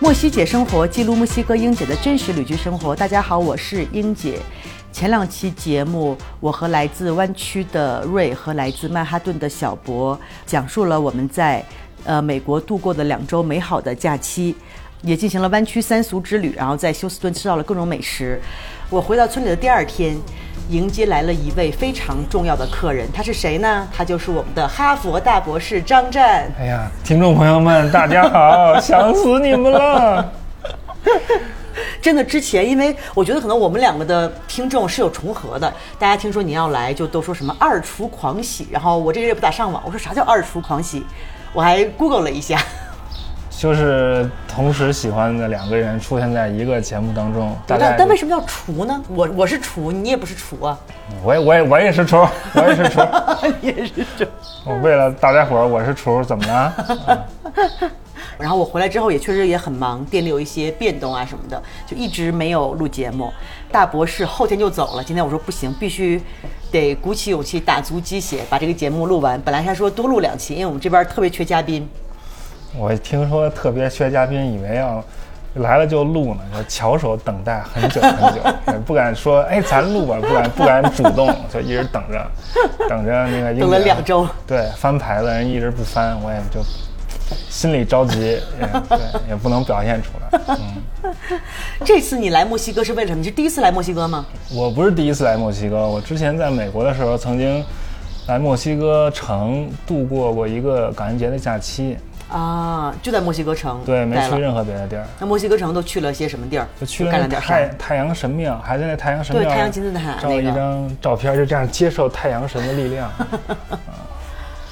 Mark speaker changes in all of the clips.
Speaker 1: 墨西姐生活记录墨西哥英姐的真实旅居生活。大家好，我是英姐。前两期节目，我和来自湾区的瑞和来自曼哈顿的小博讲述了我们在呃美国度过的两周美好的假期，也进行了湾区三俗之旅，然后在休斯顿吃到了各种美食。我回到村里的第二天，迎接来了一位非常重要的客人，他是谁呢？他就是我们的哈佛大博士张湛。
Speaker 2: 哎呀，听众朋友们，大家好， 想死你们了！
Speaker 1: 真的，之前因为我觉得可能我们两个的听众是有重合的，大家听说你要来就都说什么二厨狂喜，然后我这个月不咋上网，我说啥叫二厨狂喜，我还 Google 了一下，
Speaker 2: 就是同时喜欢的两个人出现在一个节目当中，大
Speaker 1: 但
Speaker 2: 概
Speaker 1: 但为
Speaker 2: 么
Speaker 1: 什么叫厨呢？我我是厨，你也不是厨啊，
Speaker 2: 我也我也我也是厨，我也是厨，
Speaker 1: 你也是厨。
Speaker 2: 我为了大家伙儿，我是厨，怎么了？
Speaker 1: 然后我回来之后也确实也很忙，店里有一些变动啊什么的，就一直没有录节目。大博士后天就走了，今天我说不行，必须得鼓起勇气打足鸡血把这个节目录完。本来还说多录两期，因为我们这边特别缺嘉宾。
Speaker 2: 我听说特别缺嘉宾，以为要来了就录呢，就翘首等待很久很久，也不敢说哎咱录吧，不敢不敢主动，就一直等着， 等着那个英
Speaker 1: 等了
Speaker 2: 姐
Speaker 1: 两周
Speaker 2: 对翻牌的人一直不翻，我也就心里着急，也对也不能表现出 来。嗯，
Speaker 1: 这次你来墨西哥是为了什么？你是第一次来墨西哥吗？
Speaker 2: 我不是第一次来墨西哥，我之前在美国的时候曾经来墨西哥城度过过一个感恩节的假期，
Speaker 1: 啊，就在墨西哥城
Speaker 2: 对，没
Speaker 1: 待
Speaker 2: 去
Speaker 1: 了。
Speaker 2: 任何别的地儿。
Speaker 1: 那墨西哥城都去了些什么地儿？
Speaker 2: 就去了
Speaker 1: 干
Speaker 2: 那
Speaker 1: 了
Speaker 2: 个
Speaker 1: 点
Speaker 2: 太
Speaker 1: 啥？
Speaker 2: 太阳神庙，还在那太阳神庙
Speaker 1: 对太阳金字塔
Speaker 2: 照
Speaker 1: 那个
Speaker 2: 了一张照片，就这样接受太阳神的力 量。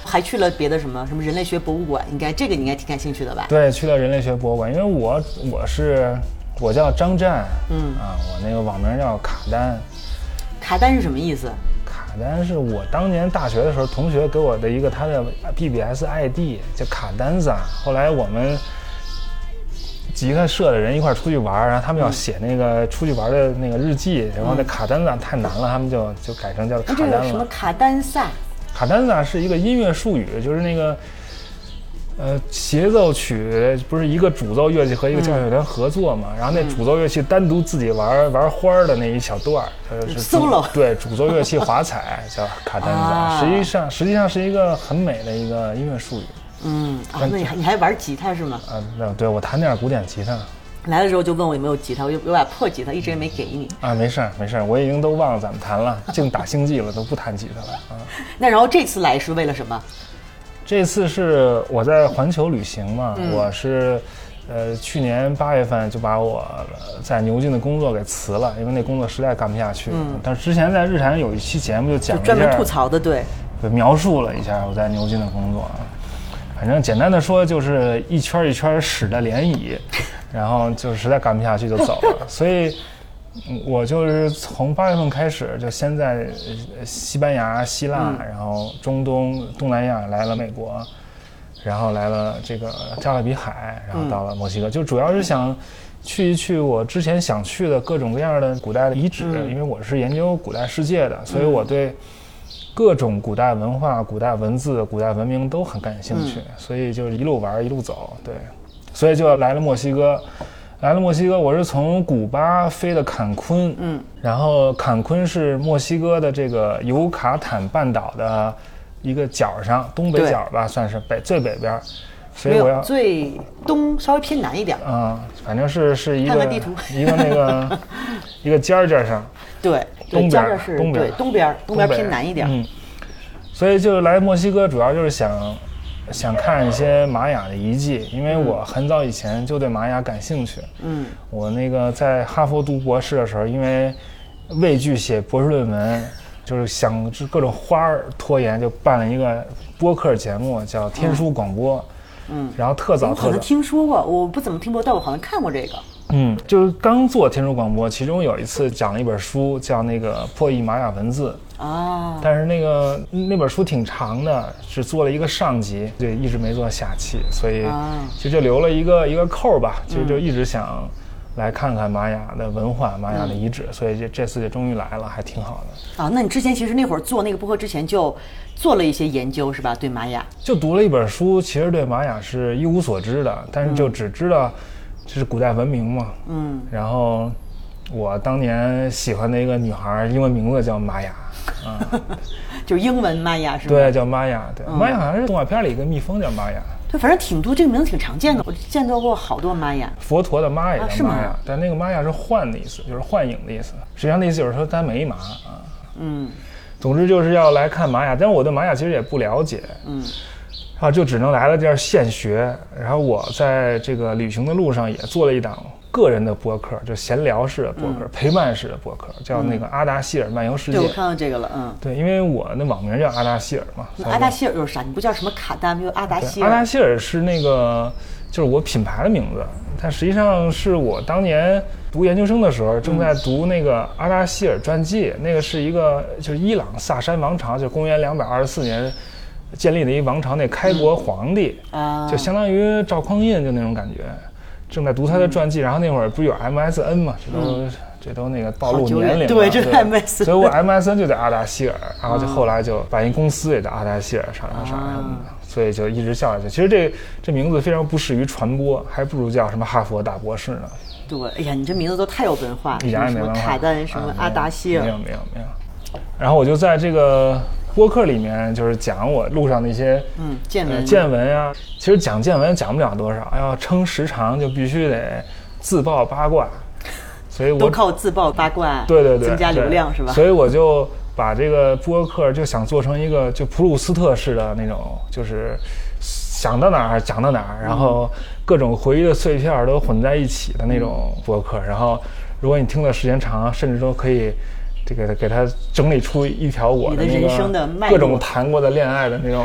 Speaker 1: 还去了别的什么？什么人类学博物馆？应该这个你应该挺感兴趣的吧？
Speaker 2: 对，去了人类学博物馆，因为我我是我叫张湛，嗯啊，我那个网名叫卡丹，
Speaker 1: 卡丹是什么意思？
Speaker 2: 卡丹是我当年大学的时候同学给我的一个他的 BBS ID，叫卡丹萨。后来我们几个社的人一块儿出去玩儿，然后他
Speaker 1: 嗯
Speaker 2: 们要写那个出去玩儿的那个日记，然后那卡丹萨太难了，他们就就改成叫卡
Speaker 1: 哎，这
Speaker 2: 丹
Speaker 1: 个
Speaker 2: 了。
Speaker 1: 什么卡丹萨？
Speaker 2: 卡丹萨是一个音乐术语，就是那个，呃，协奏曲不是一个主奏乐器和一个交响乐团合作
Speaker 1: 嗯
Speaker 2: 嘛？然后那主奏乐器单独自己玩玩花儿的那一小段儿，呃，是
Speaker 1: 嗯
Speaker 2: 主
Speaker 1: Solo
Speaker 2: 对，主奏乐器华彩 叫卡丹
Speaker 1: 啊
Speaker 2: 萨，实际上实际上是一个很美的一个音乐术语。
Speaker 1: 嗯，啊，那你还你还玩吉他是吗？
Speaker 2: 啊，那对我弹点儿古典吉他
Speaker 1: 来的时候就问我有没有吉他，我有有把破吉他，一直也没给你。
Speaker 2: 啊，没事儿没事儿，我已经都忘了怎么弹了，净打星际了，都不弹吉他了啊。
Speaker 1: 那然后这次来是为了什么？
Speaker 2: 这次是我在环球旅行嘛，
Speaker 1: 嗯
Speaker 2: 我是，呃，去年八月份就把我在牛津的工作给辞了，因为那工作实在干不下去。但是之前在日产有一期节目就
Speaker 1: 嗯就
Speaker 2: 讲了一
Speaker 1: 专门
Speaker 2: 下
Speaker 1: 吐槽的，对，
Speaker 2: 对描述了一下我在牛津的工作啊。反正简单的说，就是一圈儿一圈儿屎的涟漪，然后就实在干不下去就走了。所以，嗯我就是从八月份开始，就先在呃西班牙、希腊，然后中东、东南亚来了美国，然后来了这个加勒比海，然后到了墨西哥，就主要是想。去一去我之前想去的各种各样的古代的遗址，
Speaker 1: 嗯
Speaker 2: 因为我是研究古代世界的，所以我对各种古代文化、古代文字、古代文明都很感兴
Speaker 1: 嗯
Speaker 2: 趣，所以就一路玩一路走，对，所以就来了墨西哥。来了墨西哥，我是从古巴飞的坎昆，嗯，然后坎昆是墨西哥的这个尤卡坦半岛的一个角上，东北
Speaker 1: 对
Speaker 2: 角吧，算是北最北边儿，所
Speaker 1: 没
Speaker 2: 以我
Speaker 1: 有
Speaker 2: 要
Speaker 1: 最东稍微偏南一点。
Speaker 2: 嗯，反正是是一
Speaker 1: 看
Speaker 2: 个
Speaker 1: 看地图
Speaker 2: 一个那 个一个尖儿尖儿上，
Speaker 1: 对，对，
Speaker 2: 东边
Speaker 1: 加热是
Speaker 2: 东边
Speaker 1: 对东边儿，东边儿偏南一点儿。
Speaker 2: 嗯，所以就来墨西哥主要就是想想看一些玛雅的遗迹，因为我很早以前就对玛雅感兴趣。
Speaker 1: 嗯，
Speaker 2: 我那个在哈佛读博士的时候，因为畏惧写博士论文，就是想这各种花儿拖延，就办了一个播客节目，叫天书广播。嗯，然后特早
Speaker 1: 我好
Speaker 2: 特早
Speaker 1: 像，听说过，我不怎么听过，但我好像看过这个。
Speaker 2: 嗯，就是刚做天书广播，其中有一次讲了一本书，叫那个《破译玛雅文字》。
Speaker 1: 啊，
Speaker 2: 但是那个那本书挺长的，只做了一个上集，就一直没做下期，所以
Speaker 1: 啊
Speaker 2: 其实就留了一个一个扣儿吧，就就一直想来看看玛雅的文化、玛雅的遗址，所以这这次就终于来了，还挺好的。
Speaker 1: 啊，那你之前其实那会儿做那个播客之前就做了一些研究是吧？对玛雅，
Speaker 2: 就读了一本书，其实对玛雅是一无所知的，但是就只知道这是古代文明嘛，嗯，然后我当年喜欢的一个女孩，英文名字叫玛雅，啊、
Speaker 1: 就是英文玛雅是吧？
Speaker 2: 对，叫玛雅，
Speaker 1: 嗯
Speaker 2: 对，玛雅好像是动画片里一个蜜蜂叫玛雅，
Speaker 1: 对，反正挺多，这个名字挺常见的，我见到过好多玛雅。
Speaker 2: 佛陀的玛也
Speaker 1: 啊是
Speaker 2: 叫
Speaker 1: 吗
Speaker 2: 玛雅，但那个玛雅是幻的意思，就是幻影的意思，实际上那意思就是说她没麻啊，
Speaker 1: 嗯
Speaker 2: 总之就是要来看玛雅，但是我对玛雅其实也不了解，
Speaker 1: 嗯，
Speaker 2: 然后就只能来了这儿现学。然后我在这个旅行的路上也做了一档个人的播客，就闲聊式的播客、陪伴式的播客，叫那个阿达希尔漫游世界
Speaker 1: 嗯对，我。看到这个了，嗯。
Speaker 2: 对，因为我那网名叫阿达希尔嘛，所以
Speaker 1: 阿达希尔又是啥？你不叫什么卡达米，有阿达
Speaker 2: 对
Speaker 1: 希
Speaker 2: 阿达
Speaker 1: 尔。
Speaker 2: 希尔是那个，就是我品牌的名字，但实际上是我当年读研究生的时候，正在读那个阿达希尔传记，那个是一个就是伊朗萨珊王朝，就公元两百二十四年建立的一王朝，那开国皇帝，
Speaker 1: 啊
Speaker 2: 就相当于赵匡胤就那种感觉。正在读他的传记，然后那会儿不是有 MSN 嘛，这都、这都那个暴
Speaker 1: 嗯好
Speaker 2: 露
Speaker 1: 久
Speaker 2: 年
Speaker 1: 远
Speaker 2: 龄了，
Speaker 1: 对这是 MSN
Speaker 2: 所以我 MSN 就在阿达希尔，然后就后来就把一公司也叫阿达希尔啥
Speaker 1: 啊
Speaker 2: 啥啥什么的，所以就一直叫下去。其实这这名字非常不适于传播，还不如叫什么哈佛大博士呢，
Speaker 1: 对，哎呀，你这名字都太有文化，
Speaker 2: 一点
Speaker 1: 什
Speaker 2: 也没
Speaker 1: 么
Speaker 2: 文化。
Speaker 1: 卡丹，什么
Speaker 2: 啊
Speaker 1: 阿达希
Speaker 2: 没
Speaker 1: 尔
Speaker 2: 有，没有没有。然后我就在这个播客里面，就是讲我路上的一些
Speaker 1: 嗯，见
Speaker 2: 呃
Speaker 1: 闻，
Speaker 2: 见闻啊，其实讲见闻讲不了多少，要撑时长就必须得自曝八卦，所以我
Speaker 1: 都靠自曝八卦，
Speaker 2: 对对对
Speaker 1: 增加流
Speaker 2: 对
Speaker 1: 量是吧？
Speaker 2: 所以我就把这个播客就想做成一个就普鲁斯特式的那种，就是想到哪儿讲到哪儿，然后
Speaker 1: 嗯
Speaker 2: 各种回忆的碎片儿都混在一起的那种播客。然后如果你听的时间长，甚至都可以。这个给它整理出一条我
Speaker 1: 你的
Speaker 2: 那
Speaker 1: 人
Speaker 2: 个
Speaker 1: 生的脉络
Speaker 2: 各种谈过的恋爱的那 种，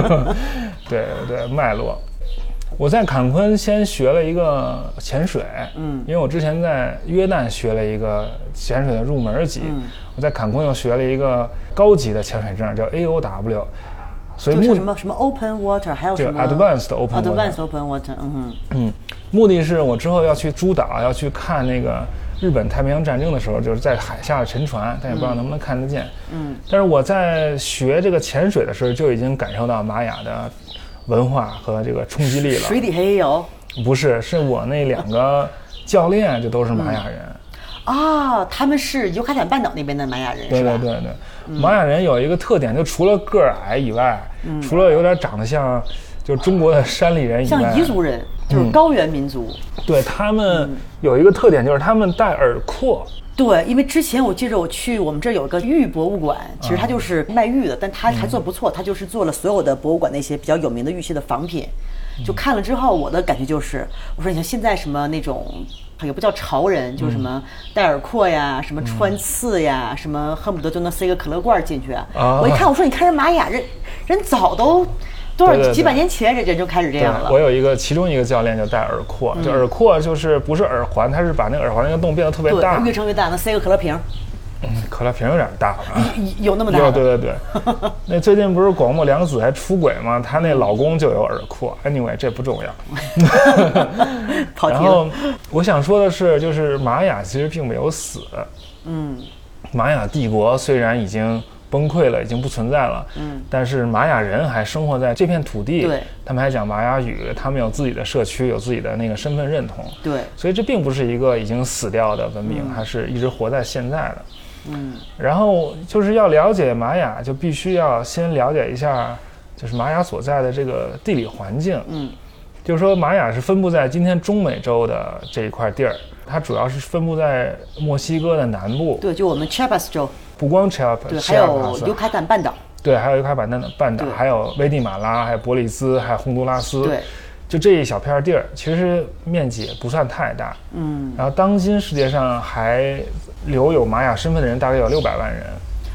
Speaker 2: 对对脉络。我在坎昆先学了一个潜水，
Speaker 1: 嗯
Speaker 2: 因为我之前在约旦学了一个潜水的入门级，
Speaker 1: 嗯
Speaker 2: 我在坎昆又学了一个高级的潜水证，叫 AOW，所以
Speaker 1: 就是
Speaker 2: 目
Speaker 1: 什么什么 open water，还有
Speaker 2: 就
Speaker 1: 什
Speaker 2: 是
Speaker 1: 么
Speaker 2: Advanced Open Water
Speaker 1: advanced open water，嗯哼，
Speaker 2: 嗯，目的是我之后要去诸岛，要去看那个日本太平洋战争的时候，就是在海下的沉船，但也不知道能不能看得见。
Speaker 1: 嗯，
Speaker 2: 但是我在学这个潜水的时候，就已经感受到玛雅的文化和这个冲击力了。
Speaker 1: 水底下也有
Speaker 2: 不是，是我那两个教练就
Speaker 1: 嗯
Speaker 2: 都是玛雅人。
Speaker 1: 啊，他们是尤卡坦半岛那边的玛雅人
Speaker 2: 对
Speaker 1: 是吧
Speaker 2: 对？对对，玛雅人有一个特点，就除了个儿矮以外，
Speaker 1: 嗯
Speaker 2: 除了有点长得像就中国的山里人以外
Speaker 1: 像，彝族嗯人就是
Speaker 2: 嗯
Speaker 1: 高原民族，
Speaker 2: 对他们有一个特点就是他们戴耳廓。
Speaker 1: 对，因为之前我记着我去我们这儿有一个玉博物馆，
Speaker 2: 嗯
Speaker 1: 其实它就是卖玉的，但它还做得不错，它就是做了所有的博物馆那些比较有名的玉器的仿品。
Speaker 2: 嗯
Speaker 1: 就看了之后，我的感觉就是，我说你看现在什么那种。呃也不叫潮人，就是什么
Speaker 2: 嗯
Speaker 1: 戴耳廓呀，什么穿刺呀，什么恨不得就能塞个可乐罐儿进去。
Speaker 2: 啊
Speaker 1: 我一看，我说你看人玛雅人，人早都多少
Speaker 2: 对对对
Speaker 1: 几百年前，人人就开始这
Speaker 2: 对
Speaker 1: 样，嗯了
Speaker 2: 我。有一个，其中一个教练就戴耳廓，就耳廓就是不是耳环，他是把那耳环那个洞变得特别大嗯
Speaker 1: 对，，越盛越大，能塞个可乐瓶儿，
Speaker 2: 可乐瓶有点大了啊。
Speaker 1: 有 有那么大
Speaker 2: 有
Speaker 1: 的。
Speaker 2: 对对 对，那最近不是广末凉子还出轨吗？她那老公就有耳廓。Anyway，这不重要。
Speaker 1: 跑题
Speaker 2: 然
Speaker 1: 了
Speaker 2: 后。我想说的是，就是玛雅其实并没有死。嗯，玛雅帝国虽然已经崩溃了，已经不存在了，嗯，但是玛雅人还生活在这片土地，
Speaker 1: 对
Speaker 2: 他们还讲玛雅语，他们有自己的社区，有自己的那个身份认同，
Speaker 1: 对，
Speaker 2: 所以这并不是一个已经死掉的文明，还是一直活在现在的。
Speaker 1: 嗯，
Speaker 2: 然后就是要了解玛雅，就必须要先了解一下，就是玛雅所在的这个地理环境。
Speaker 1: 嗯，
Speaker 2: 就是说玛雅是分布在今天中美洲的这一块地儿，它主要是分布在墨西哥的南部，
Speaker 1: 对，就我们 Chiapas 州，
Speaker 2: 不光 Chiapas，
Speaker 1: 对，还有
Speaker 2: Chiapas，啊
Speaker 1: 尤卡坦半岛，
Speaker 2: 对，还有尤卡板的半岛
Speaker 1: 对，
Speaker 2: 还有危地马拉，还有伯利兹，还有洪都拉斯，
Speaker 1: 对，
Speaker 2: 就这一小片儿地儿，其实面积也不算太大，
Speaker 1: 嗯，
Speaker 2: 然后当今世界上还留有玛雅身份的人大概有六百万人，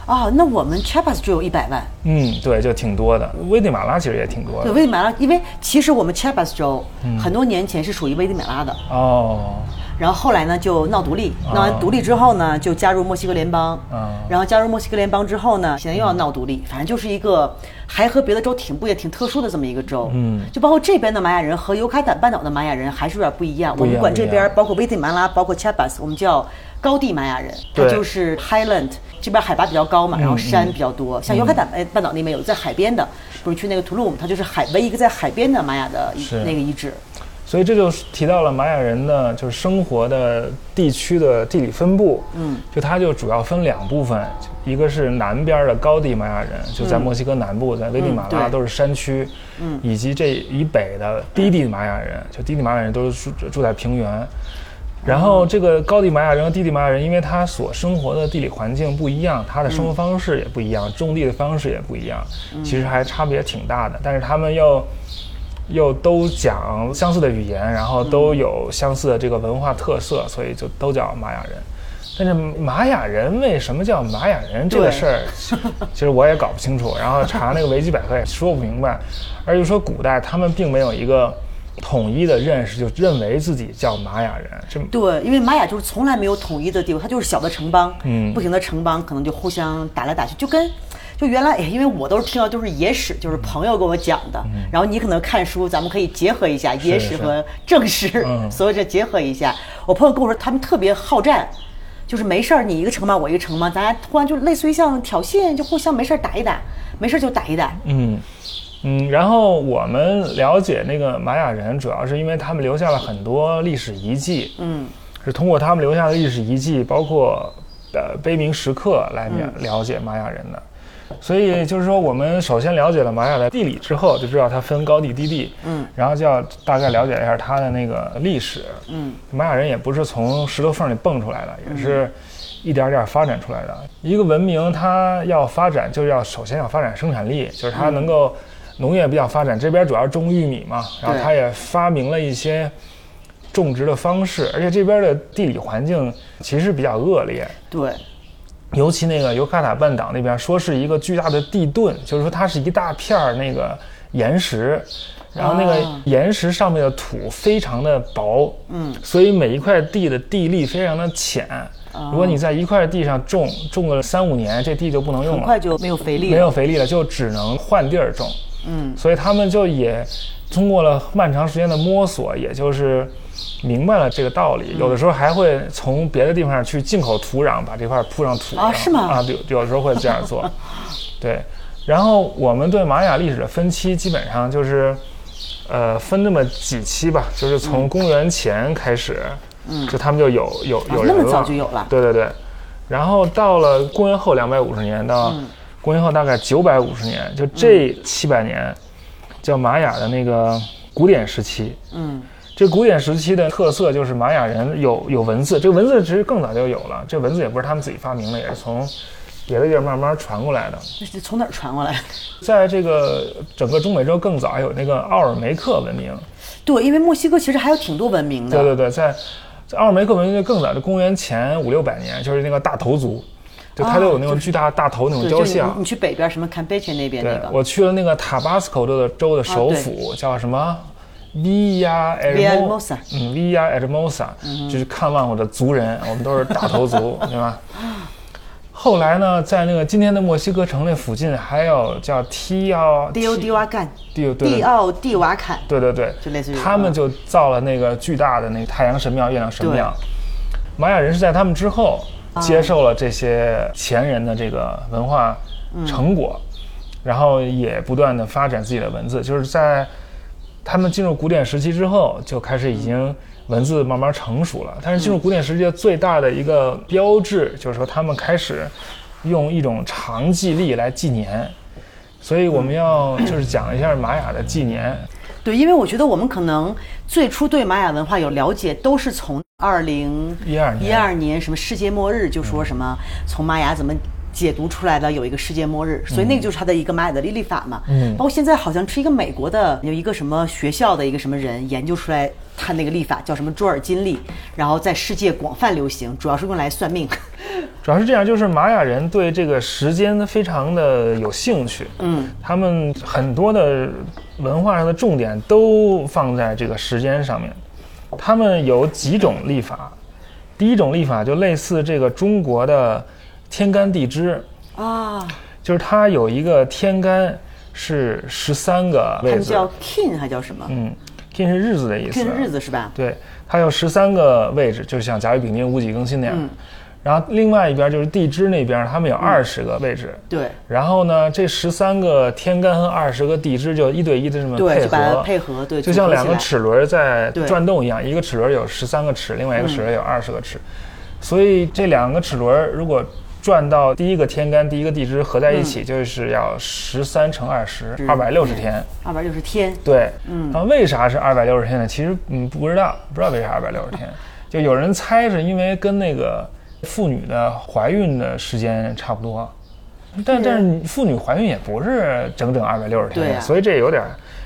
Speaker 1: 哦，那我们 Chiapas 只有一百万，
Speaker 2: 嗯，对，就挺多的。危地马拉其实也挺多
Speaker 1: 对，
Speaker 2: 的。
Speaker 1: 危地马拉，因为其实我们 Chiapas 州很多年前是属于危地马拉的，
Speaker 2: 哦，
Speaker 1: 然后后来呢就闹独立，
Speaker 2: 啊
Speaker 1: 闹完独立之后呢就加入墨西哥联邦
Speaker 2: 啊，
Speaker 1: 然后加入墨西哥联邦之后呢，现在又要闹独立，反正就是一个还和别的州挺不也挺特殊的这么一个州，嗯，就包括这边的玛雅人和尤卡坦半岛的玛雅人还是有点不一样，
Speaker 2: 不一
Speaker 1: 我们
Speaker 2: 样
Speaker 1: 管这
Speaker 2: 不一
Speaker 1: 边
Speaker 2: 样
Speaker 1: 包括危地马拉，包括 Chiapas，我们叫高地玛雅人，它
Speaker 2: 对嗯
Speaker 1: 就是 Highland。这边海拔比较高嘛，然后山比较多，像尤卡坦哎半岛那边有在海边的，不是去那个图卢姆，它就是海唯一一个在海边的玛雅的一
Speaker 2: 是
Speaker 1: 那个遗址。
Speaker 2: 所以这就提到了玛雅人的就是生活的地区的地理分布，
Speaker 1: 嗯，
Speaker 2: 就它就主要分两部分，一个是南边的高地玛雅人，就在墨西哥南部，在危地
Speaker 1: 嗯
Speaker 2: 马拉
Speaker 1: 对
Speaker 2: 都是山区，
Speaker 1: 嗯
Speaker 2: 以及这以北的低地玛雅人，就低地玛雅人都是住住在平原。然后这个高地玛雅人和低地玛雅人，因为他所生活的地理环境不一样，他的生活方式也不一样，种地的方式也不一样，其实还差别挺大的。但是他们又又都讲相似的语言，然后都有相似的这个文化特色，所以就都叫玛雅人。但是玛雅人为什么叫玛雅人这个
Speaker 1: 对
Speaker 2: 事儿，其实我也搞不清楚。然后查那个维基百科也说不明白，而且说古代他们并没有一个统一的认识，就认为自己叫玛雅人。这
Speaker 1: 对，因为玛雅就是从来没有统一的地方，它就是小的城邦，
Speaker 2: 嗯
Speaker 1: 不停的城邦可能就互相打来打去，就跟就原来哎，因为我都是听到都是野史，就是朋友跟我讲的，然后你可能看书，咱们可以结合一下野史
Speaker 2: 嗯是
Speaker 1: 和正史，
Speaker 2: 嗯
Speaker 1: 所以这结合一下。我朋友跟我说，他们特别好战。就是没事儿，你一个城邦，我一个城邦，咱俩突然就类似于像挑衅，就互相没事儿打一打，没事儿就打一打。
Speaker 2: 嗯，嗯，然后我们了解那个玛雅人，主要是因为他们留下了很多历史遗迹，
Speaker 1: 嗯，
Speaker 2: 是通过他们留下的历史遗迹，包括呃碑铭石刻来了
Speaker 1: 嗯
Speaker 2: 了解玛雅人的。所以就是说，我们首先了解了玛雅的地理之后，就知道它分高地、低地，
Speaker 1: 嗯，
Speaker 2: 然后就要大概了解一下它的那个历史，
Speaker 1: 嗯，
Speaker 2: 玛雅人也不是从石头缝里蹦出来的，也是一点儿点儿发展出来的。一个文明它要发展，就是要首先要发展生产力，就是它能够农业比较发展，这边主要种玉米嘛，然后
Speaker 1: 对
Speaker 2: 它也发明了一些种植的方式，而且这边的地理环境其实比较恶劣，
Speaker 1: 对，
Speaker 2: 尤其那个尤卡塔半岛那边，说是一个巨大的地盾，就是说它是一大片儿那个岩石，然后那个
Speaker 1: 啊
Speaker 2: 岩石上面的土非常的薄，
Speaker 1: 嗯，
Speaker 2: 所以每一块地的地力非常的浅。
Speaker 1: 啊嗯
Speaker 2: 如果你在一块地上种种个三五年，这地就不能用
Speaker 1: 很
Speaker 2: 了，
Speaker 1: 快就没有肥力了。
Speaker 2: 没有肥力了，就只能换地儿种。
Speaker 1: 嗯，
Speaker 2: 所以他们就也通过了漫长时间的摸索，也就是明白了这个道理。
Speaker 1: 嗯
Speaker 2: 有的时候还会从别的地方去进口土壤，把这块铺上土
Speaker 1: 啊
Speaker 2: 壤
Speaker 1: 是吗
Speaker 2: 啊，有有的时候会这 样做。对，然后我们对玛雅历史的分期基本上就是，呃，分那么几期吧，就是
Speaker 1: 嗯
Speaker 2: 从公元前开始，嗯，就他们就有有有
Speaker 1: 哦啊那
Speaker 2: 人
Speaker 1: 么
Speaker 2: 了，
Speaker 1: 早就有了
Speaker 2: 对对对，然后到了公元后两百五十年到
Speaker 1: 嗯
Speaker 2: 公元后大概九百五十年，就这七百年，叫玛雅的那个古典时期。
Speaker 1: 嗯，
Speaker 2: 这古典时期的特色就是玛雅人有有文字，这个文字其实更早就有了，这文字也不是他们自己发明的，也是从别的地儿慢慢传过来的。
Speaker 1: 这是从哪儿传过来的？
Speaker 2: 在这个整个中美洲更早还有那个奥尔梅克文明，
Speaker 1: 对，因为墨西哥其实还有挺多文明的。
Speaker 2: 对对对，在在奥尔梅克文明就更早，就公元前五六百年，就是那个大头族，就它
Speaker 1: 啊
Speaker 2: 都有那种巨大大头那种
Speaker 1: 对
Speaker 2: 雕
Speaker 1: 就是
Speaker 2: 像
Speaker 1: 你。你去北边什么 Campeche 那边那
Speaker 2: 对，
Speaker 1: 个，哦
Speaker 2: 我去了那个塔巴斯科州的州的首府，叫什么？Villa
Speaker 1: Villahermosa
Speaker 2: 嗯，Villa Hermosa，、就是
Speaker 1: 嗯
Speaker 2: 看望我的族人，我们都是大 头族，对吧？后来呢，在那个今天的墨西哥城那附近，还有叫 T 奥
Speaker 1: 迪欧迪瓦干，
Speaker 2: 对对
Speaker 1: 蒂
Speaker 2: 对
Speaker 1: 奥蒂瓦坎，
Speaker 2: 对对对，
Speaker 1: 就类似于
Speaker 2: 他们就造了那个巨大的那个太阳神庙、月亮神庙。玛雅人是在他们之后
Speaker 1: 啊
Speaker 2: 接受了这些前人的这个文化成果，
Speaker 1: 嗯
Speaker 2: 然后也不断的发展自己的文字，就是在他们进入古典时期之后，就开始已经文字慢慢成
Speaker 1: 嗯
Speaker 2: 熟了。但是进入古典时期的最大的一个标志，就是说他们开始用一种长纪历来纪年。所以我们要就是讲一下玛雅的纪年，
Speaker 1: 对，因为我觉得我们可能最初对玛雅文化有了解，都是从二零
Speaker 2: 12年
Speaker 1: 一二年什么世界末日，就
Speaker 2: 嗯
Speaker 1: 说什么从玛雅怎么。解读出来的有一个世界末日，所以那个就是它的一个玛雅的历历法嘛。
Speaker 2: 嗯
Speaker 1: 包括现在好像是一个美国的有一个什么学校的一个什么人研究出来，他那个历法叫什么卓尔金历，然后在世界广泛流行，主要是用来算命。
Speaker 2: 主要是这样，就是玛雅人对这个时间非常的有兴趣，
Speaker 1: 嗯，
Speaker 2: 他们很多的文化上的重点都放在这个时间上面。他们有几种历法，第一种历法就类似这个中国的天干地支，
Speaker 1: 啊，
Speaker 2: 就是它有一个天干是十三个
Speaker 1: 他
Speaker 2: 位
Speaker 1: 们
Speaker 2: 子，
Speaker 1: 叫 kin 还叫什么
Speaker 2: 嗯，kin 是日子的意思
Speaker 1: ？kin 日子是吧？
Speaker 2: 对，它有十三个位置，就像甲乙丙丁戊己庚辛那样。
Speaker 1: 嗯
Speaker 2: 然后另外一边就是地支那边，他们有二十个位置。
Speaker 1: 对
Speaker 2: 然后呢，这十三个天干和二十个地支就一对一的这么
Speaker 1: 对，
Speaker 2: 嗯配
Speaker 1: 就把它
Speaker 2: 合，
Speaker 1: 配合，对，
Speaker 2: 就
Speaker 1: 组合
Speaker 2: 像两
Speaker 1: 起
Speaker 2: 个
Speaker 1: 来，
Speaker 2: 齿轮在
Speaker 1: 对嗯
Speaker 2: 转动一样，一个齿轮有十三个齿，另外一个齿轮有二十个齿，所以这两个齿轮如果转到第一个天干、第一个地支合在一
Speaker 1: 嗯
Speaker 2: 起，就是要十三乘二十，二百六十天。
Speaker 1: 二百六十天，
Speaker 2: 对，嗯，那为啥是二百六十天呢？其实嗯不知道，不知道为啥二百六 十天，就有人猜是因为跟那个妇女的怀孕的时间差不多，但但是你妇女怀孕也不是整整二百六十天，
Speaker 1: 对啊
Speaker 2: 所以这有点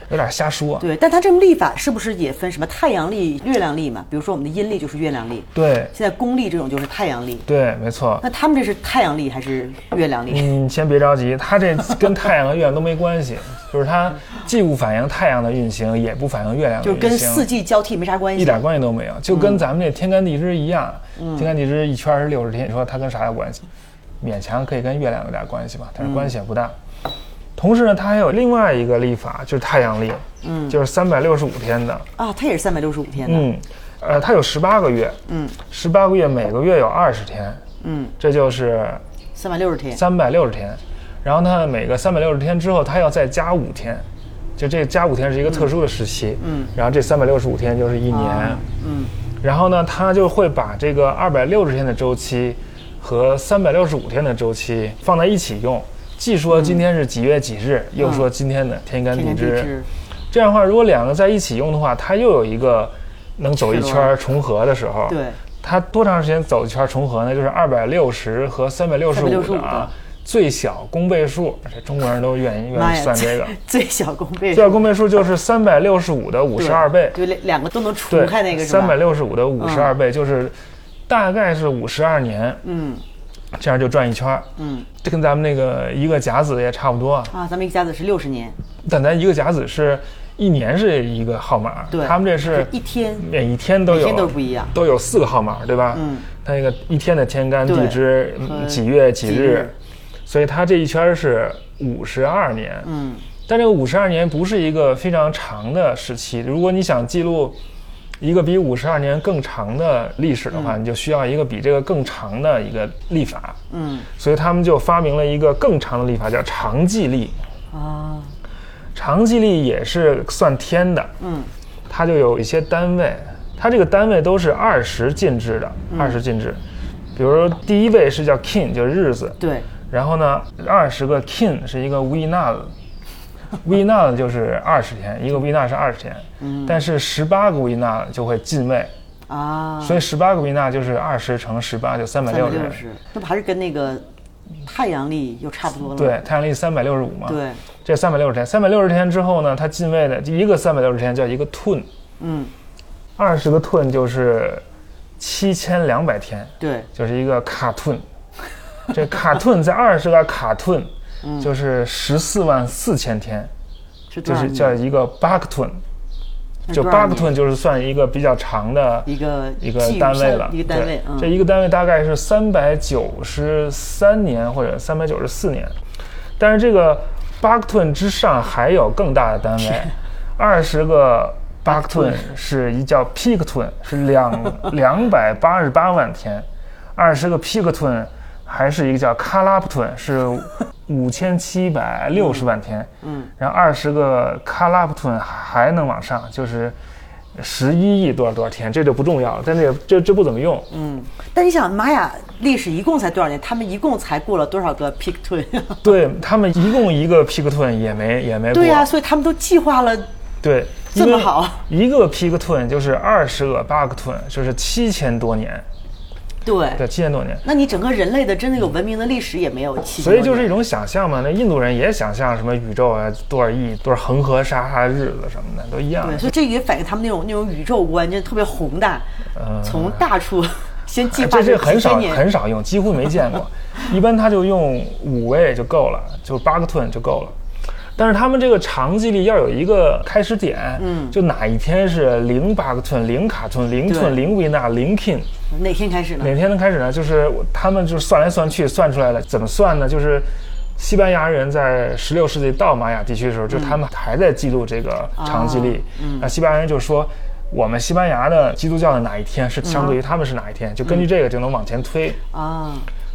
Speaker 2: 有点瞎说。
Speaker 1: 对，但它这么历法是不是也分什么太阳历、月亮历嘛？比如说我们的阴历就是月亮历，
Speaker 2: 对
Speaker 1: 现在公历这种就是太阳历。
Speaker 2: 对，没错。
Speaker 1: 那他们这是太阳历还是月亮历？
Speaker 2: 你先别着急，它这跟太阳和月亮都没关系， 就是它既不反映太阳的运行，也不反映月亮的
Speaker 1: 就
Speaker 2: 运
Speaker 1: 是
Speaker 2: 行，
Speaker 1: 跟四季交替没啥关系。
Speaker 2: 一点关系都没有，就跟咱们这天干地支一样，天干地支一圈是六十天，你说它跟啥有关系？勉强可以跟月亮有点关系吧，但是关系也不大。同时呢，它还有另外一个历法，就是太阳历，嗯，就是三百六十五天的，
Speaker 1: 啊，它也是三百六十五天的。
Speaker 2: 嗯，呃，它有十八个月，嗯，十八个月每个月有二十天，
Speaker 1: 嗯，
Speaker 2: 这就是
Speaker 1: 三百六十天，
Speaker 2: 三百六十天，然后呢，每个三百六十天之后，它要再加五天，就这加五天是一个特殊的时期，嗯，啊然后这三百六十五天就是一年，
Speaker 1: 嗯，
Speaker 2: 然后呢，它就会把这个二百六十天的周期和三百六十五天的周期放在一起用，既说今天是几月几日，又说今天的嗯天干
Speaker 1: 天
Speaker 2: 地
Speaker 1: 干地
Speaker 2: 支，
Speaker 1: 支。
Speaker 2: 这样的话，如果两个在一起用的话，它又有一个能走一圈儿重合的时候，
Speaker 1: 对，
Speaker 2: 它多长时间走一圈重合呢？就是二百六十和三百六十
Speaker 1: 365
Speaker 2: 五
Speaker 1: 的
Speaker 2: 啊，最小公倍数，这中国人都愿意愿意算这个。
Speaker 1: 最 小公倍
Speaker 2: 最小公倍数就是三百六十五的五
Speaker 1: 对
Speaker 2: 十二倍，
Speaker 1: 就两两个都能除
Speaker 2: 对
Speaker 1: 开那，个是吧？
Speaker 2: 三百六十五的五十二倍就是大概是五十二年，
Speaker 1: 嗯
Speaker 2: 这样就转一圈儿。
Speaker 1: 嗯
Speaker 2: 这跟咱们那个一个甲子也差不多啊，
Speaker 1: 啊，咱们一家子是六十年，
Speaker 2: 但咱一个甲子是一年是一个号码，
Speaker 1: 对，
Speaker 2: 他们这是
Speaker 1: 一天
Speaker 2: 每一天都
Speaker 1: 每
Speaker 2: 有
Speaker 1: 天都不一样。
Speaker 2: 都有四个号码，对吧？
Speaker 1: 嗯，
Speaker 2: 它那个一天的天干
Speaker 1: 对
Speaker 2: 地支嗯
Speaker 1: 和
Speaker 2: 几月几
Speaker 1: 几
Speaker 2: 日
Speaker 1: 日，
Speaker 2: 所以它这一圈是五十二年。
Speaker 1: 嗯，
Speaker 2: 但这个五十二年不是一个非常长的时期，如果你想记录一个比五十二年更长的历史的话，你就需要一个比这个更长的一个历法。
Speaker 1: 嗯
Speaker 2: 所以他们就发明了一个更长的历法，叫长纪历。
Speaker 1: 啊
Speaker 2: 长纪历也是算天的，
Speaker 1: 嗯
Speaker 2: 它就有一些单位，它这个单位都是二十进制的，二十进制。比如说第一位是叫 kin，就是日子，
Speaker 1: 对
Speaker 2: 然后呢，二十个 kin 是一个 v i n a v i n a 就是二十天，一个 v i n a 是二十天，
Speaker 1: 嗯
Speaker 2: 但是十八个 v i n a 就会进位，
Speaker 1: 啊，
Speaker 2: 所以十八个 v i n a 就是二十乘十八，就三百
Speaker 1: 三百
Speaker 2: 六
Speaker 1: 六
Speaker 2: 十。
Speaker 1: 十，那不还是跟那个太阳历又差不多了？
Speaker 2: 对，太阳历三百六十五嘛，
Speaker 1: 嗯对，
Speaker 2: 这三百六十天，三百六十天之后呢，它进位的一个三百六十天叫一个 tun，
Speaker 1: 嗯
Speaker 2: 二十个 tun 就是七千两百天，
Speaker 1: 对，
Speaker 2: 就是一个卡 顿。这卡顿在二十个卡顿，
Speaker 1: 嗯
Speaker 2: 就是十四万四千天，
Speaker 1: 是多
Speaker 2: 就
Speaker 1: 少
Speaker 2: 是
Speaker 1: 年
Speaker 2: 叫一个巴克顿，
Speaker 1: 那
Speaker 2: 就
Speaker 1: 多少
Speaker 2: 巴克
Speaker 1: 年
Speaker 2: 顿就是算一个比较长的
Speaker 1: 一个
Speaker 2: 一个
Speaker 1: 季语
Speaker 2: 单位
Speaker 1: 算
Speaker 2: 了。
Speaker 1: 一个单
Speaker 2: 对
Speaker 1: 位，
Speaker 2: 这
Speaker 1: 嗯，
Speaker 2: 一个单位大概是三百九十三年或者三百九十四年，但是这个巴克顿之上还有更大的单位，二十个巴克顿是一叫皮克顿，是两两百八十八万天，二十个皮克顿还是一个叫卡拉普顿，是五千七百六十万天，嗯，然后二十个卡拉普顿还能往上，就是。十一亿多少多少天，这就不重要了，但这也这这不怎么用，
Speaker 1: 嗯但你想，玛雅历史一共才多少年？他们一共才过了多少个 p i c t u r
Speaker 2: 对他们一共一个 p i c t o n 也没也没过，
Speaker 1: 对呀、所以他们都计划了，
Speaker 2: 对
Speaker 1: 这么好，
Speaker 2: 因为一个 p i c t o n 就是二十个 b a c t o n 就是七千多年，
Speaker 1: 对。
Speaker 2: 对，七千多年，
Speaker 1: 那你整个人类的真的有文明的历史也没有七千
Speaker 2: 所
Speaker 1: 多
Speaker 2: 以
Speaker 1: 年，
Speaker 2: 就是一种想象嘛。那印度人也想象什么宇宙啊，多少亿多少恒河沙哈日子什么的都一样
Speaker 1: 对，，所以这也反映他们那种那种宇宙观，就是特别宏大，从大处 先计划
Speaker 2: 呃哎这是
Speaker 1: 个
Speaker 2: 很
Speaker 1: 几千
Speaker 2: 少
Speaker 1: 年，
Speaker 2: 很少用，几乎没见过。一般他就用五位就够了，就八个 turn 就够了。但是他们这个长纪历要有一个开始点，嗯，就哪一天是零八个 turn、零卡 turn、零 turn、
Speaker 1: 对
Speaker 2: 零维纳、零 king，
Speaker 1: 哪天开始呢？
Speaker 2: 哪天能开始呢？就是我他们就是算来算去算出来的，怎么算呢？就是西班牙人在十六
Speaker 1: 嗯
Speaker 2: 世
Speaker 1: 哦
Speaker 2: 纪到玛雅地区的时候，就他们还在记录这个长纪历。那、西班牙人就说，我们西班牙的基督教的哪一天是相
Speaker 1: 嗯
Speaker 2: 对于他们是哪一天，就根据这个就能往前推，
Speaker 1: 啊，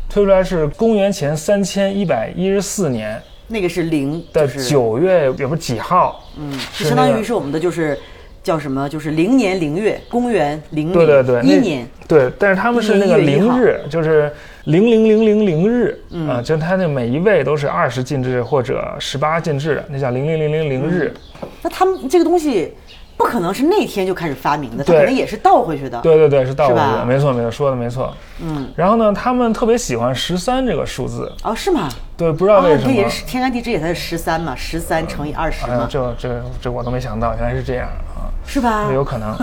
Speaker 2: 推出来是公元前三千一百一十四年
Speaker 1: 那个是零，
Speaker 2: 的
Speaker 1: 就是
Speaker 2: 九月，也不是几号，嗯，
Speaker 1: 就相当于是我们的就是叫什么，就是零年零月，公元零
Speaker 2: 对对对，
Speaker 1: 一
Speaker 2: 那
Speaker 1: 年，
Speaker 2: 对，但是他们是那个
Speaker 1: 一月一号
Speaker 2: 零日，就是零零零零零日
Speaker 1: 嗯
Speaker 2: 啊，就是他那每一位都是二十进制或者十八进制的，那叫零零零零零日。
Speaker 1: 那他们这个东西不可能是那天就开始发明的，它
Speaker 2: 对
Speaker 1: 可能也是倒回去的。
Speaker 2: 对对对，是倒回去
Speaker 1: 是吧
Speaker 2: 的，没错没错，说的没错。嗯，然后呢，他们特别喜欢十三这个数字，
Speaker 1: 哦，是吗？
Speaker 2: 对，不知道为
Speaker 1: 哦
Speaker 2: 什
Speaker 1: 这
Speaker 2: 么
Speaker 1: 也。是天干地支也才是十三嘛，十三乘以二十
Speaker 2: 哎呀
Speaker 1: 嘛，，
Speaker 2: 这这这我都没想到，原来是这样啊，
Speaker 1: 是吧
Speaker 2: 这？有可能。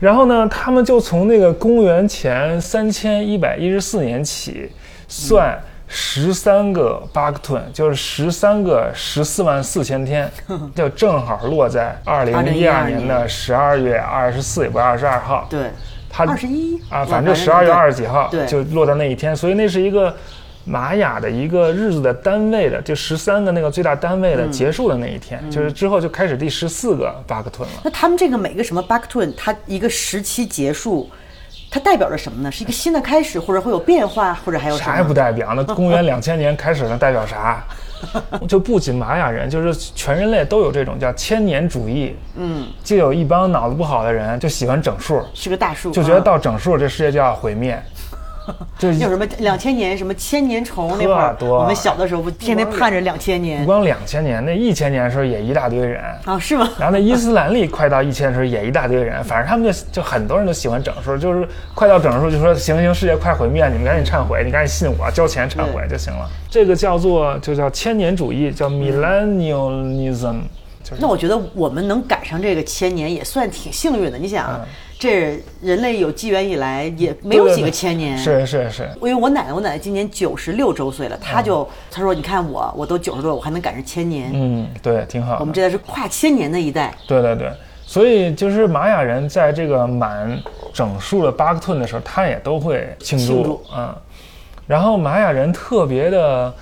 Speaker 2: 然后呢，他们就从那个公元前三千一百一十四年起算十三个巴克顿，就是十三个十四万四千 天，就正好落在二零一
Speaker 1: 2012
Speaker 2: 二年的十二月二十四，也不是二十二号，
Speaker 1: 对，
Speaker 2: 它
Speaker 1: 二十一
Speaker 2: 啊，反正十二月二十几号
Speaker 1: 对
Speaker 2: 就落在那一天，所以那是一个玛雅的一个日子的单位的，就十三个那个最大单位的结束的那一天，就是之后就开始第十四个巴克顿了。
Speaker 1: 那他们这个每个什么 back to n 它一个时期结束，它代表着什么呢？是一个新的开始，或者会有变化，或者还有什
Speaker 2: 啥也
Speaker 1: 么？
Speaker 2: 不代表，那公元两千年开始呢，代表啥？就不仅玛雅人，就是全人类都有这种叫千年主义。嗯，就有一帮脑子不好的人就喜欢整数，
Speaker 1: 是个大数，
Speaker 2: 就觉得
Speaker 1: 啊
Speaker 2: 到整数这世界就要毁灭，就
Speaker 1: 有什么两千年什么千年虫那会儿，
Speaker 2: 特多啊
Speaker 1: 我们小的时候不天天盼着两千
Speaker 2: 不
Speaker 1: 年
Speaker 2: 光两千年，那一千年的时候也一大堆人。
Speaker 1: 啊？是吗？
Speaker 2: 然后那伊斯兰历快到一千的时候也一大堆人，反正他们就就很多人都喜欢整数，就是快到整数就说行行，世界快毁灭，你们赶紧忏悔，你赶紧信我，交钱忏悔就行了。这个叫做就叫千年主义，叫
Speaker 1: 嗯
Speaker 2: millennialism，、就是
Speaker 1: 那我觉得我们能赶上这个千年也算挺幸运的。你想啊，这人类有纪元以来也没有
Speaker 2: 嗯对对
Speaker 1: 几个
Speaker 2: 对
Speaker 1: 千年。。
Speaker 2: 是是是，
Speaker 1: 因为我奶奶，我奶奶今年九十六周岁了，她就她说：“你看我，我都九十多了，我还能赶上千年。
Speaker 2: 嗯，对，挺好的。
Speaker 1: 我们这代是跨千年的一代，
Speaker 2: 对对对，所以就是玛雅人在这个满整数的巴克顿的时候，他也都会庆祝，
Speaker 1: 庆祝
Speaker 2: 嗯。然后玛雅人特别的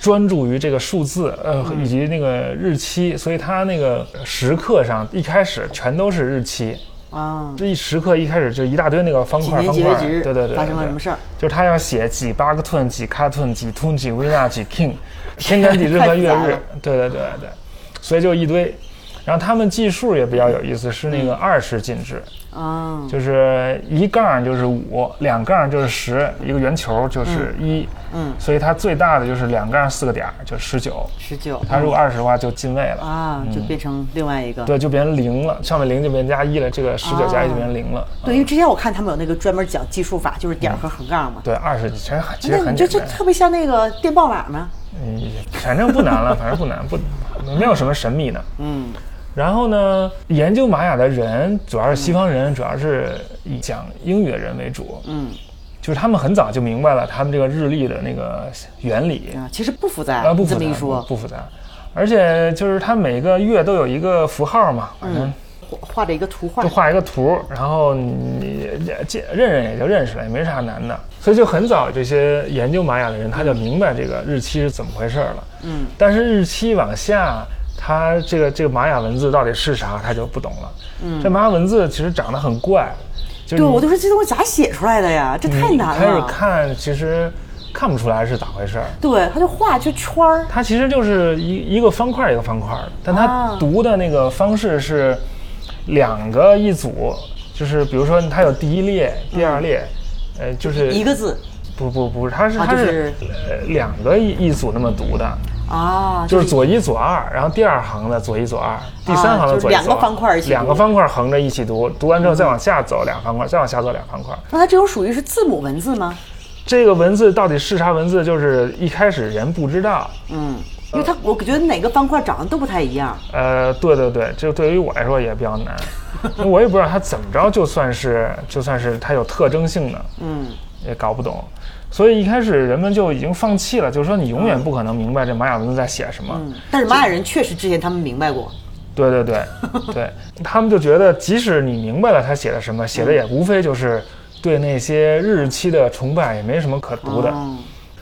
Speaker 2: 专注于这个数字，呃，
Speaker 1: 嗯
Speaker 2: 以及那个日期，所以他那个时刻上一开始全都是日期，
Speaker 1: 啊，
Speaker 2: 这一时刻一开始就一大堆那个方
Speaker 1: 几
Speaker 2: 块
Speaker 1: 年
Speaker 2: 方
Speaker 1: 几
Speaker 2: 块
Speaker 1: 月
Speaker 2: 儿，
Speaker 1: 几日
Speaker 2: 对对对对，
Speaker 1: 发生了
Speaker 2: 对
Speaker 1: 什么事儿？
Speaker 2: 就是他要写几巴克顿、几卡顿、几吞、几乌纳、几 king，天干地支和月
Speaker 1: 太复杂
Speaker 2: 日
Speaker 1: 了，
Speaker 2: 对对对对，所以就一堆。然后他们计数也比较有意思，是那
Speaker 1: 嗯
Speaker 2: 个二十进制，
Speaker 1: 啊，
Speaker 2: 就是一杠就是五，两杠就是十，一个圆球就是一，
Speaker 1: 嗯，
Speaker 2: 所以它最大的就是两杠四个点儿，就十九。
Speaker 1: 十九
Speaker 2: 它如果二十的话就进位了，
Speaker 1: 嗯啊，就变成另外一个。
Speaker 2: 嗯对，就变成零了，上面零就变加一了，这个十九加一就变成零了。
Speaker 1: 对，因为之前我看他们有那个专门讲计数法，就是点儿和横杠嘛。
Speaker 2: 嗯对，二十其实很其实
Speaker 1: 那
Speaker 2: 很
Speaker 1: 你就
Speaker 2: 简
Speaker 1: 这
Speaker 2: 单。
Speaker 1: 特别像那个电报码吗？
Speaker 2: 嗯，反正不难了，反正不难，不没有什么神秘的。
Speaker 1: 嗯，
Speaker 2: 然后呢，研究玛雅的人主要是西方人，主要是以讲英语的人为主。
Speaker 1: 嗯，
Speaker 2: 就是他们很早就明白了他们这个日历的那个原理，
Speaker 1: 啊，其实不复杂，
Speaker 2: 啊，
Speaker 1: 你
Speaker 2: 不
Speaker 1: 这
Speaker 2: 复杂，
Speaker 1: 么一
Speaker 2: 不
Speaker 1: 说，
Speaker 2: 不复杂。而且就是它每个月都有一个符号嘛，反正
Speaker 1: 画画着一个图画
Speaker 2: 就，画一个图，然后你见认认也就认识了，也没啥难的。所以就很早这些研究玛雅的人，他就明白这个日期是怎么回事了。
Speaker 1: 嗯，
Speaker 2: 但是日期往下，他这个这个玛雅文字到底是啥，他就不懂了。嗯，这玛雅文字其实长得很怪，就是
Speaker 1: 对，
Speaker 2: 你
Speaker 1: 我就说这东西咋写出来的呀？这太
Speaker 2: 你
Speaker 1: 难
Speaker 2: 开始
Speaker 1: 了。
Speaker 2: 看，其实看不出来是咋回事儿。
Speaker 1: 对，他就画就圈儿，
Speaker 2: 它其实就是一一个方块儿一个方块儿的，但它
Speaker 1: 啊
Speaker 2: 读的那个方式是两个一组，就是比如说它有第一列、第二列，呃，就是
Speaker 1: 嗯一个字
Speaker 2: 不不不是，它是、
Speaker 1: 啊
Speaker 2: 它
Speaker 1: 就是
Speaker 2: 是呃两个一一组那么读的，
Speaker 1: 啊，
Speaker 2: 就是左一左二，然后第二行的左一左二，第三行
Speaker 1: 啊就是
Speaker 2: 的左一左二，
Speaker 1: 两个方块儿一起读
Speaker 2: 两个方块儿横着一起读，读完之后再往下走两方块儿，再往下走两方块儿。
Speaker 1: 那它这种属于是字母文字吗？
Speaker 2: 这个文字到底是啥文字？就是一开始人不知道，
Speaker 1: 嗯，因为它我觉得哪个方块长得都不太一样。
Speaker 2: 呃，对对对，这对于我来说也比较难，因为我也不知道它怎么着，就算是就算是它有特征性的，
Speaker 1: 嗯，
Speaker 2: 也搞不懂。所以一开始人们就已经放弃了，就是说你永远不可能明白这玛雅文字在写什么。
Speaker 1: 但是玛雅人确实之前他们明白过，
Speaker 2: 对 对对对，他们就觉得即使你明白了他写的什
Speaker 1: 嗯
Speaker 2: 么，写的也无非就是对那些日期的崇拜，也没什么可读的。
Speaker 1: 嗯，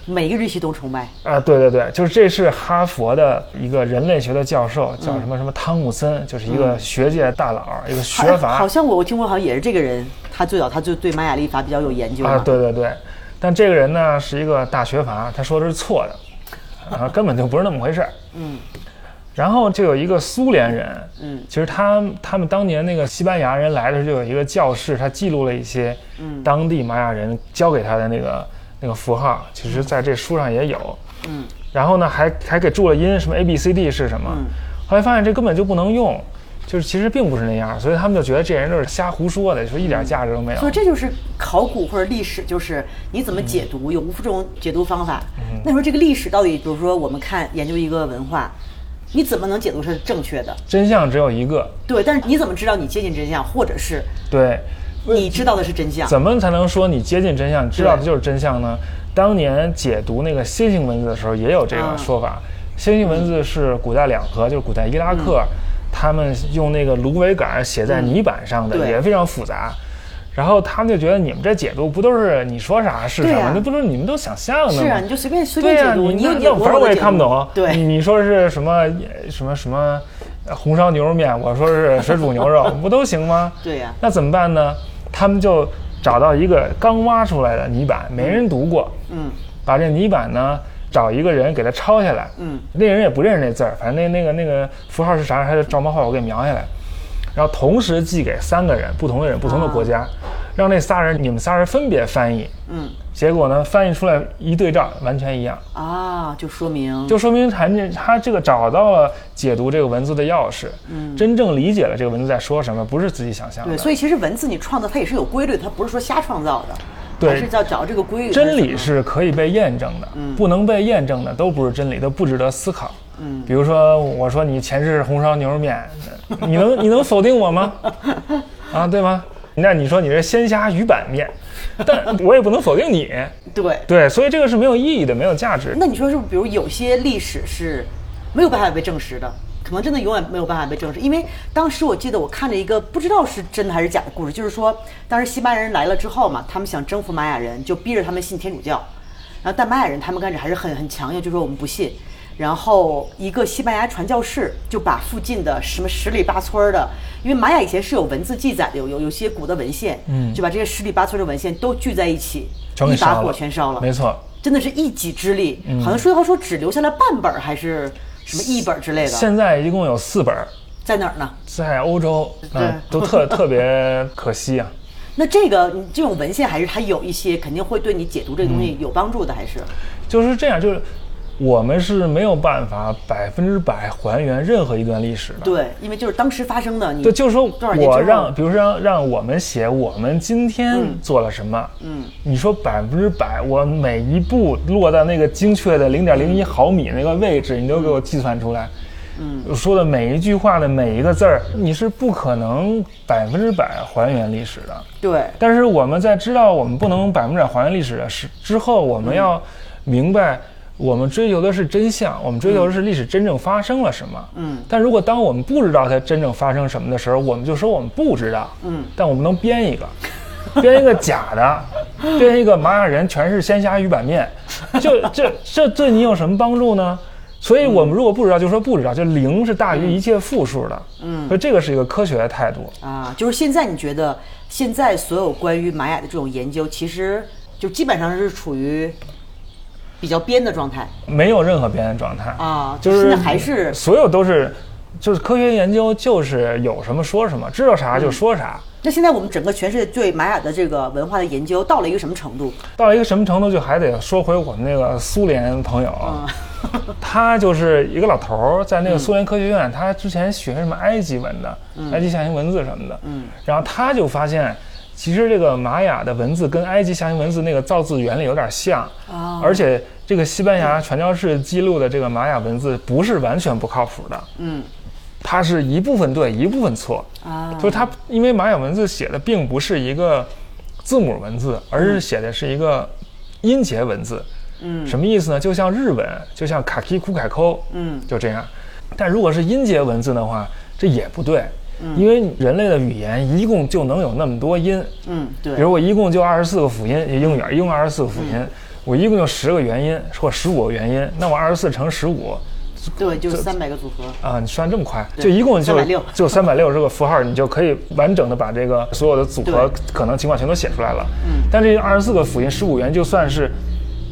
Speaker 1: 每个日系都崇拜。
Speaker 2: 啊，对对对，就是这是哈佛的一个人类学的教授，
Speaker 1: 嗯
Speaker 2: 叫什么什么汤姆森，就是一个学界大佬，一个学
Speaker 1: 好
Speaker 2: 阀
Speaker 1: 好像我我听过，好像也是这个人，他最早他就对玛雅历法比较有研究嘛。
Speaker 2: 啊，对对对。但这个人呢是一个大学阀，他说的是错的， 啊，根本就不是那么回事儿。
Speaker 1: 嗯
Speaker 2: 然后就有一个苏联人，
Speaker 1: 嗯
Speaker 2: 其实他他们当年那个西班牙人来的时候，就有一个教室，他记录了一些
Speaker 1: 嗯
Speaker 2: 当地玛雅人教给他的那个那个符号，其实在这书上也有。
Speaker 1: 嗯
Speaker 2: 然后呢，还还给注了音，什么 A B C D 是什么？
Speaker 1: 嗯
Speaker 2: 后来发现这根本就不能用，就是其实并不是那样，所以他们就觉得这人就是瞎胡说的，说一点价值都没有。
Speaker 1: 所以这就是考古或者历史，就是你怎么解读，有无数种解读方法。
Speaker 2: 嗯
Speaker 1: 那时候这个历史到底，比如说我们看研究一个文化，你怎么能解读是正确的？
Speaker 2: 真相只有一个，
Speaker 1: 对，但是你怎么知道你接近真相，或者是
Speaker 2: 对，
Speaker 1: 你知道的是真相？
Speaker 2: 怎么才能说你接近真相，知道的就是真相呢？当年解读那个楔形文字的时候，也有这
Speaker 1: 嗯
Speaker 2: 个说法。楔形文字是古代两河，就是古代伊拉克，
Speaker 1: 嗯
Speaker 2: 他们用那个芦苇杆写在泥板上的，
Speaker 1: 对
Speaker 2: 也非常复杂。然后他们就觉得你们这解读不都是你说啥是
Speaker 1: 对
Speaker 2: 什
Speaker 1: 呀
Speaker 2: 么？那不都是你们都想象的吗？
Speaker 1: 是啊，你就随便随
Speaker 2: 对
Speaker 1: 便
Speaker 2: 呀、
Speaker 1: 解读，
Speaker 2: 你
Speaker 1: 有
Speaker 2: 那
Speaker 1: 解
Speaker 2: 那
Speaker 1: 读
Speaker 2: 反正我也
Speaker 1: 解
Speaker 2: 看不
Speaker 1: 读
Speaker 2: 懂。啊嗯你
Speaker 1: 对，
Speaker 2: 你说是什么什么什么呃红烧牛肉面，我说是水煮牛 肉，不都行吗？
Speaker 1: 对呀
Speaker 2: 那怎么办呢？他们就找到一个刚挖出来的泥板，没人读过，
Speaker 1: 嗯
Speaker 2: 把这泥板呢找一个人给它抄下来。
Speaker 1: 嗯，
Speaker 2: 那人也不认识那字儿，反正那那个那个符号是啥，他就照猫画虎给描下来，然后同时寄给三个人，不同的人，不同的国
Speaker 1: 啊
Speaker 2: 家，让那仨人你们仨人分别翻译。
Speaker 1: 嗯
Speaker 2: 结果呢，翻译出来一对照，完全一样。
Speaker 1: 啊，就说明
Speaker 2: 就说明他那他这个找到了解读这个文字的钥匙，嗯，真正理解了这个文字在说什么，不是自己想象
Speaker 1: 对，
Speaker 2: 的。
Speaker 1: 所以其实文字你创造它也是有规律的，它不是说瞎创造的，
Speaker 2: 对
Speaker 1: 还是要找这个规律。
Speaker 2: 真理是可以被验证的，
Speaker 1: 嗯
Speaker 2: 不能被验证的都不是真理，都不值得思考。嗯，比如说我说你前世是红烧牛肉面，你能你能否定我吗？啊，对吗？那你说你是鲜虾鱼板面， 但我也不能否定你。
Speaker 1: 对。
Speaker 2: 对，所以这个是没有意义的，没有价值的。
Speaker 1: 那你说是不是？比如有些历史是没有办法被证实的，可能真的永远没有办法被证实。因为当时我记得我看了一个不知道是真的还是假的故事，就是说当时西班牙人来了之后嘛，他们想征服玛雅人，就逼着他们信天主教。然后但玛雅人他们开始还是很很强硬，就说我们不信。然后一个西班牙传教士就把附近的什么十里八村儿的，因为玛雅以前是有文字记载的，有有有些古的文献，嗯，就把这些十里八村的文献都聚在一起，
Speaker 2: 全给
Speaker 1: 一把
Speaker 2: 烧
Speaker 1: 火
Speaker 2: 了，嗯
Speaker 1: 全烧了，
Speaker 2: 没错。
Speaker 1: 真的是一己之力，
Speaker 2: 嗯
Speaker 1: 好像说要说只留下来半本儿还是什么一本儿之类的，
Speaker 2: 现在一共有四本儿，
Speaker 1: 在哪儿呢？
Speaker 2: 在欧洲，
Speaker 1: 对
Speaker 2: 嗯，都特特别可惜啊。
Speaker 1: 那这个你这种文献还是它有一些肯定会对你解读这个东西有帮助的，还是
Speaker 2: 嗯就是这样，就是我们是没有办法百分之百还原任何一段历史的。
Speaker 1: 对，因为就是当时发生的，你
Speaker 2: 对，就是说
Speaker 1: 多少年之
Speaker 2: 我
Speaker 1: 后
Speaker 2: 让，比如说让让我们写我们今天做了什么，
Speaker 1: 嗯，
Speaker 2: 你说百分之百，我每一步落到那个精确的零点零一
Speaker 1: 嗯
Speaker 2: 毫米那个位置，你都给我计算出来。嗯，说的每一句话的每一个字儿，你是不可能百分之百还原历史的。
Speaker 1: 对
Speaker 2: 但是我们在知道我们不能百分之百还原历史的是之后，我
Speaker 1: 嗯
Speaker 2: 们要明白，我们追求的是真相，我们追求的是历史真正发生了什么。
Speaker 1: 嗯，
Speaker 2: 但如果当我们不知道它真正发生什么的时候，我们就说我们不知道。
Speaker 1: 嗯，
Speaker 2: 但我们能编一个。 编一个假 的，编一个玛雅人全是鲜虾鱼板面，就这这对你有什么帮助呢？所以我们如果不知道，就说不知道，就零是
Speaker 1: 嗯
Speaker 2: 大于一切负数的。嗯，所以这个是一个科学的态度。
Speaker 1: 啊，就是现在你觉得现在所有关于玛雅的这种研究，其实就基本上是处于比较编的状态
Speaker 2: 没有任何边缘状态
Speaker 1: 啊，
Speaker 2: 就
Speaker 1: 现
Speaker 2: 是
Speaker 1: 在还是
Speaker 2: 所有都是，就是科学研究就是有什么说什么，知道
Speaker 1: 嗯
Speaker 2: 啥就说啥。
Speaker 1: 那现在我们整个全世界对玛雅的这个文化的研究到了一个什么程度？
Speaker 2: 到了一个什么程度，就还得说回我们那个苏联朋友，
Speaker 1: 嗯
Speaker 2: 他就是一个老头儿，在那个苏联科学院，他之前学什么埃及文的，
Speaker 1: 嗯
Speaker 2: 埃及象形文字什么的，然后他就发现。其实这个玛雅的文字跟埃及象形文字那个造字原理有点像，
Speaker 1: 哦
Speaker 2: 而且这个西班牙传教士记录的这个玛雅文字不是完全不靠谱的，
Speaker 1: 嗯
Speaker 2: 它是一部分对，一部分错。
Speaker 1: 啊，
Speaker 2: 就是它，因为玛雅文字写的并不是一个字母文字，而是写的是一个音节文字。
Speaker 1: 嗯
Speaker 2: 什么意思呢？就像日文，就像卡基库凯扣，
Speaker 1: 嗯
Speaker 2: 就这样。但如果是音节文字的话，这也不对，
Speaker 1: 嗯
Speaker 2: 因为人类的语言一共就能有那么多音。
Speaker 1: 嗯，对，嗯
Speaker 2: 比如我一共就二十四个辅音，英语啊一共二十四个辅音，我一共就十个原因或十五个原因，那我二十四乘十五
Speaker 1: 对，就是三百个组合。
Speaker 2: 啊，你算这么快，
Speaker 1: 对
Speaker 2: 就一共就
Speaker 1: 360
Speaker 2: 就三百六十个符号，你就可以完整的把这个所有的组合可能情况全都写出来了。嗯，但这二十四个辅音十五元就算是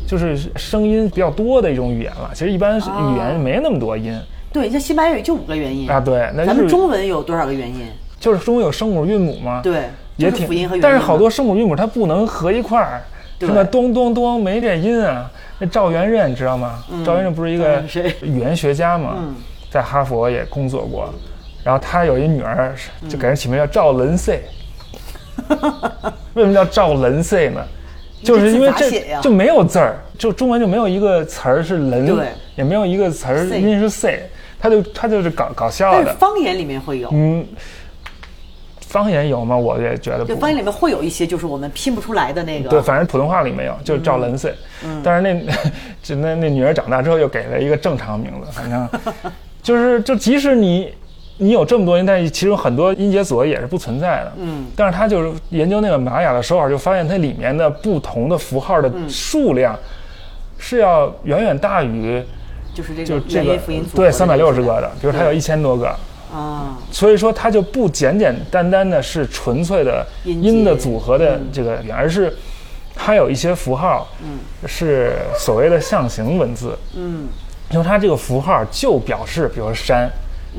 Speaker 2: 就是声音比较多的一种语言了。其实一般是语言没那么多音
Speaker 1: 对，像西班牙语就五个元音
Speaker 2: 啊，对，那
Speaker 1: 咱
Speaker 2: 就
Speaker 1: 们
Speaker 2: 是
Speaker 1: 中文有多少个元音？
Speaker 2: 就是中文有声母韵母嘛，，
Speaker 1: 对，就
Speaker 2: 也
Speaker 1: 是
Speaker 2: 挺
Speaker 1: 辅音和元音嘛。
Speaker 2: 但是好多声母韵母它不能合一块儿，
Speaker 1: 对
Speaker 2: 什么咚咚咚没这音啊。那赵元任你知道吗？赵元任不是一
Speaker 1: 嗯赵
Speaker 2: 个
Speaker 1: 元任
Speaker 2: 语言学家嘛，
Speaker 1: 嗯
Speaker 2: 在哈佛也工作过，然后他有一女儿，就给人起名叫赵伦穗。 为什么叫赵伦穗呢？就是因为
Speaker 1: 这字咋写呀
Speaker 2: 这就没有字儿，就中文就没有一个词儿是伦
Speaker 1: 对，
Speaker 2: 也没有一个词儿
Speaker 1: 穗
Speaker 2: 音是 say，他就他就是搞搞笑
Speaker 1: 但是
Speaker 2: 的。
Speaker 1: 方言里面会有，
Speaker 2: 嗯，方言有吗？我也觉得不
Speaker 1: 对，方言里面会有一些就是我们拼不出来的那个。
Speaker 2: 对，反正普通话里没有，就是赵
Speaker 1: 嗯
Speaker 2: 伦穗。但是那就那那女儿长大之后又给了一个正常名字，反正就是就即使你你有这么多音，但其实很多音节组合也是不存在的。嗯，但是他就是研究那个玛雅的手法，就发现它里面的不同的符号的
Speaker 1: 嗯
Speaker 2: 数量是要远远大于
Speaker 1: 就是这
Speaker 2: 就
Speaker 1: 个
Speaker 2: 是这
Speaker 1: 元
Speaker 2: 个
Speaker 1: 音辅音组合
Speaker 2: 对三百六十
Speaker 1: 的
Speaker 2: 个的，比如它有一千多个。
Speaker 1: 啊，
Speaker 2: 所以说它就不简简单单的是纯粹的
Speaker 1: 音节嗯
Speaker 2: 音的组合的这个语言，而是它有一些符号，是所谓的象形文字，
Speaker 1: 嗯，
Speaker 2: 用它这个符号就表示，比如说山，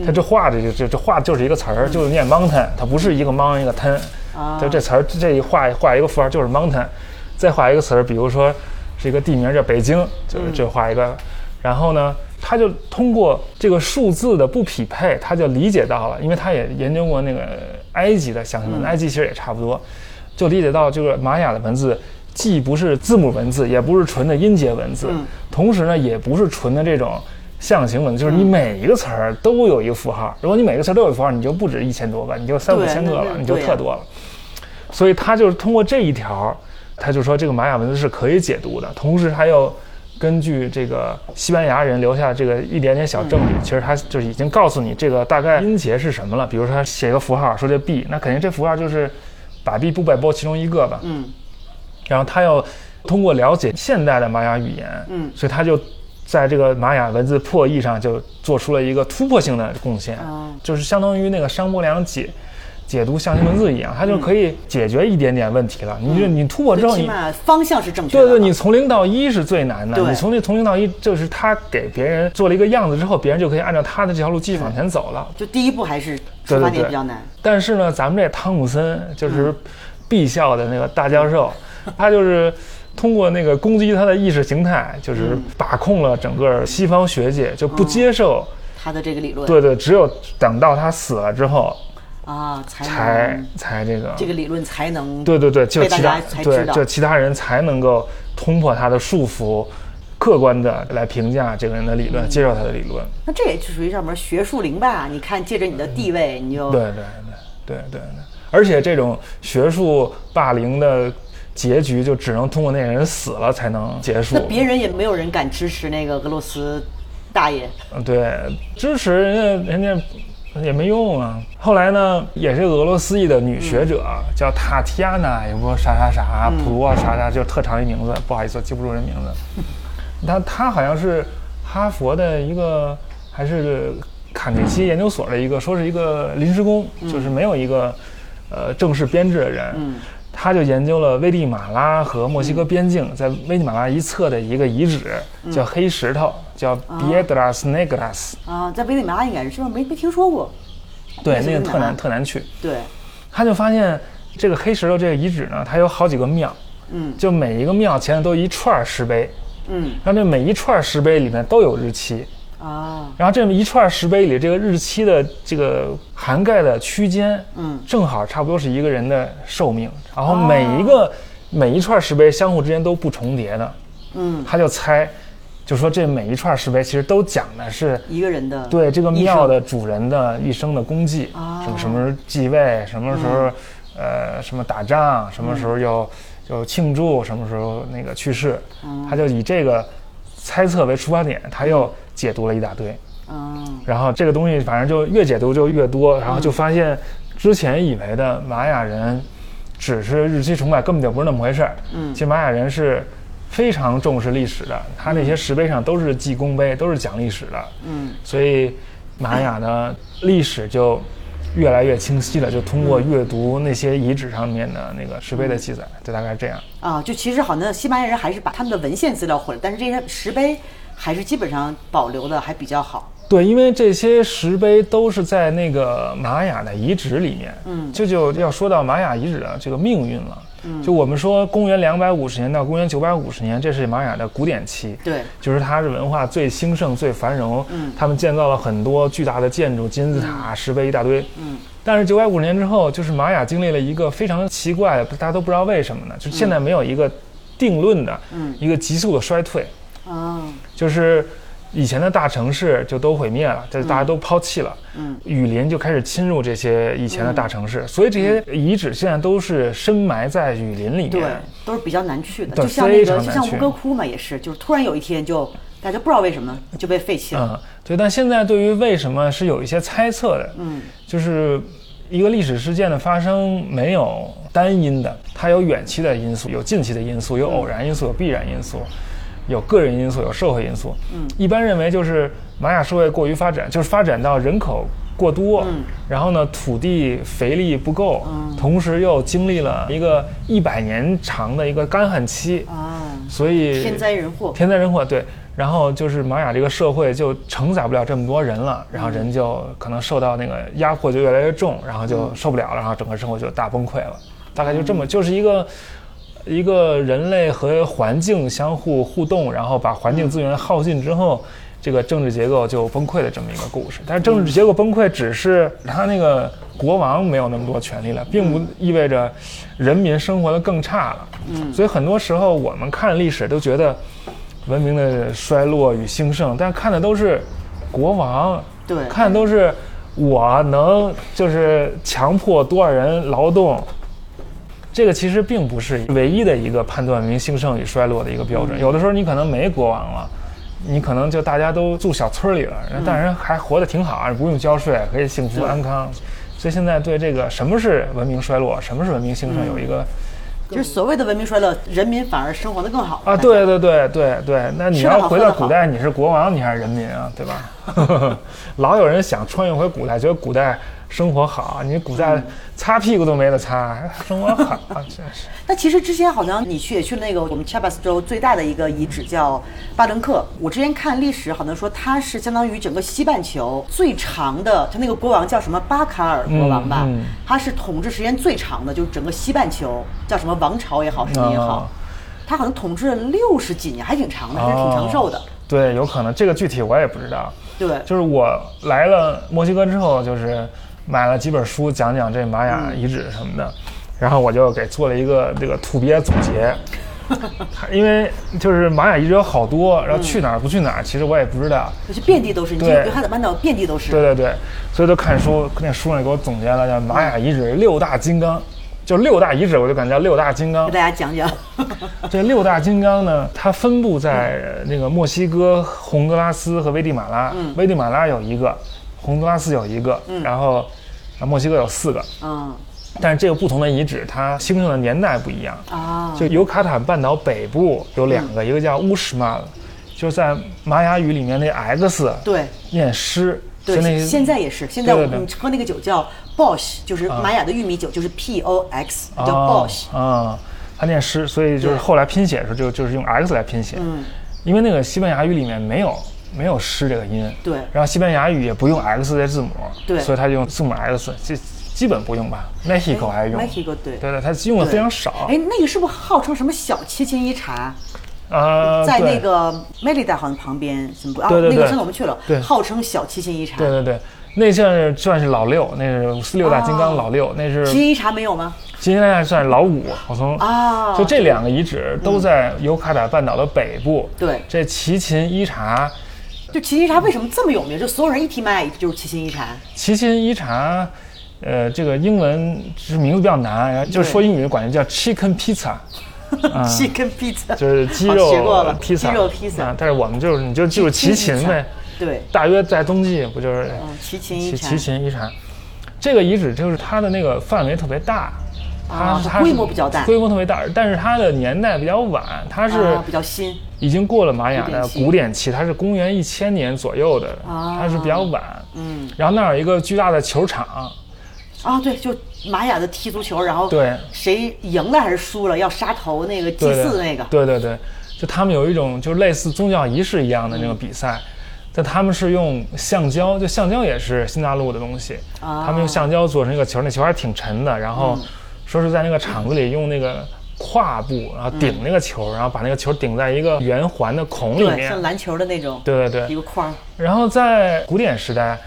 Speaker 2: 它这画的这这这画就是一个词儿，
Speaker 1: 嗯
Speaker 2: 就是念 mountain，它不是一个 mountain 一个 tan，
Speaker 1: 啊
Speaker 2: 就这词儿这一画画一个符号就是 mountain，再画一个词儿，比如说是一个地名叫北京，就是这画一个，然后呢，他就通过这个数字的不匹配，他就理解到了，因为他也研究过那个埃及的象形文字，埃及其实也差不多，就理解到这个玛雅的文字。既不是字母文字，也不是纯的音节文字，
Speaker 1: 嗯
Speaker 2: 同时呢，也不是纯的这种象形文字，就是你每一个词儿都有一个符号。如果你每个词儿都有一个符号，你就不止一千多个，你就三五
Speaker 1: 对
Speaker 2: 千个
Speaker 1: 那
Speaker 2: 了
Speaker 1: 那，
Speaker 2: 你就
Speaker 1: 对
Speaker 2: 特
Speaker 1: 啊
Speaker 2: 多了。所以他就是通过这一条，他就说这个玛雅文字是可以解读的，同时他又根据这个西班牙人留下这个一点点小证据，其实他就是已经告诉你这个大概音节是什么了。比如说他写一个符号说这 b，那肯定这符号就是把 b 不摆波其中一个吧。
Speaker 1: 嗯，
Speaker 2: 然后他要通过了解现代的玛雅语言，
Speaker 1: 嗯
Speaker 2: 所以他就在这个玛雅文字破译上就做出了一个突破性的贡献，
Speaker 1: 哦
Speaker 2: 就是相当于那个商伯良解解读象形文字一样，他就可以解决一点点问题了。你就你突破之后，
Speaker 1: 嗯起
Speaker 2: 你
Speaker 1: 码方向是正确的
Speaker 2: 对
Speaker 1: 嘛。
Speaker 2: 对，你从零到一是最难的。
Speaker 1: 对
Speaker 2: 你从那从零到一，就是他给别人做了一个样子之后，别人就可以按照他的这条路继续往前走了。
Speaker 1: 就第一步还是
Speaker 2: 对
Speaker 1: 出发
Speaker 2: 对
Speaker 1: 点
Speaker 2: 对，
Speaker 1: 比较难。
Speaker 2: 但是呢，咱们这汤姆森
Speaker 1: 嗯
Speaker 2: 就是毕校的那个大教 授，他就是通过那个攻击他的意识形态，就是
Speaker 1: 嗯
Speaker 2: 把控了整个西方学界，就不接受。
Speaker 1: 他的这个理论
Speaker 2: 对对，只有等到他死了之后，
Speaker 1: 啊，才
Speaker 2: 才
Speaker 1: 能
Speaker 2: 才这个。
Speaker 1: 这个理论才能
Speaker 2: 对对对，就
Speaker 1: 被大
Speaker 2: 其他
Speaker 1: 家才知
Speaker 2: 对，
Speaker 1: 道
Speaker 2: 就其他人才能够冲破他的束缚，客观的来评价这个人的理
Speaker 1: 嗯
Speaker 2: 论，接受他的理论。
Speaker 1: 那这也就属于叫什么学术灵吧？你看，借着你的地位，你就
Speaker 2: 对对对对对对，而且这种学术霸凌的结局，就只能通过那个人死了才能结束
Speaker 1: 那。别人也没有人敢支持那个俄罗斯大爷。
Speaker 2: 嗯对，支持人家人家也没用啊。后来呢，也是个俄罗斯裔的女学者，叫塔提亚娜，也不说啥啥啥，普罗啥啥，就是特长一名字，不好意思，记不住人名字。她她好像是哈佛的一个还是坎培基研究所的一个，说是一个临时工，就是没有一个呃正式编制的
Speaker 1: 嗯
Speaker 2: 人。他就研究了危地马拉和墨西哥边境，在危地马拉一侧的一个遗址，叫黑石头，叫 Piedras Negras。
Speaker 1: 啊，在危地马拉应该是是吧？没没听说过。
Speaker 2: 对，
Speaker 1: 那
Speaker 2: 那
Speaker 1: 是
Speaker 2: 个
Speaker 1: 哪
Speaker 2: 特
Speaker 1: 儿
Speaker 2: 难特难去。
Speaker 1: 对，
Speaker 2: 他就发现这个黑石头这个遗址呢，它有好几个庙，
Speaker 1: 嗯
Speaker 2: 就每一个庙前头都一串儿石碑，
Speaker 1: 嗯
Speaker 2: 然后这每一串儿石碑里面都有日期，
Speaker 1: 啊，
Speaker 2: 然后这么一串石碑里，这个日期的这个涵盖的区间，
Speaker 1: 嗯
Speaker 2: 正好差不多是一个人的寿命。然后每一个、每一串石碑相互之间都不重叠的，
Speaker 1: 嗯，
Speaker 2: 他就猜，就说这每一串石碑其实都讲的是
Speaker 1: 一个人的
Speaker 2: 对这个
Speaker 1: 一生
Speaker 2: 庙的主人的一生的功绩，
Speaker 1: 哦
Speaker 2: 什么什么时候继位，什么时候、呃什么打仗，什么时候要要庆祝，什么时候那个去世，
Speaker 1: 嗯
Speaker 2: 他就以这个猜测为出发点，他又解读了一大堆。
Speaker 1: 嗯
Speaker 2: 然后这个东西反正就越解读就越多，然后就发现之前以为的玛雅人只是日期崇拜，根本就不是那么回事儿。
Speaker 1: 嗯
Speaker 2: 其实玛雅人是非常重视历史的，他那些石碑上都是记功碑，都是讲历史的。嗯，所以玛雅的历史就越来越清晰了，就通过阅读那些遗址上面的那个石碑的记载，就大概是这样。
Speaker 1: 啊，就其实好像西班牙人还是把他们的文献资料毁了，但是这些石碑还是基本上保留的还比较好。
Speaker 2: 对，因为这些石碑都是在那个玛雅的遗址里面。嗯，这就要说到玛雅遗址啊的这个命运了。嗯，就我们说公元两百五十年到公元九百五十年，这是玛雅的古典期。
Speaker 1: 对，
Speaker 2: 就是它是文化最兴盛、最繁荣。嗯，他们建造了很多巨大的建筑，金字塔、石碑一大堆。嗯，但是九百五十年之后，就是玛雅经历了一个非常奇怪的，大家都不知道为什么呢？就现在没有一个定论的，嗯，一个急速的衰退。
Speaker 1: 啊，
Speaker 2: 就是以前的大城市就都毁灭了，就是大家都抛弃了，嗯，雨林就开始侵入这些以前的大城市，所以这些遗址现在都是深埋在雨林里面。
Speaker 1: 对，都是比较难去的，
Speaker 2: 对
Speaker 1: 就像那
Speaker 2: 非常
Speaker 1: 个
Speaker 2: 难
Speaker 1: 就像
Speaker 2: 去
Speaker 1: 吴哥窟嘛，也是，就是突然有一天就大家不知道为什么就被废弃了。
Speaker 2: 嗯，对。但现在对于为什么是有一些猜测的，嗯，就是一个历史事件的发生没有单因的，它有远期的因素，有近期的因素，有偶然因素，有必然因素。有个人因素，有社会因素。嗯，一般认为就是玛雅社会过于发展，就是发展到人口过多，
Speaker 1: 嗯
Speaker 2: 然后呢土地肥力不够，同时又经历了一个一百年长的一个干旱期，
Speaker 1: 啊，
Speaker 2: 所以
Speaker 1: 天灾人祸
Speaker 2: 天灾人祸对。然后就是玛雅这个社会就承载不了这么多人了，然后人就可能受到那个压迫就越来越重，然后就受不了了，然后整个生活就大崩溃了。大概就这么，就是一个一个人类和环境相互互动，然后把环境资源耗尽之后，这个政治结构就崩溃的这么一个故事。但是政治结构崩溃只是他那个国王没有那么多权利了，并不意味着人民生活的更差了。嗯，所以很多时候我们看历史都觉得文明的衰落与兴盛，但看的都是国王，
Speaker 1: 对
Speaker 2: 看的都是我能就是强迫多少人劳动。这个其实并不是唯一的一个判断文明兴盛与衰落的一个标准。有的时候你可能没国王了，你可能就大家都住小村里了，但人还活得挺好啊，不用交税，可以幸福安康。所以现在对这个什么是文明衰落，什么是文明兴盛有一个
Speaker 1: 就是所谓的文明衰落，人民反而生活的更好
Speaker 2: 啊，对对对对对，那你
Speaker 1: 吃得
Speaker 2: 要
Speaker 1: 好
Speaker 2: 回
Speaker 1: 喝
Speaker 2: 到
Speaker 1: 得
Speaker 2: 古代，你是国王，你还是人民啊，对 吧？ 老有人想穿越回古代，觉得古代生活好，你古代
Speaker 1: 嗯
Speaker 2: 擦屁股都没得擦，生活 好，真是。
Speaker 1: 那其实之前好像你去也去了那个我们 Chiapas 州最大的一个遗址叫巴伦克。我之前看历史好像说它是相当于整个西半球最长的，它那个国王叫什么巴卡尔国王吧，
Speaker 2: 嗯嗯
Speaker 1: 他是统治时间最长的，就是整个西半球叫什么王朝也好，什么也好
Speaker 2: 哦，
Speaker 1: 他好像统治了六十几年，还挺长的，还是挺长寿的。
Speaker 2: 哦对，有可能这个具体我也不知道。
Speaker 1: 对，
Speaker 2: 就是我来了墨西哥之后，就是买了几本书，讲讲这玛
Speaker 1: 嗯
Speaker 2: 雅遗址什么的，然后我就给做了一个这个土鳖总 结。因为就是玛雅遗址有好多，然
Speaker 1: 嗯
Speaker 2: 后去哪儿不去哪儿，其实我也不知道。
Speaker 1: 就是遍地都是，你就
Speaker 2: 对
Speaker 1: 约翰的半岛遍地都是。
Speaker 2: 对对对，所以就看书，那书上给我总结了叫玛雅遗址六大金刚，就六大遗址，我就管叫六大金刚
Speaker 1: 给。大家讲讲，
Speaker 2: 这六大金刚呢，它分布在呃那个墨西哥、洪都拉斯和危地马拉。
Speaker 1: 嗯
Speaker 2: 危地马拉有一个，洪都拉斯有一个，然后啊墨西哥有四个。
Speaker 1: 嗯
Speaker 2: 但是这个不同的遗址，它兴盛的年代不一样。
Speaker 1: 啊，嗯
Speaker 2: 就尤卡坦半岛北部有两个，一个叫乌什曼，就是在玛雅语里面那 X
Speaker 1: 对。
Speaker 2: 念诗，就那
Speaker 1: 对，现在也是，现在我
Speaker 2: 对对
Speaker 1: 们喝那个酒叫 Bosch，就是玛雅的玉米酒，就是 P O X，叫 Bosch。
Speaker 2: 啊、啊他念诗，所以就是
Speaker 1: 对
Speaker 2: 后来拼写的时候就就是用 X 来拼写，嗯，因为那个西班牙语里面没有没有诗这个音，
Speaker 1: 对
Speaker 2: 然后西班牙语也不用 X 这字母，
Speaker 1: 对
Speaker 2: 所以他就用字母 X，这基本不用吧，Mexico 还用。
Speaker 1: 哎 Mexico 对。
Speaker 2: 对对，他用的非常少。
Speaker 1: 哎，那个是不是号称什么小七千一茶，
Speaker 2: 啊，
Speaker 1: 在
Speaker 2: 对
Speaker 1: 那个 Melida 好像旁边什么啊？
Speaker 2: 对对
Speaker 1: 那个
Speaker 2: 对
Speaker 1: 真的我们去了
Speaker 2: 对，
Speaker 1: 号称小七千一茶。
Speaker 2: 对对对，那算是算是老六，那是四六大金
Speaker 1: 哦
Speaker 2: 刚老六，那是
Speaker 1: 七千一茶没有吗？
Speaker 2: 今天算是老五，我从
Speaker 1: 啊
Speaker 2: 就这两个遗址
Speaker 1: 嗯
Speaker 2: 都在尤卡坦半岛的北部。
Speaker 1: 对
Speaker 2: 这奇琴伊察，
Speaker 1: 就七千一茶为什么这么有名？就所有人一提玛雅就是七千一茶。
Speaker 2: 奇琴伊察，呃，这个英文是名字比较难，然后就是说英语管它叫 chicken pizza，
Speaker 1: Chicken pizza
Speaker 2: 就是鸡
Speaker 1: 好学过
Speaker 2: 肉
Speaker 1: 了
Speaker 2: 披萨，
Speaker 1: 鸡肉披萨
Speaker 2: 啊但是我们就是你就记住奇琴呗，
Speaker 1: 对，
Speaker 2: 大约在冬季不就是
Speaker 1: 嗯，七千一
Speaker 2: 奇
Speaker 1: 茶
Speaker 2: 奇。琴伊察，这个遗址就是它的那个范围特别大，它
Speaker 1: 啊
Speaker 2: 它
Speaker 1: 规
Speaker 2: 是
Speaker 1: 模比较大
Speaker 2: 规模特别大，但是它的年代比较晚，它是
Speaker 1: 啊比较新，
Speaker 2: 已经过了玛雅的
Speaker 1: 古典期
Speaker 2: 古典期，它是公元一千年左右的，
Speaker 1: 啊
Speaker 2: 它是比较晚。
Speaker 1: 嗯
Speaker 2: 然后那儿有一个巨大的球场，
Speaker 1: 啊，对，就玛雅的踢足球，然后
Speaker 2: 对
Speaker 1: 谁赢了还是输了要杀头那个祭
Speaker 2: 对
Speaker 1: 祀
Speaker 2: 对
Speaker 1: 那个，
Speaker 2: 对对对，就他们有一种就类似宗教仪式一样的那
Speaker 1: 嗯
Speaker 2: 个比赛，但他们是用橡胶，就橡胶也是新大陆的东西，
Speaker 1: 啊嗯
Speaker 2: 他们用橡胶做成一个球，那球还挺沉的，然后说是在那个场子里用那个。胯部，然后顶那个球，然后把那个球顶在一个圆环的孔里
Speaker 1: 嗯对，
Speaker 2: 面
Speaker 1: 像。篮球的那种，
Speaker 2: 对对对，
Speaker 1: 一个框儿，
Speaker 2: 然后在古典时代，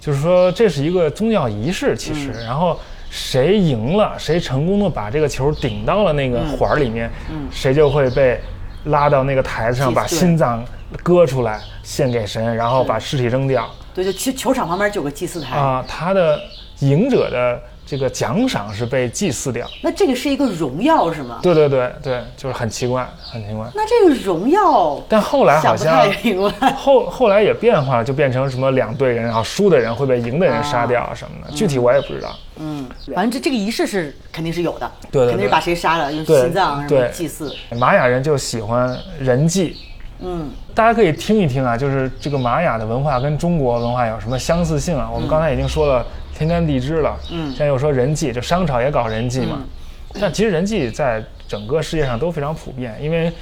Speaker 2: 就是说这是一个宗教仪式，其实，
Speaker 1: 嗯
Speaker 2: 然后谁赢了，谁成功的把这个球顶到了那个
Speaker 1: 嗯
Speaker 2: 环儿里面，谁就会被拉到那个台子上，
Speaker 1: 祭
Speaker 2: 把
Speaker 1: 祀
Speaker 2: 心脏割出来献给神，然后把尸体扔掉。
Speaker 1: 对，就去球场旁边就有个祭祀台。
Speaker 2: 啊、他的赢者的这个奖赏是被祭祀掉。
Speaker 1: 那这个是一个荣耀是吗？
Speaker 2: 对对对对，就是很奇怪，很奇怪。
Speaker 1: 那这个荣耀
Speaker 2: 但后来好
Speaker 1: 想不
Speaker 2: 像
Speaker 1: 太明白。
Speaker 2: 后后来也变化了，就变成什么两队人，然后输的人会被赢的人杀掉什么的，具体我也不知道。
Speaker 1: 嗯，反正这这个仪式是肯定是有的，
Speaker 2: 对对对
Speaker 1: 肯定是把谁杀了用
Speaker 2: 对
Speaker 1: 心脏什么
Speaker 2: 对
Speaker 1: 祭祀。
Speaker 2: 玛雅人就喜欢人祭，
Speaker 1: 嗯，
Speaker 2: 大家可以听一听啊，就是这个玛雅的文化跟中国文化有什么相似性啊？我们刚才已经说了天干地支了，
Speaker 1: 嗯
Speaker 2: 现在又说人祭，就商朝也搞人祭嘛。但其实人祭在整个世界上都非常普遍，因为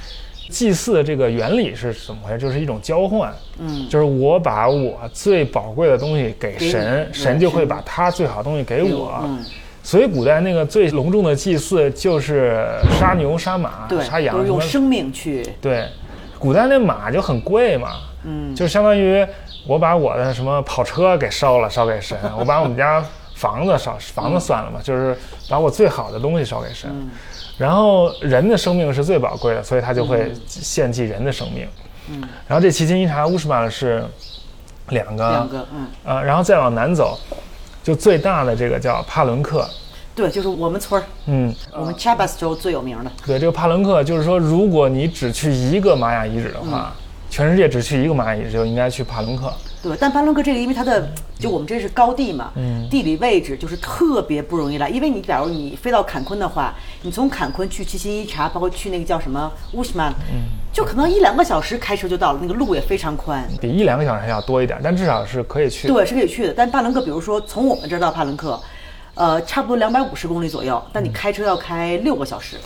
Speaker 2: 祭祀的这个原理是怎么回事？就是一种交换，
Speaker 1: 嗯，
Speaker 2: 就是我把我最宝贵的东西给
Speaker 1: 给
Speaker 2: 神，
Speaker 1: 你
Speaker 2: 神
Speaker 1: 嗯
Speaker 2: 就会把他最好的东西给我。
Speaker 1: 嗯，
Speaker 2: 所以古代那个最隆重的祭祀就是杀牛、杀马、
Speaker 1: 对，
Speaker 2: 杀羊，
Speaker 1: 都是用
Speaker 2: 什么
Speaker 1: 生命去，
Speaker 2: 对，古代那马就很贵嘛，
Speaker 1: 嗯，
Speaker 2: 就相当于我把我的什么跑车给烧了，烧给神；我把我们家房子烧，房子算了嘛，就是把我最好的东西烧给神。然后人的生命是最宝贵的，所以他就会献祭人的生命。嗯，然后这奇琴伊察乌什曼是两个，
Speaker 1: 两个，嗯，
Speaker 2: 呃，然后再往南走，就最大的这个叫帕伦克。
Speaker 1: 对，就是我们村儿，
Speaker 2: 嗯，
Speaker 1: 我们 Chabas 州最有名的，
Speaker 2: 对，这个帕伦克就是说，如果你只去一个玛雅遗址的话，全世界只去一个玛雅遗址，就应该去帕伦克。
Speaker 1: 对。但巴伦哥这个，因为它的就我们这是高地嘛，
Speaker 2: 嗯
Speaker 1: 地理位置就是特别不容易来，因为你假如你飞到坎昆的话，你从坎昆去奇琴伊察，包括去那个叫什么乌什曼，
Speaker 2: 嗯
Speaker 1: 就可能一两个小时开车就到了，那个路也非常宽。
Speaker 2: 比一两个小时还要多一点，但至少是可以去。
Speaker 1: 对，是可以去的。但帕伦克，比如说从我们这儿到帕伦克，呃，差不多两百五十公里左右，但
Speaker 2: 嗯
Speaker 1: 你开车要开六个小时，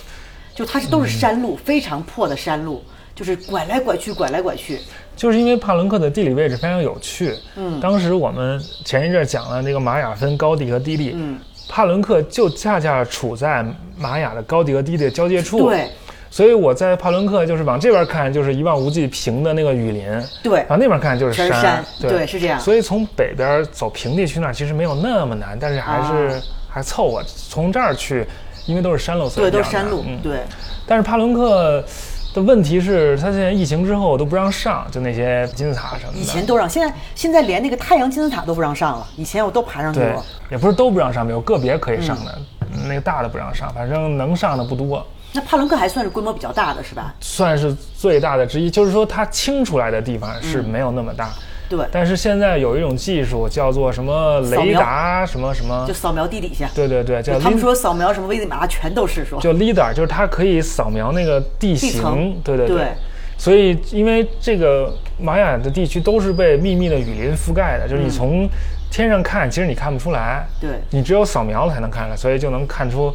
Speaker 1: 就它是都是山路，非常破的山路，就是拐来拐去，拐来拐去。
Speaker 2: 就是因为帕伦克的地理位置非常有趣。嗯，当时我们前一阵讲了那个玛雅分高地和低地，嗯，帕伦克就恰恰处在玛雅的高地和低地的交界处。
Speaker 1: 对。
Speaker 2: 所以我在帕伦克，就是往这边看就是一望无际平的那个雨林，
Speaker 1: 对
Speaker 2: 往那边看就是
Speaker 1: 全
Speaker 2: 山，
Speaker 1: 是山
Speaker 2: 对
Speaker 1: 对是这样
Speaker 2: 所以从北边走平地去那儿其实没有那么难，但是还是、
Speaker 1: 啊
Speaker 2: 还凑合。从这儿去，因为都是山路，所
Speaker 1: 对，
Speaker 2: 以
Speaker 1: 都
Speaker 2: 比
Speaker 1: 是
Speaker 2: 较
Speaker 1: 山
Speaker 2: 难
Speaker 1: 路。
Speaker 2: 嗯
Speaker 1: 对，
Speaker 2: 但是帕伦克的问题是，他现在疫情之后都不让上，就那些金字塔什么的。
Speaker 1: 以前都让，现在现在连那个太阳金字塔都不让上了，以前我都爬上去
Speaker 2: 对
Speaker 1: 过。，
Speaker 2: 也不是都不让上，有个别可以上的，
Speaker 1: 嗯
Speaker 2: 嗯那个大的不让上，反正能上的不多，
Speaker 1: 那帕伦克还算是规模比较大的，是吧？
Speaker 2: 算是最大的之一。就是说，它清出来的地方是没有那么大。
Speaker 1: 对，
Speaker 2: 但是现在有一种技术叫做什么雷达什么什么
Speaker 1: 就，扫描地底下。
Speaker 2: 对对对，叫
Speaker 1: 他们
Speaker 2: lid-
Speaker 1: 说扫描什么危地马拉全都是说。
Speaker 2: 就 leader，就是它可以扫描那个地
Speaker 1: 地
Speaker 2: 形
Speaker 1: 层，
Speaker 2: 对对
Speaker 1: 对
Speaker 2: 所以，因为这个玛雅的地区都是被密密的雨林覆盖的，就是你从天上看，其实你看不出来，
Speaker 1: 嗯对
Speaker 2: 你只有扫描才能看出来，所以就能看出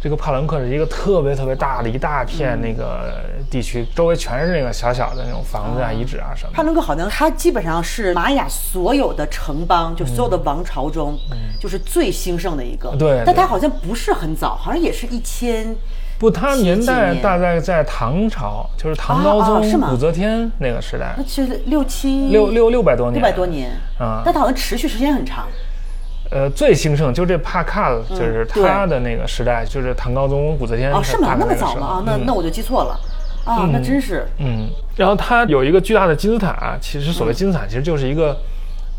Speaker 2: 这个帕伦克是一个特别特别大的一大
Speaker 1: 嗯
Speaker 2: 片那个地区，周围全是那个小小的那种房子啊、遗址啊什么
Speaker 1: 帕
Speaker 2: 的。
Speaker 1: 伦克好像它基本上是玛雅所有的城邦，就所有的王朝中，就是最兴盛的一个。
Speaker 2: 嗯对
Speaker 1: 但它
Speaker 2: 对
Speaker 1: 好像不是很早，好像也是一千。
Speaker 2: 不，它年代
Speaker 1: 几几年
Speaker 2: 大概在唐朝，就是
Speaker 1: 啊
Speaker 2: 唐高
Speaker 1: 啊是
Speaker 2: 宗、
Speaker 1: 吗
Speaker 2: 武则天那个时代
Speaker 1: 那，其实六七
Speaker 2: 六六六百多年，
Speaker 1: 哦六百多年，
Speaker 2: 啊
Speaker 1: 但它好像持续时间很长。
Speaker 2: 呃，最兴盛就这帕卡尔，就是他的那个时代，就是唐高宗、武则天
Speaker 1: 嗯哦，是吗？
Speaker 2: 大概
Speaker 1: 那么
Speaker 2: 个
Speaker 1: 早
Speaker 2: 时
Speaker 1: 吗？
Speaker 2: 候
Speaker 1: 啊，那那我就记错了。啊，那真是
Speaker 2: 嗯，然后它有一个巨大的金字塔，其实所谓金字塔其实就是一个，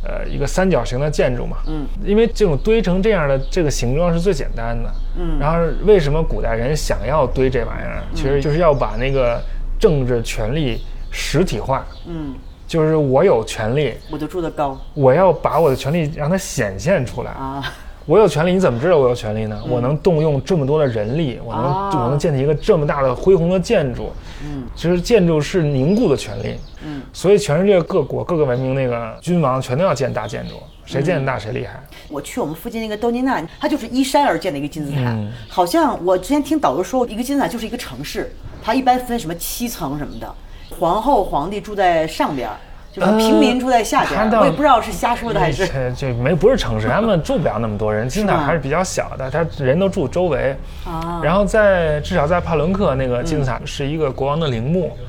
Speaker 2: 呃，一个三角形的建筑嘛。嗯，因为这种堆成这样的这个形状是最简单的。嗯，然后为什么古代人想要堆这玩意儿？其实就是要把那个政治权力实体化。
Speaker 1: 嗯，
Speaker 2: 就是我有权利，
Speaker 1: 我就住的高
Speaker 2: 我要把我的权利让它显现出来。
Speaker 1: 啊，
Speaker 2: 我有权利，你怎么知道我有权利呢？我能动用这么多的人力，我能、
Speaker 1: 哦
Speaker 2: 我能建起一个这么大的恢宏的建筑，啊嗯，其实建筑是凝固的权利，嗯，所以全世界各国各个文明那个君王全都要建大建筑，谁建得大谁厉害。
Speaker 1: 我去我们附近那个兜尼纳，它就是依山而建的一个金字塔，
Speaker 2: 嗯
Speaker 1: 好像我之前听导游说，一个金字塔就是一个城市，它一般分什么七层什么的，皇后皇帝住在上边儿，就是平
Speaker 2: 呃
Speaker 1: 民住在下边儿，
Speaker 2: 它倒
Speaker 1: 我也不知道是瞎说的还是
Speaker 2: 这这没不是城市，他们住不了那么多人，金字塔
Speaker 1: 吗
Speaker 2: 还是比较小的，他人都住周围。
Speaker 1: 啊，
Speaker 2: 然后在至少在帕伦克那个金字塔是一个国王的陵墓，
Speaker 1: 嗯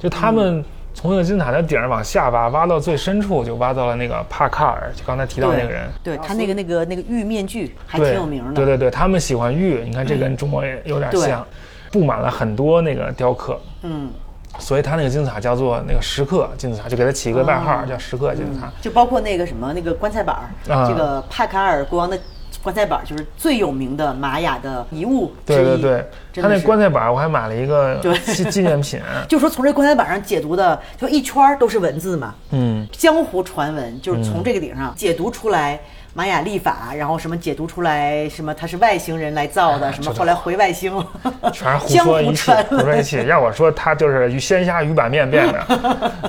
Speaker 2: 就他们从那个金字塔的顶儿往下挖，挖到最深处就挖到了那个帕卡尔，就刚才提到那个人。
Speaker 1: 对他那个那个那个玉面具还挺
Speaker 2: 对
Speaker 1: 有名的，嗯
Speaker 2: 对对对，他们喜欢玉，你看这跟中国也有点
Speaker 1: 对
Speaker 2: 像，布满了很多那个雕刻。
Speaker 1: 嗯，
Speaker 2: 所以他那个金字塔叫做那个石刻金字塔，就给他起一个外
Speaker 1: 哦
Speaker 2: 号叫石刻金字塔。
Speaker 1: 就包括那个什么那个棺材板儿，
Speaker 2: 啊
Speaker 1: 这个帕卡尔国王的棺材板儿就是最有名的玛雅的遗物之一，
Speaker 2: 对对对，
Speaker 1: 真
Speaker 2: 他
Speaker 1: 的
Speaker 2: 那
Speaker 1: 是
Speaker 2: 棺材板儿我还买了一个
Speaker 1: 对
Speaker 2: 纪纪念品，
Speaker 1: 就说从这棺材板上解读的，就一圈儿都是文字嘛，
Speaker 2: 嗯，
Speaker 1: 江湖传闻就是从这个顶上解读出来玛雅历法，然后什么解读出来什么它是外星人来造的，什么后来回外星，
Speaker 2: 哎 全是胡
Speaker 1: 江
Speaker 2: 说
Speaker 1: 湖
Speaker 2: 一气
Speaker 1: 传，
Speaker 2: 胡
Speaker 1: 闻。
Speaker 2: 说一气。要我说，他就是鱼鲜虾鱼板面变的，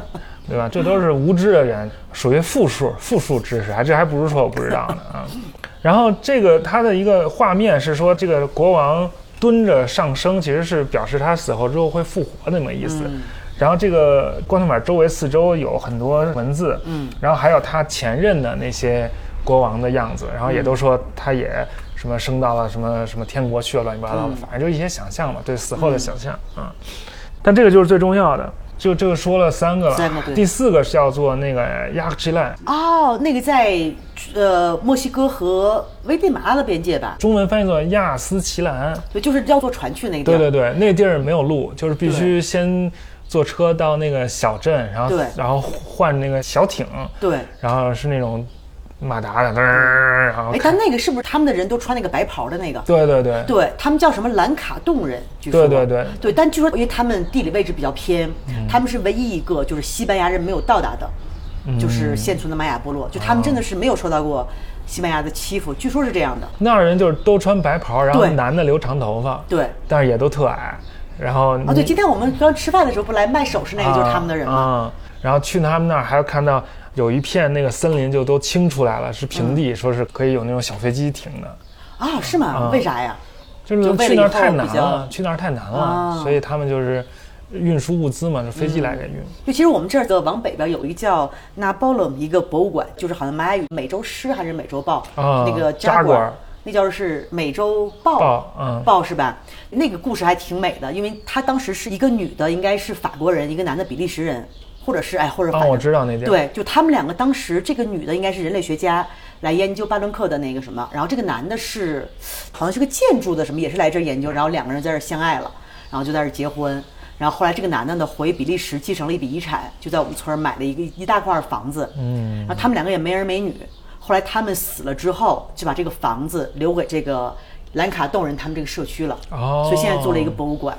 Speaker 2: 对吧？这都是无知的人，属于复数复数知识，还这还不如说我不知道呢啊。然后这个他的一个画面是说，这个国王蹲着上升，其实是表示他死后之后会复活的那么意思。
Speaker 1: 嗯
Speaker 2: 然后这个棺材板周围四周有很多文字，嗯，然后还有他前任的那些国王的样子，然后也都说他也什么升到了什么什么天国去了，乱七八糟
Speaker 1: 嗯
Speaker 2: 的，反正就一些想象嘛，对死后的想象啊。但这个就是最重要的，就这个说了三个了，
Speaker 1: 三个对
Speaker 2: 第四个是要做那个亚克西兰，
Speaker 1: 哦，那个在呃墨西哥和危地马拉的边界吧，
Speaker 2: 中文翻译作亚斯奇兰。
Speaker 1: 对，就是要坐船去那个地
Speaker 2: 对
Speaker 1: 儿。
Speaker 2: 对对，那地儿没有路，就是必须先坐车到那个小镇，然后
Speaker 1: 对
Speaker 2: 然后换那个小艇，
Speaker 1: 对
Speaker 2: 然后是那种马达的，嘚儿，然后
Speaker 1: 哎，但那个是不是他们的人都穿那个白袍的那个？
Speaker 2: 对对对，
Speaker 1: 对他们叫什么兰卡洞人，据说
Speaker 2: 对对嗯对
Speaker 1: 对，但据说因为他们地理位置比较偏，他们是唯一一个就是西班牙人没有到达的，
Speaker 2: 嗯
Speaker 1: 就是现存的玛雅部落，就他
Speaker 2: 哦
Speaker 1: 们真的是没有受到过西班牙的欺负，据说是这样的。
Speaker 2: 那儿人就是都穿白袍，然后
Speaker 1: 对
Speaker 2: 男的留长头发，
Speaker 1: 对，
Speaker 2: 但是也都特矮，然后
Speaker 1: 啊，对，
Speaker 2: 你
Speaker 1: 今天我们刚吃饭的时候不来卖首饰那个就是他们的人吗？
Speaker 2: 啊、嗯然后去他们那儿，还有看到有一片那个森林就都清出来了，是平
Speaker 1: 嗯
Speaker 2: 地，说是可以有那种小飞机停的。
Speaker 1: 啊，是吗？为啥呀？
Speaker 2: 就是
Speaker 1: 就为
Speaker 2: 去
Speaker 1: 了
Speaker 2: 那儿
Speaker 1: 以后
Speaker 2: 太
Speaker 1: 比
Speaker 2: 难
Speaker 1: 较
Speaker 2: 了，去那儿太难了，
Speaker 1: 啊
Speaker 2: 所以他们就是运输物资嘛，就飞机来给运。
Speaker 1: 就其实我们这儿的往北边有一个叫那波隆一个博物馆，就是好像玛雅语每周诗还是每周报、
Speaker 2: 啊
Speaker 1: 那个
Speaker 2: 扎
Speaker 1: 果
Speaker 2: 果
Speaker 1: 儿
Speaker 2: 儿，
Speaker 1: 那叫是每周报
Speaker 2: 报嗯
Speaker 1: 报是吧？那个故事还挺美的，因为她当时是一个女的，应该是法国人，一个男的比利时人，或者是哎或者反
Speaker 2: 啊，
Speaker 1: 正
Speaker 2: 我知道那地儿，
Speaker 1: 对，就他们两个当时，这个女的应该是人类学家，来研究巴伦克的那个什么，然后这个男的是呃好像是个建筑的什么，也是来这儿研究，然后两个人在这儿相爱了，然后就在这儿结婚。然后后来这个男的呢回比利时继承了一笔遗产，就在我们村儿买了一个一大块儿房子。嗯，然后他们两个也没儿没女。后来他们死了之后，就把这个房子留给这个兰卡洞人他们这个社区了。
Speaker 2: 哦
Speaker 1: 所以现在做了一个博物馆。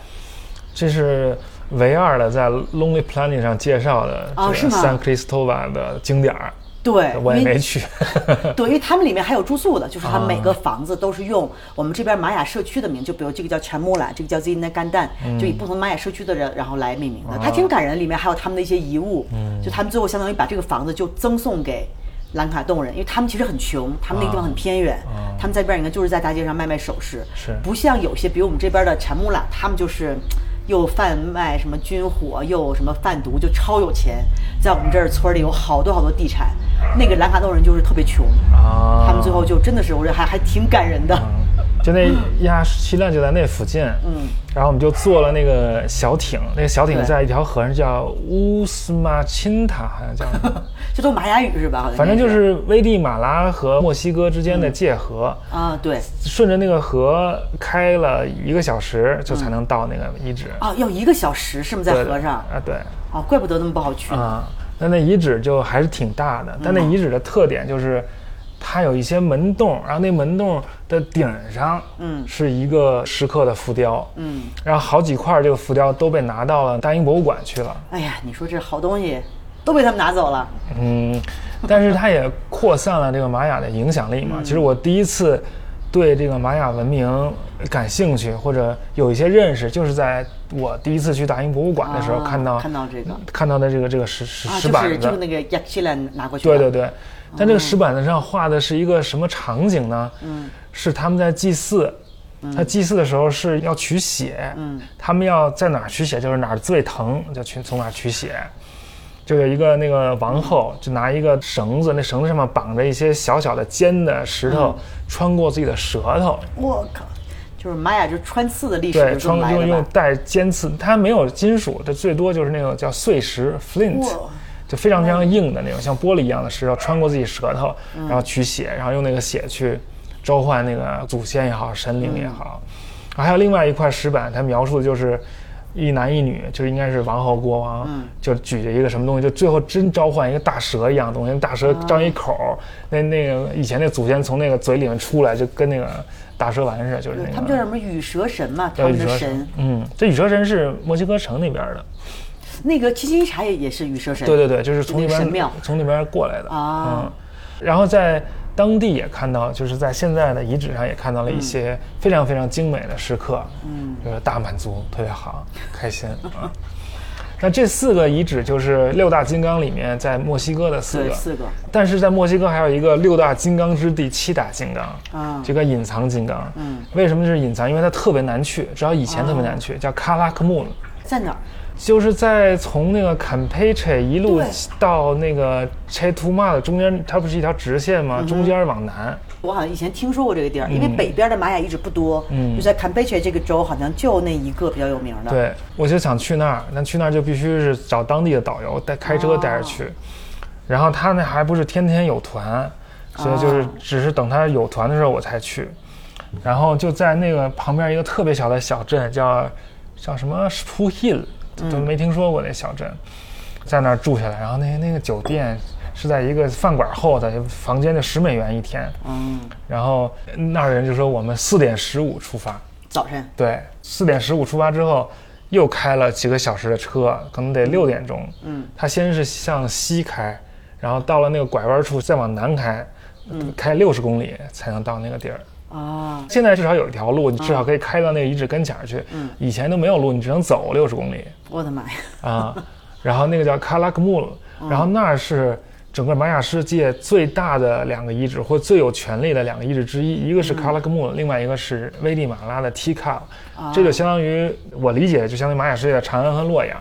Speaker 2: 这是唯二的在 Lonely Planet 上介绍的
Speaker 1: 啊
Speaker 2: 这个
Speaker 1: 是吗
Speaker 2: San Cristobal 的景点儿，
Speaker 1: 对，
Speaker 2: 我也
Speaker 1: 因为
Speaker 2: 没去。
Speaker 1: 对，因为他们里面还有住宿的，就是他每个房子都是用我们这边玛雅社区的名，就比如这个叫全木兰，这个叫 Zina 干蛋，就以不同玛雅社区的人然后来命名的，还挺感人。里面还有他们的一些遗物，就他们最后相当于把这个房子就赠送给。兰卡洞人，因为他们其实很穷，他们那个地方很偏远，他们在这边应该就是在大街上卖卖首饰，
Speaker 2: 是
Speaker 1: 不像有些比如我们这边的产木兰，他们就是又贩卖什么军火，又什么贩毒，就超有钱。在我们这儿村里有好多好多地产，那个兰卡洞人就是特别穷，
Speaker 2: 啊，
Speaker 1: 他们最后就真的是，我觉得还还挺感人的。
Speaker 2: 就那亚西兰就在那附近，嗯，然后我们就坐了那个小艇，那个小艇
Speaker 1: 对
Speaker 2: 在一条河上叫乌斯马钦塔，好像叫 什么。
Speaker 1: 这都玛雅语是吧？好像
Speaker 2: 嗯反正就是危地马拉和墨西哥之间的界河，
Speaker 1: 啊，对
Speaker 2: 顺着那个河开了一个小时，就才能到那个遗址。
Speaker 1: 啊，要一个小时是吗？在
Speaker 2: 对
Speaker 1: 河上
Speaker 2: 啊，对
Speaker 1: 啊，怪不得那么不好去。
Speaker 2: 啊，那那遗址就还是挺大的，
Speaker 1: 嗯
Speaker 2: 但那遗址的特点就是。它有一些门洞，然后那门洞的顶上，
Speaker 1: 嗯
Speaker 2: 是一个石刻的浮雕，
Speaker 1: 嗯，
Speaker 2: 然后好几块这个浮雕都被拿到了大英博物馆去了，
Speaker 1: 哎呀，你说这好东西，都被他们拿走了。
Speaker 2: 嗯，但是它也扩散了这个玛雅的影响力嘛。
Speaker 1: 嗯
Speaker 2: 其实我第一次对这个玛雅文明感兴趣或者有一些认识，就是在我第一次去大英博物馆的时候
Speaker 1: 啊
Speaker 2: 看到、
Speaker 1: 看到这个
Speaker 2: 看到的这个这个石石
Speaker 1: 啊，
Speaker 2: 石
Speaker 1: 就
Speaker 2: 板
Speaker 1: 是嗯
Speaker 2: 子，
Speaker 1: 就是那个亚西兰拿过去
Speaker 2: 对
Speaker 1: 的。
Speaker 2: 对对。但这个石板子上画的是一个什么场景呢？嗯，是他们在祭祀。
Speaker 1: 嗯
Speaker 2: 他祭祀的时候是要取血，嗯，他们要在哪儿取血，就是哪儿最疼就去从哪儿取血。就有一个那个王后，就拿一个绳子，那绳子上面绑着一些小小的尖的石头，
Speaker 1: 嗯
Speaker 2: 穿过自己的舌头，
Speaker 1: 我靠，就是玛雅就穿刺的历史就
Speaker 2: 对，
Speaker 1: 这
Speaker 2: 穿
Speaker 1: 么来
Speaker 2: 用
Speaker 1: 的
Speaker 2: 用
Speaker 1: 吧？
Speaker 2: 带尖刺，它没有金属，这最多就是那种叫碎石 （flint），
Speaker 1: 哇
Speaker 2: 就非常非常硬的那种，像玻璃一样的石头，穿过自己舌头，
Speaker 1: 嗯
Speaker 2: 然后取血，然后用那个血去召唤那个祖先也好，神灵也好。
Speaker 1: 嗯
Speaker 2: 还有另外一块石板，它描述的就是一男一女，就应该是王侯国王，
Speaker 1: 嗯
Speaker 2: 就举着一个什么东西，就最后真召唤一个大蛇一样的东西，大
Speaker 1: 嗯
Speaker 2: 蛇张一口，那那个以前那祖先从那个嘴里面出来，就跟那个大蛇丸似的，就是那个。
Speaker 1: 他们叫什么羽蛇神嘛？他
Speaker 2: 叫
Speaker 1: 们
Speaker 2: 羽
Speaker 1: 的
Speaker 2: 蛇
Speaker 1: 神，，
Speaker 2: 嗯，这羽蛇神是墨西哥城那边的，
Speaker 1: 那个七星茶也也是羽蛇神。
Speaker 2: 对对对，就是从
Speaker 1: 那
Speaker 2: 那
Speaker 1: 个神
Speaker 2: 边
Speaker 1: 庙
Speaker 2: 从那边过来的
Speaker 1: 啊
Speaker 2: 嗯，然后在当地也看到，就是在现在的遗址上也看到了一些非常非常精美的石刻，嗯，就是大满足，特别好，开心啊。 那这四个遗址就是六大金刚里面在墨西哥的四
Speaker 1: 对，
Speaker 2: 个，
Speaker 1: 四个
Speaker 2: 但是在墨西哥还有一个六大金刚之地七大金刚，
Speaker 1: 啊，
Speaker 2: 这个隐藏金刚，嗯，为什么是隐藏？因为它特别难去，只要以前特别难去，叫喀拉克木，
Speaker 1: 在哪儿？
Speaker 2: 就是在从那个坎佩切一路
Speaker 1: 对
Speaker 2: 到那个切图马的中间，它不是一条直线吗？中间往南，
Speaker 1: 我好像以前听说过这个地儿，因为北边的玛雅遗址不多，
Speaker 2: 嗯
Speaker 1: 就在坎贝切这个州，好像就那一个比较有名的。，
Speaker 2: 对，我就想去那儿，但去那儿就必须是找当地的导游带开车带着去，然后他那还不是天天有团，所以就是只是等他有团的时候我才去，然后就在那个旁边一个特别小的小镇叫叫什么 s p o o Hill，都没听说过那小镇，在那儿住下来，然后那那个酒店是在一个饭馆后头，房间就十美元一天，
Speaker 1: 嗯，
Speaker 2: 然后那儿人就说我们四点十五出发。
Speaker 1: 早晨
Speaker 2: 对，四点十五出发之后，又开了几个小时的车，可能得六点钟。
Speaker 1: 嗯，
Speaker 2: 他先是向西开，然后到了那个拐弯处，再往南开，开六十公里才能到那个地儿。
Speaker 1: 啊，
Speaker 2: 现在至少有一条路，你至少可以开到那个遗址跟前儿去。嗯，以前都没有路，你只能走六十公里
Speaker 1: 我的妈呀！
Speaker 2: 啊。然后那个叫喀拉克木鲁，然后那儿是整个玛雅世界最大的两个遗址，或最有权力的两个遗址之一，一个是喀拉克木鲁，另外一个是危地马拉的 t i k a
Speaker 1: 啊
Speaker 2: 这就相当于我理解，就相当于玛雅世界的长安和洛阳。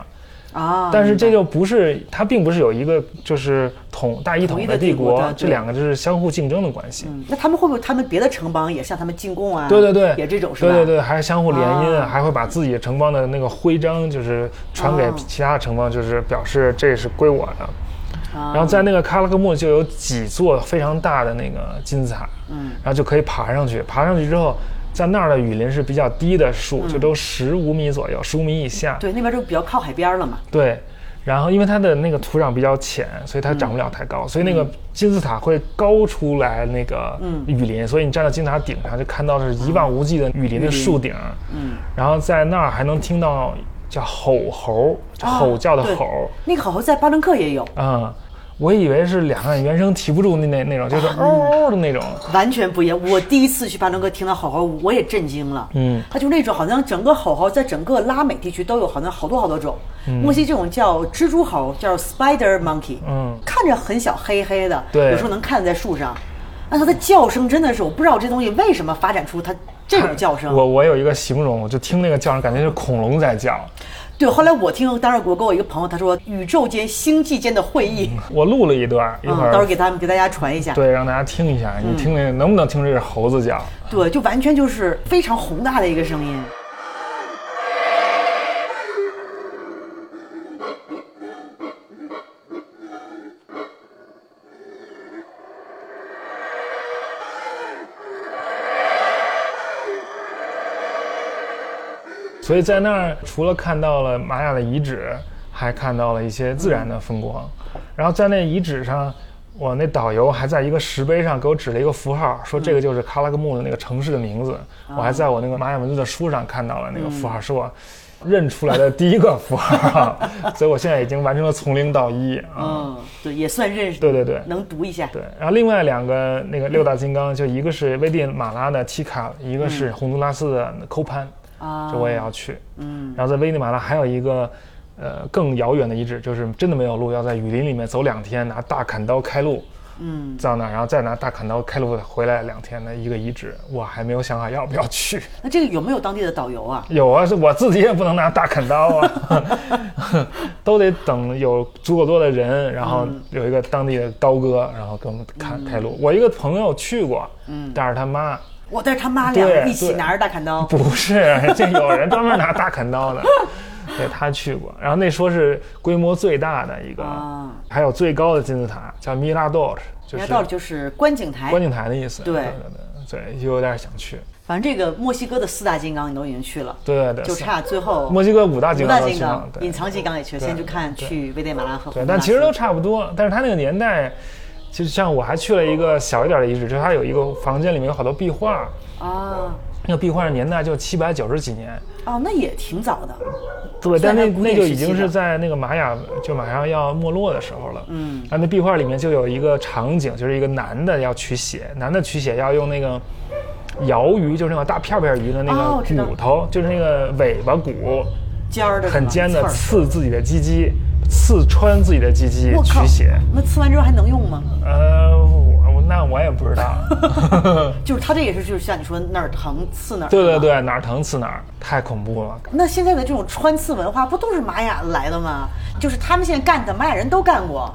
Speaker 1: 啊，
Speaker 2: 但是这
Speaker 1: 明白
Speaker 2: 就不是，它并不是有一个就是统大一
Speaker 1: 统一的
Speaker 2: 统的
Speaker 1: 帝
Speaker 2: 帝
Speaker 1: 国
Speaker 2: 国
Speaker 1: 对，
Speaker 2: 这两个就是相互竞争的关系。
Speaker 1: 嗯那他们会不会他们别的城邦也向他们进贡啊？
Speaker 2: 对对对，
Speaker 1: 也这种是吧？
Speaker 2: 对对对，还是相互联姻，
Speaker 1: 啊
Speaker 2: 还会把自己城邦的那个徽章就是传给
Speaker 1: 啊
Speaker 2: 其他的城邦，就是表示这是归我的。
Speaker 1: 啊。
Speaker 2: 然后在那个喀拉克木就有几座非常大的那个金字塔，
Speaker 1: 嗯，
Speaker 2: 然后就可以爬上去。爬上去之后，在那儿的雨林是比较低的树，
Speaker 1: 嗯
Speaker 2: 就都十五米左右，十五米以下。
Speaker 1: 对，那边就比较靠海边了嘛。
Speaker 2: 对，然后因为它的那个土壤比较浅，所以它长不
Speaker 1: 嗯
Speaker 2: 了太高，所以那个金字塔会高出来那个
Speaker 1: 嗯
Speaker 2: 雨林，所以你站到金字塔顶上就看到是一望无际的雨林的树顶，嗯，然后在那儿还能听到叫吼猴，就
Speaker 1: 啊
Speaker 2: 吼叫的
Speaker 1: 对
Speaker 2: 吼，
Speaker 1: 那个好像在巴伦克也有，
Speaker 2: 嗯，我以为是两岸原声提不住那那那种，
Speaker 1: 啊
Speaker 2: 就是嗷嗷的那种，
Speaker 1: 完全不一样。我第一次去巴伦克听到吼吼，我也震惊了。
Speaker 2: 嗯，
Speaker 1: 它就那种好像整个吼吼在整个拉美地区都有，好像好多好多种。墨西这种叫蜘蛛猴，叫 spider monkey，
Speaker 2: 嗯
Speaker 1: 看着很小黑黑的，
Speaker 2: 对
Speaker 1: 有时候能看在树上。但它的叫声真的是，我不知道这东西为什么发展出它这种叫声。
Speaker 2: 我我有一个形容，我就听那个叫声，感觉是恐龙在叫。
Speaker 1: 对，后来我听，当时我跟我一个朋友，他说宇宙间、星际间的会议，
Speaker 2: 我录了一段，嗯一
Speaker 1: 嗯，
Speaker 2: 会儿、
Speaker 1: 到时候给嗯他们给大家传一下。
Speaker 2: 对让大家听一下，你听那个、能不能听这是猴子叫？
Speaker 1: 对，就完全就是非常宏大的一个声音。
Speaker 2: 所以在那儿除了看到了玛雅的遗址，还看到了一些自然的风光。然后在那遗址上，我那导游还在一个石碑上给我指了一个符号，说这个就是喀拉克木的那个城市的名字。我还在我那个玛雅文字的书上看到了那个符号，是我认出来的第一个符号，所以我现在已经完成了从零到一啊。
Speaker 1: 嗯，对，也算认识，
Speaker 2: 对对对
Speaker 1: 能读一下。
Speaker 2: 对，然后另外两个那个六大金刚，就一个是危地马拉的提卡，一个是洪都拉斯的科潘，
Speaker 1: 啊
Speaker 2: 这，我也要去。
Speaker 1: 嗯，
Speaker 2: 然后在危地马拉还有一个，呃，更遥远的遗址，就是真的没有路，要在雨林里面走两天，拿大砍刀开路，
Speaker 1: 嗯，
Speaker 2: 到那儿，然后再拿大砍刀开路回来两天的一个遗址，我还没有想好要不要去。
Speaker 1: 那这个有没有当地的导游啊？
Speaker 2: 有啊，是我自己也不能拿大砍刀啊， 都得等有足够多的人，然后有一个当地的刀哥，然后给我们看开路。我一个朋友去过，带着他妈，
Speaker 1: 我带着他妈两个
Speaker 2: 对
Speaker 1: 一起
Speaker 2: 对
Speaker 1: 拿着大砍刀，
Speaker 2: 不是，这有人专门拿大砍刀的，对他去过。然后那说是规模最大的一个，
Speaker 1: 啊
Speaker 2: 还有最高的金字塔叫米拉多尔，就
Speaker 1: 人
Speaker 2: 是
Speaker 1: 家到了就是观景台。
Speaker 2: 观景台的意思。
Speaker 1: 对
Speaker 2: 对对对，有点想去。
Speaker 1: 反正这个墨西哥的四大金刚你都已经去了，
Speaker 2: 对对对，
Speaker 1: 就差最后
Speaker 2: 墨西哥五大金
Speaker 1: 五
Speaker 2: 刚
Speaker 1: 大
Speaker 2: 都
Speaker 1: 金
Speaker 2: 去了
Speaker 1: 刚，、
Speaker 2: 对
Speaker 1: 隐藏金刚也去了，
Speaker 2: 对
Speaker 1: 先去看去危地马拉和洪
Speaker 2: 对，
Speaker 1: 都拉
Speaker 2: 但其实
Speaker 1: 斯
Speaker 2: 都差不多。但是他那个年代，其实像我还去了一个小一点的遗址，就是他有一个房间里面有好多壁画，
Speaker 1: 啊
Speaker 2: 那个壁画的年代就七百九十几年。
Speaker 1: 哦，那也挺早的，
Speaker 2: 对，
Speaker 1: 在
Speaker 2: 但那
Speaker 1: 那古典
Speaker 2: 那就
Speaker 1: 时
Speaker 2: 已
Speaker 1: 期
Speaker 2: 经
Speaker 1: 的
Speaker 2: 是在那个玛雅就马上要没落的时候了。
Speaker 1: 嗯，
Speaker 2: 啊，那壁画里面就有一个场景，就是一个男的要取血，男的取血要用那个鳐鱼，就是那种大片片鱼的那
Speaker 1: 哦我知道
Speaker 2: 个骨头，就是那个尾巴骨，
Speaker 1: 尖儿的是吧
Speaker 2: 很尖的
Speaker 1: 刺儿
Speaker 2: 刺自己的鸡鸡，刺穿自己的鸡鸡
Speaker 1: 我靠
Speaker 2: 取血。，
Speaker 1: 那刺完之后还能用吗？
Speaker 2: 呃，我我那我也不知道。
Speaker 1: 就是它这也是就是像你说哪儿疼刺哪儿，
Speaker 2: 对对。对，哪儿疼刺哪儿，太恐怖了。
Speaker 1: 那现在的这种穿刺文化不都是玛雅来的吗？就是他们现在干的，玛雅人都干过。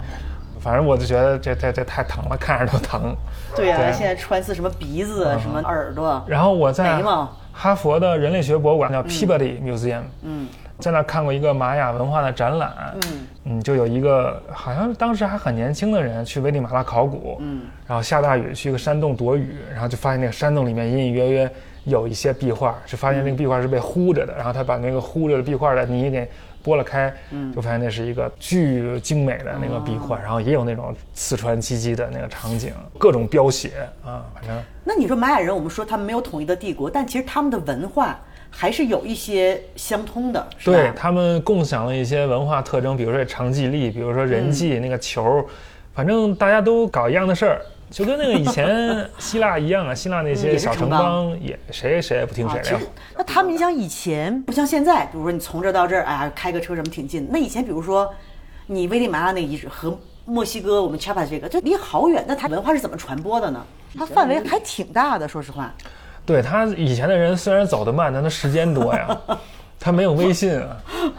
Speaker 2: 反正我就觉得这这这太疼了，看着都疼。
Speaker 1: 对呀、
Speaker 2: 对
Speaker 1: 现在穿刺什么鼻子、什么耳朵，
Speaker 2: 然后我在
Speaker 1: 眉毛
Speaker 2: 哈佛的人类学博物馆叫 Peabody Museum，
Speaker 1: 嗯，
Speaker 2: 在那看过一个玛雅文化的展览，嗯，就有一个好像当时还很年轻的人去危地马拉考古，嗯，然后下大雨去一个山洞躲雨，然后就发现那个山洞里面隐隐约约有一些壁画，就发现那个壁画是被糊着的，然后他把那个糊着的壁画的泥给拨了开，嗯，哦就发现那是一个巨精美的那个壁画，然后也有那种刺穿鸡鸡的那个场景，各种飙血啊，反正。
Speaker 1: 那你说玛雅人，我们说他们没有统一的帝国，但其实他们的文化还是有一些相通的，是吧？啊
Speaker 2: 对他们共享了一些文化特征，比如说长记力，比如说人
Speaker 1: 嗯
Speaker 2: 际、那个球儿，反正大家都搞一样的事儿，就跟那个以前希腊一样啊，希腊那
Speaker 1: 嗯也
Speaker 2: 些
Speaker 1: 是
Speaker 2: 小
Speaker 1: 城
Speaker 2: 城
Speaker 1: 邦
Speaker 2: 邦也谁谁也不听
Speaker 1: 啊
Speaker 2: 谁，
Speaker 1: 其
Speaker 2: 的
Speaker 1: 实。那他们，你想以前不像现在，比如说你从这儿到这儿，哎呀，开个车什么挺近。那以前，比如说你危地马拉那个遗址和墨西哥我们恰帕这个，这离好远，那它文化是怎么传播的呢？它范围还挺大的，说实话。
Speaker 2: 对他以前的人虽然走得慢，但他时间 多呀，他没有微信啊，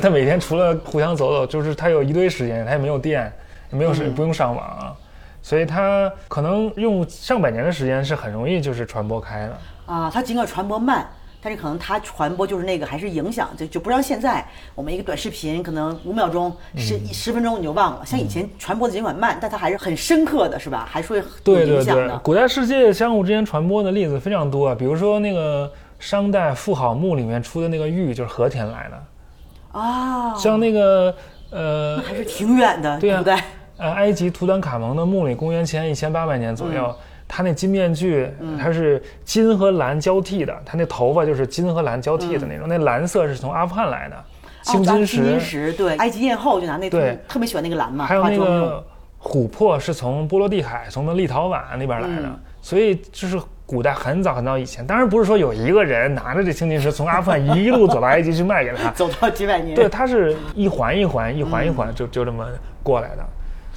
Speaker 2: 他每天除了互相走走，就是他有一堆时间，他也没有电，也没有
Speaker 1: 嗯
Speaker 2: 是不用上网啊，所以他可能用上百年的时间是很容易就是传播开的。
Speaker 1: 啊，它尽管传播慢，但是可能它传播就是那个还是影响，就就不像现在我们一个短视频可能五秒钟、
Speaker 2: 嗯
Speaker 1: 十十分钟你就忘了。像以前传播的尽管慢，但它还是很深刻的，是吧？还是会有
Speaker 2: 对
Speaker 1: 影
Speaker 2: 对
Speaker 1: 响
Speaker 2: 对
Speaker 1: 的，。
Speaker 2: 古代世界相互之间传播的例子非常多，啊比如说那个商代妇好墓里面出的那个玉就是和田来的，
Speaker 1: 啊，
Speaker 2: 像那个呃
Speaker 1: 还是挺远的，
Speaker 2: 对啊
Speaker 1: 古代。
Speaker 2: 呃埃及图坦卡蒙的墓里，公元前一千八百年左右。
Speaker 1: 嗯
Speaker 2: 他那金面具，它是金和蓝交替的，他那头发就是金和蓝交
Speaker 1: 嗯
Speaker 2: 替的那种，那蓝色是从阿富汗来的，青
Speaker 1: 啊青
Speaker 2: 金石，
Speaker 1: 金石，对，埃及艳后就拿那特
Speaker 2: 对
Speaker 1: 特别喜欢那个蓝嘛，
Speaker 2: 还有
Speaker 1: 化
Speaker 2: 那
Speaker 1: 妆用
Speaker 2: 个琥珀是从波罗的海，从那立陶宛那边来的，
Speaker 1: 嗯
Speaker 2: 所以就是古代很早很早以前，当然不是说有一个人拿着这青金石从阿富汗一路走到埃及去卖给 他，
Speaker 1: 走到几百年，
Speaker 2: 对，它是一环一环一环一环就就这么过来的。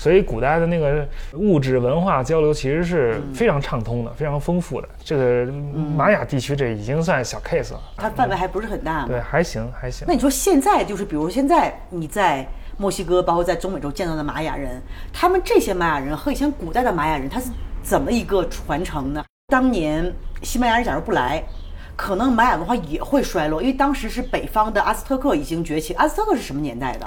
Speaker 2: 所以古代的那个物质文化交流其实是
Speaker 1: 嗯
Speaker 2: 非常畅通的，非常丰富的。这个玛雅地区这已经算小 case 了，
Speaker 1: 它范围还不是很大嘛。
Speaker 2: 对，还行还行
Speaker 1: 那。你说现在就是，比如现在你在墨西哥，包括在中美洲见到的玛雅人，他们这些玛雅人和以前古代的玛雅人，他是怎么一个传承呢？当年西班牙人假如不来，可能玛雅文化也会衰落，因为当时是北方的阿斯特克已经崛起。阿斯特克是什么年代的？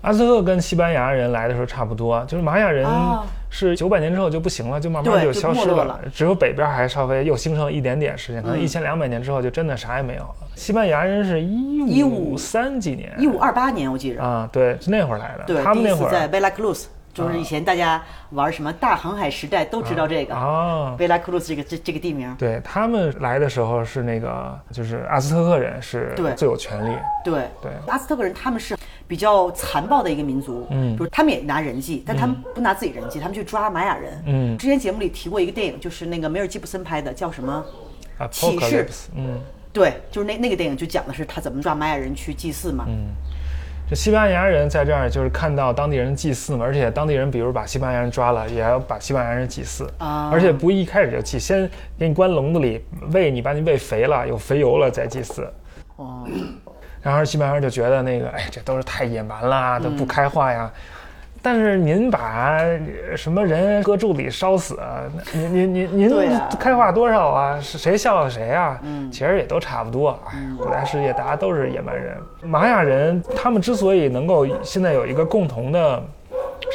Speaker 2: 阿兹特克跟西班牙人来的时候差不多，啊就是玛雅人
Speaker 1: 哦
Speaker 2: 是九百年之后就不行了，就慢慢
Speaker 1: 对
Speaker 2: 就
Speaker 1: 就
Speaker 2: 消失
Speaker 1: 没落
Speaker 2: 了，
Speaker 1: 了嗯
Speaker 2: 只有北边还稍微又兴盛一点点时间，可能一千两百年之后就真的啥也没有了。西班牙人是一五三几年，
Speaker 1: 一五二八年我记着，
Speaker 2: 啊，对，是那会儿来的。
Speaker 1: 对，
Speaker 2: 他们
Speaker 1: 第一
Speaker 2: 那
Speaker 1: 次
Speaker 2: 会
Speaker 1: 在
Speaker 2: 儿
Speaker 1: v e l a c r u z 就是以前大家玩什么大航海时代都知道这个
Speaker 2: 啊，
Speaker 1: 维拉克鲁斯这个这这个地名。
Speaker 2: 对他们来的时候是那个，就是阿斯特克人是
Speaker 1: 对
Speaker 2: 最有权利，
Speaker 1: 对
Speaker 2: 对
Speaker 1: 阿斯特克人他们是比较残暴的一个民族，嗯，就是他们也拿人计，但他们不拿自己人计，他们去抓玛雅人。
Speaker 2: 嗯
Speaker 1: 之前节目里提过一个电影，就是那个梅尔吉布森拍的，叫什么？
Speaker 2: 啊，
Speaker 1: 启示
Speaker 2: Apocalypse，嗯，
Speaker 1: 对，就是那那个电影就讲的是他怎么抓玛雅人去祭祀嘛。
Speaker 2: 这西班牙人在这儿就是看到当地人祭祀嘛，而且当地人比如把西班牙人抓了，也要把西班牙人祭祀
Speaker 1: 啊
Speaker 2: 而且不一开始就祭，先给你关笼子里喂你，把你喂肥了，有肥油了再祭祀。
Speaker 1: 哦，
Speaker 2: 然后西班牙人就觉得那个，哎，这都是太野蛮啦，都不开化呀。
Speaker 1: 嗯
Speaker 2: 但是您把呃什么人搁柱子里烧死，那您您您您
Speaker 1: 对啊
Speaker 2: 开化多少啊？是谁笑话谁啊？嗯，其实也都差不多。哎，
Speaker 1: 嗯
Speaker 2: 古代世界大家都是野蛮人。玛雅人他们之所以能够现在有一个共同的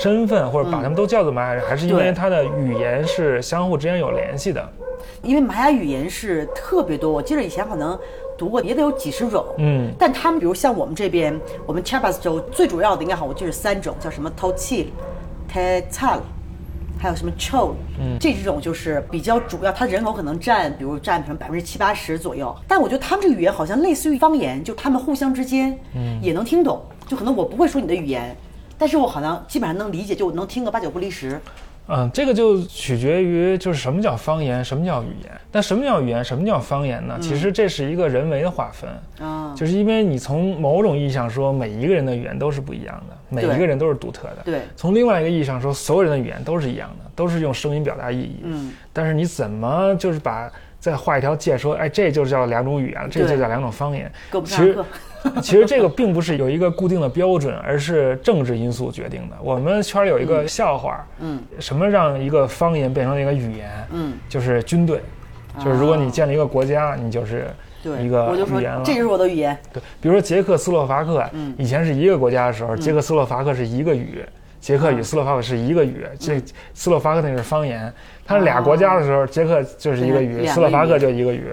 Speaker 2: 身份，或者把他们都叫做玛雅人，还是因
Speaker 1: 嗯
Speaker 2: 为
Speaker 1: 对
Speaker 2: 他的语言是相互之间有联系的。
Speaker 1: 因为玛雅语言是特别多，我记得以前可能读过也得有几十种。
Speaker 2: 嗯，
Speaker 1: 但他们比如像我们这边，我们 Chiapas 州最主要的应该好，我记得是三种，叫什么 Tochil、Tetzal，还有什么 Chol，嗯，这几种就是比较主要，它人口可能占，比如占什么百分之七八十左右。但我觉得他们这个语言好像类似于方言，就他们互相之间，嗯，也能听懂。就可能我不会说你的语言，但是我好像基本上能理解，就能听个八九不离十。
Speaker 2: 嗯，这个就取决于就是什么叫方言，什么叫语言。那什么叫语言，什么叫方言
Speaker 1: 嗯
Speaker 2: 呢？其实这是一个人为的划分，
Speaker 1: 啊，
Speaker 2: 就是因为你从某种意义上说，每一个人的语言都是不一样的，每一
Speaker 1: 对
Speaker 2: 个人都是独特的。
Speaker 1: 对
Speaker 2: 从另外一个意义上说，所有人的语言都是一样的，都是用声音表达意义。
Speaker 1: 嗯，
Speaker 2: 但是你怎么就是把再画一条界说，哎，这就叫两种语言，这就
Speaker 1: 对
Speaker 2: 叫两种方言。
Speaker 1: 够不
Speaker 2: 其
Speaker 1: 上
Speaker 2: 实
Speaker 1: 课。
Speaker 2: 其实这个并不是有一个固定的标准，而是政治因素决定的。我们圈儿有一个笑话，
Speaker 1: 嗯，
Speaker 2: 什么让一个方言变成一个语言？
Speaker 1: 嗯，
Speaker 2: 就是军队，
Speaker 1: 啊
Speaker 2: 就是如果你建立一个国家，你就是
Speaker 1: 对，
Speaker 2: 一个
Speaker 1: 我就说
Speaker 2: 语言了。
Speaker 1: 这就是我的语言。
Speaker 2: 对，比如说捷克斯洛伐克，啊
Speaker 1: 嗯
Speaker 2: 以前是一个国家的时候，捷克斯洛伐克是一个语，捷克与斯洛伐克是一个
Speaker 1: 嗯
Speaker 2: 语，这斯洛伐克那是方言。它是俩国家的时候，捷克就是一个
Speaker 1: 哦对
Speaker 2: 语，
Speaker 1: 两个
Speaker 2: 斯洛伐克
Speaker 1: 语
Speaker 2: 就一个语。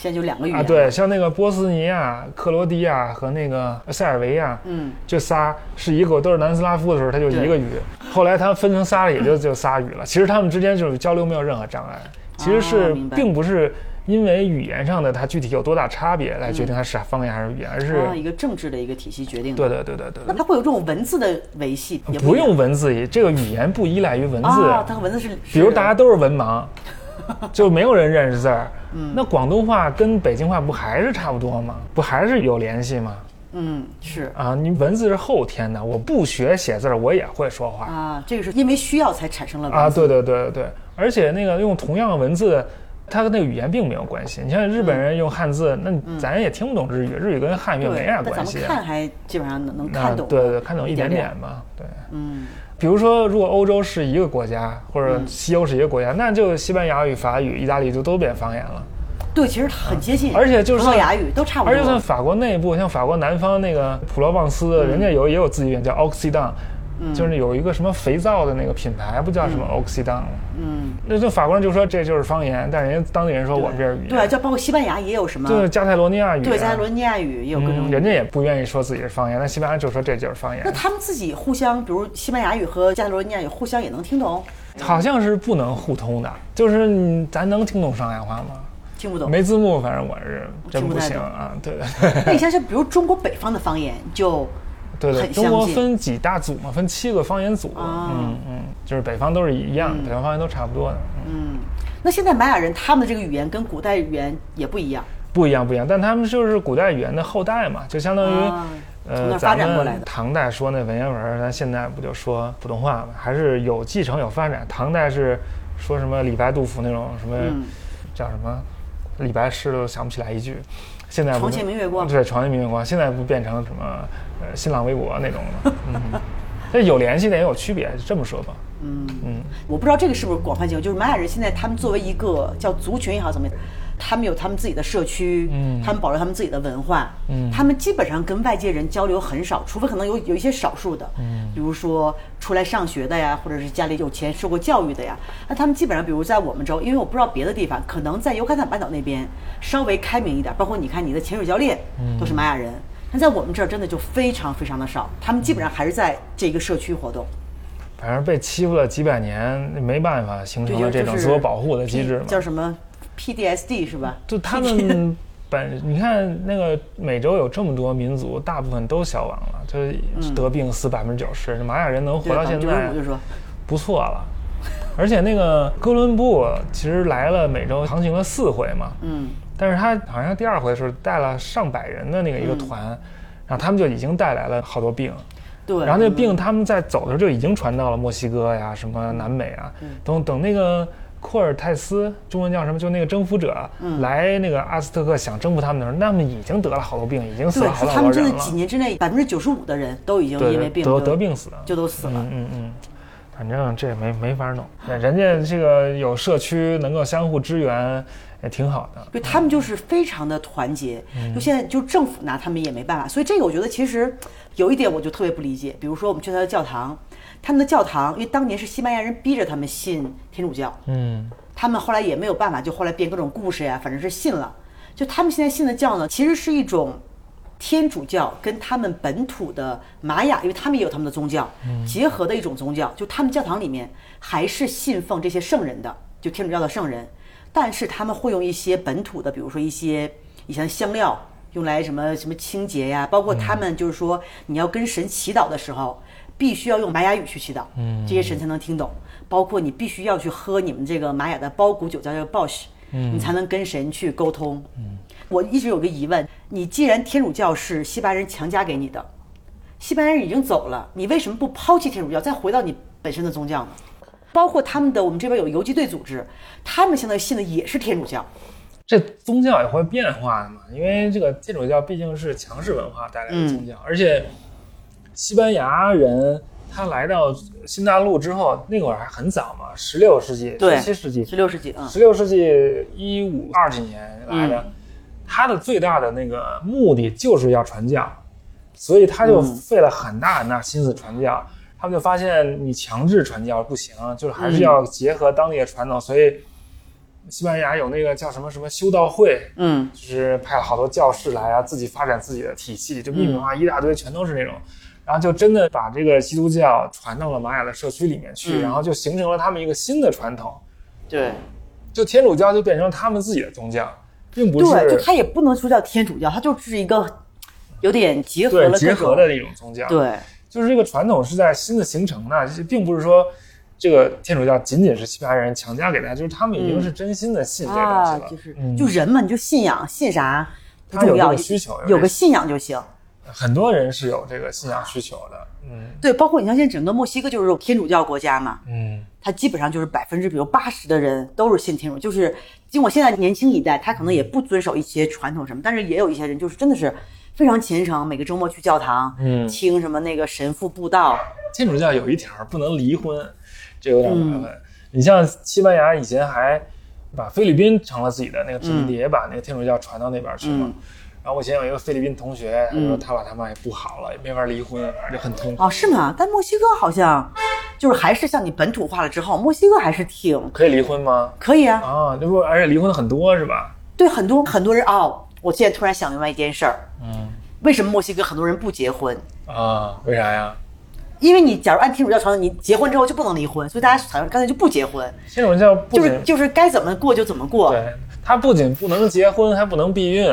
Speaker 1: 现在就两个语言
Speaker 2: 啊，
Speaker 1: 了
Speaker 2: 对，，像那个波斯尼亚、克罗地亚和那个塞尔维亚，
Speaker 1: 嗯，
Speaker 2: 这仨是一个都是南斯拉夫的时候，它就一个语，后来它分成仨了，也就就仨语了。其实他们之间就是交流没有任何障碍，其实是
Speaker 1: 哦明白
Speaker 2: 并不是因为语言上的它具体有多大差别来决定它是方言还是语言，而是
Speaker 1: 啊，一个政治的一个体系决定的。
Speaker 2: 对对对对对
Speaker 1: 那它会有这种文字的维系，也
Speaker 2: 对，不
Speaker 1: 一样
Speaker 2: 用文字，这个语言不依赖于文字。
Speaker 1: 啊，它和文字是，
Speaker 2: 比如大家都是文 盲，就没有人认识字儿。
Speaker 1: 嗯
Speaker 2: 那广东话跟北京话不还是差不多吗？不还是有联系吗？
Speaker 1: 嗯是
Speaker 2: 啊，你文字是后天的，我不学写字儿，我也会说话
Speaker 1: 啊，这个是因为需要才产生了文字
Speaker 2: 啊。对对对对对，而且那个用同样的文字，它跟那个语言并没有关系。你像
Speaker 1: 嗯
Speaker 2: 日本人用汉字，那咱也听不懂日语，日语跟汉语也
Speaker 1: 对，
Speaker 2: 没啥
Speaker 1: 但
Speaker 2: 关
Speaker 1: 咱们
Speaker 2: 系。啊
Speaker 1: 看还基本上能能
Speaker 2: 那
Speaker 1: 看懂，啊
Speaker 2: 对对，看懂一
Speaker 1: 一
Speaker 2: 点
Speaker 1: 点
Speaker 2: 点嘛，对。
Speaker 1: 嗯
Speaker 2: 比如说，如果欧洲是一个国家，或者西欧是一个国家，那就西班牙语、法语、意大利就都变方言了。
Speaker 1: 对，其实很接近，
Speaker 2: 嗯而且就是
Speaker 1: 葡萄牙语都差不多，
Speaker 2: 而就算法国内部，像法国南方那个普罗旺斯，人家有也有自己语
Speaker 1: 嗯
Speaker 2: 言叫 Oxidan，、就是有一个什么肥皂的那个品牌，不叫什么 Oxidan 吗？
Speaker 1: 嗯
Speaker 2: 那就法国人就说这就是方言，但人家当地人说我们这是语言，
Speaker 1: 对，就包括西班牙也有什么，
Speaker 2: 就是加泰罗尼亚语、啊，
Speaker 1: 对，加泰罗尼亚语也有各种
Speaker 2: 嗯，人家也不愿意说自己是方言，但西班牙就说这就是方
Speaker 1: 那
Speaker 2: 言，
Speaker 1: 他们自己互相，比如西班牙语和加泰罗尼亚语互相也能听懂，
Speaker 2: 好像是不能互通的，就是你咱能听懂上海话吗？
Speaker 1: 听不懂。
Speaker 2: 没字幕，反正我是真
Speaker 1: 听不
Speaker 2: 不
Speaker 1: 太
Speaker 2: 行
Speaker 1: 懂
Speaker 2: 啊，对对对。
Speaker 1: 那你像是比如中国北方的方言就
Speaker 2: 对对，
Speaker 1: 很
Speaker 2: 中国
Speaker 1: 相近
Speaker 2: 分几大组嘛，分七个方言组，
Speaker 1: 啊
Speaker 2: 嗯嗯，就是北方都是一
Speaker 1: 嗯
Speaker 2: 样，北方方言都差不多的，嗯
Speaker 1: 那现在玛雅人他们这个语言跟古代语言也不一样，
Speaker 2: 不一样不一样，但他们就是古代语言的后代嘛，就相当于
Speaker 1: 啊，从那
Speaker 2: 呃，
Speaker 1: 儿发
Speaker 2: 咱
Speaker 1: 展过来
Speaker 2: 们
Speaker 1: 的
Speaker 2: 唐代说那文言文儿，咱现在不就说普通话嘛，还是有继承有发展。唐代是说什么李白、杜甫那种什么
Speaker 1: 嗯
Speaker 2: 叫什么，李白诗都想不起来一句。现在不
Speaker 1: 床前明月光
Speaker 2: 对，床前明月光，现在不变成什么呃新浪微博那种 了吗？嗯，这有联系但也有区别，这么说吧。
Speaker 1: 我不知道这个是不是广泛接受，就是玛雅人现在他们作为一个叫族群也好怎么样，他们有他们自己的社区，嗯，他们保留他们自己的文化，嗯，他们基本上跟外界人交流很少，除非可能有有一些少数的，嗯，比如说出来上学的呀，或者是家里有钱受过教育的呀，那他们基本上比如在我们州，因为我不知道别的地方，可能在尤卡坦半岛那边稍微开明一点，包括你看你的潜水教练都是玛雅人。但在我们这儿真的就非常非常的少，他们基本上还是在这个社区活动。
Speaker 2: 反正被欺负了几百年，没办法形
Speaker 1: 对
Speaker 2: 成
Speaker 1: 就
Speaker 2: 了这
Speaker 1: 就
Speaker 2: 种
Speaker 1: 是
Speaker 2: 自我保护的机制嘛。
Speaker 1: 叫什么 PDSD 是吧？
Speaker 2: 就他 们本你看那个美洲有这么多民族，大部分都消亡了，就是得病死百分之九十，玛雅人能
Speaker 1: 嗯
Speaker 2: 活
Speaker 1: 对，
Speaker 2: 到
Speaker 1: 百
Speaker 2: 现
Speaker 1: 分之
Speaker 2: 在啊
Speaker 1: 五就说，
Speaker 2: 不错了。而且那个哥伦布其实来了美洲航行了四回嘛，
Speaker 1: 嗯，
Speaker 2: 但是他好像第二回的时候带了上百人的那个一个团，
Speaker 1: 嗯
Speaker 2: 然后他们就已经带来了好多病，
Speaker 1: 对。
Speaker 2: 然后那个病他们在走的时候就已经传到了墨西哥呀、什么南美啊，
Speaker 1: 嗯
Speaker 2: 等等那个库尔泰斯，中文叫什么？就那个征服者、来那个阿斯特克想征服他们的时候，那么已经得了好多病，已经死
Speaker 1: 对
Speaker 2: 了，
Speaker 1: 说
Speaker 2: 好
Speaker 1: 他
Speaker 2: 多好多
Speaker 1: 们真
Speaker 2: 人
Speaker 1: 的
Speaker 2: 了，
Speaker 1: 几年之内，百分之九十五的人都已经
Speaker 2: 对
Speaker 1: 因为病
Speaker 2: 得
Speaker 1: 就
Speaker 2: 得病死。
Speaker 1: 就都死了。
Speaker 2: 嗯嗯，反正这也没没法弄，人家这个有社区能够相互支援，也挺好的。
Speaker 1: 就他们就是非常的团结，就现在就政府拿他们也没办法，所以这个我觉得其实有一点我就特别不理解，比如说我们去他的教堂，他们的教堂因为当年是西班牙人逼着他们信天主教，
Speaker 2: 嗯，
Speaker 1: 他们后来也没有办法，就后来编各种故事呀，反正是信了。就他们现在信的教呢，其实是一种天主教跟他们本土的玛雅，因为他们也有他们的宗教结合的一种宗教。就他们教堂里面还是信奉这些圣人的，就天主教的圣人，但是他们会用一些本土的，比如说一些以前的香料。用来什么什么清洁呀，包括他们就是说，你要跟神祈祷的时候，必须要用玛雅语去祈祷，这些神才能听懂。包括你必须要去喝你们这个玛雅的包谷酒，叫这个 Bosch，你才能跟神去沟通。我一直有个疑问，你既然天主教是西班牙人强加给你的，西班牙人已经走了，你为什么不抛弃天主教，再回到你本身的宗教呢？包括他们的，我们这边有游击队组织，他们现在信的也是天主教。
Speaker 2: 这宗教也会变化的嘛，因为这个天主教毕竟是强势文化带来的宗教，而且西班牙人他来到新大陆之后，那会儿还很早嘛，十六世纪、
Speaker 1: 对
Speaker 2: 十七世纪，
Speaker 1: 十六世纪啊，
Speaker 2: 十六世纪一五二几年来的，他的最大的那个目的就是要传教，所以他就费了很大很大心思传教。他们就发现你强制传教不行，就是还是要结合当地的传统，所以西班牙有那个叫什么什么修道会，
Speaker 1: 嗯，
Speaker 2: 就是派了好多教士来啊，自己发展自己的体系，就密密麻麻一大堆，全都是那种。然后就真的把这个基督教传到了玛雅的社区里面去，
Speaker 1: 嗯
Speaker 2: 然后就形成了他们一个新的传统。
Speaker 1: 对，
Speaker 2: 就天主教就变成他们自己的宗教，并不
Speaker 1: 对，就是他也不能说叫天主教，他就是一个有点结合了各种
Speaker 2: 结合的那种宗教。，
Speaker 1: 对，
Speaker 2: 就是这个传统是在新的形成的，并不是说这个天主教仅仅是西班牙人强加给大家，就是他们已经是真心的信这个东西
Speaker 1: 嗯啊
Speaker 2: 了，，
Speaker 1: 就是、
Speaker 2: 嗯
Speaker 1: 就人嘛，你就信仰，信啥不
Speaker 2: 他有
Speaker 1: 重
Speaker 2: 这
Speaker 1: 要，
Speaker 2: 个需求，
Speaker 1: 有个信仰就行。
Speaker 2: 很多人是有这个信仰需求的。嗯
Speaker 1: 对，包括你像现在整个墨西哥就是天主教国家嘛，
Speaker 2: 嗯，
Speaker 1: 它基本上就是百分之比如八十的人都是信天主，就是经过现在年轻一代，他可能也不遵守一些传统什么，但是也有一些人就是真的是非常虔诚，每个周末去教堂，
Speaker 2: 嗯
Speaker 1: 听什么那个神父布道，
Speaker 2: 天主教有一条不能离婚，
Speaker 1: 嗯
Speaker 2: 这有点麻烦。你像西班牙以前还把菲律宾成了自己的那个殖民地，也把那个天主教传到那边去嘛。
Speaker 1: 嗯
Speaker 2: 然后我以前有一个菲律宾同学，他说他爸他妈也不好了，也没法离婚，反正就很痛苦。
Speaker 1: 哦，是吗？但墨西哥好像就是还是像你本土化了之后，墨西哥还是挺
Speaker 2: 可以离婚吗？
Speaker 1: 可以啊。
Speaker 2: 啊，这不而且离婚的很多是吧？
Speaker 1: 对很多很多人哦，我现在突然想明白一件事儿，嗯，为什么墨西哥很多人不结婚？
Speaker 2: 啊，为啥呀？
Speaker 1: 因为你假如按天主教传统，你结婚之后就不能离婚，所以大家好像干脆就不结婚，
Speaker 2: 天主教不
Speaker 1: 就
Speaker 2: 仅、
Speaker 1: 是就是该怎么过就怎么过。
Speaker 2: 对他不仅不能结婚，还不能避孕，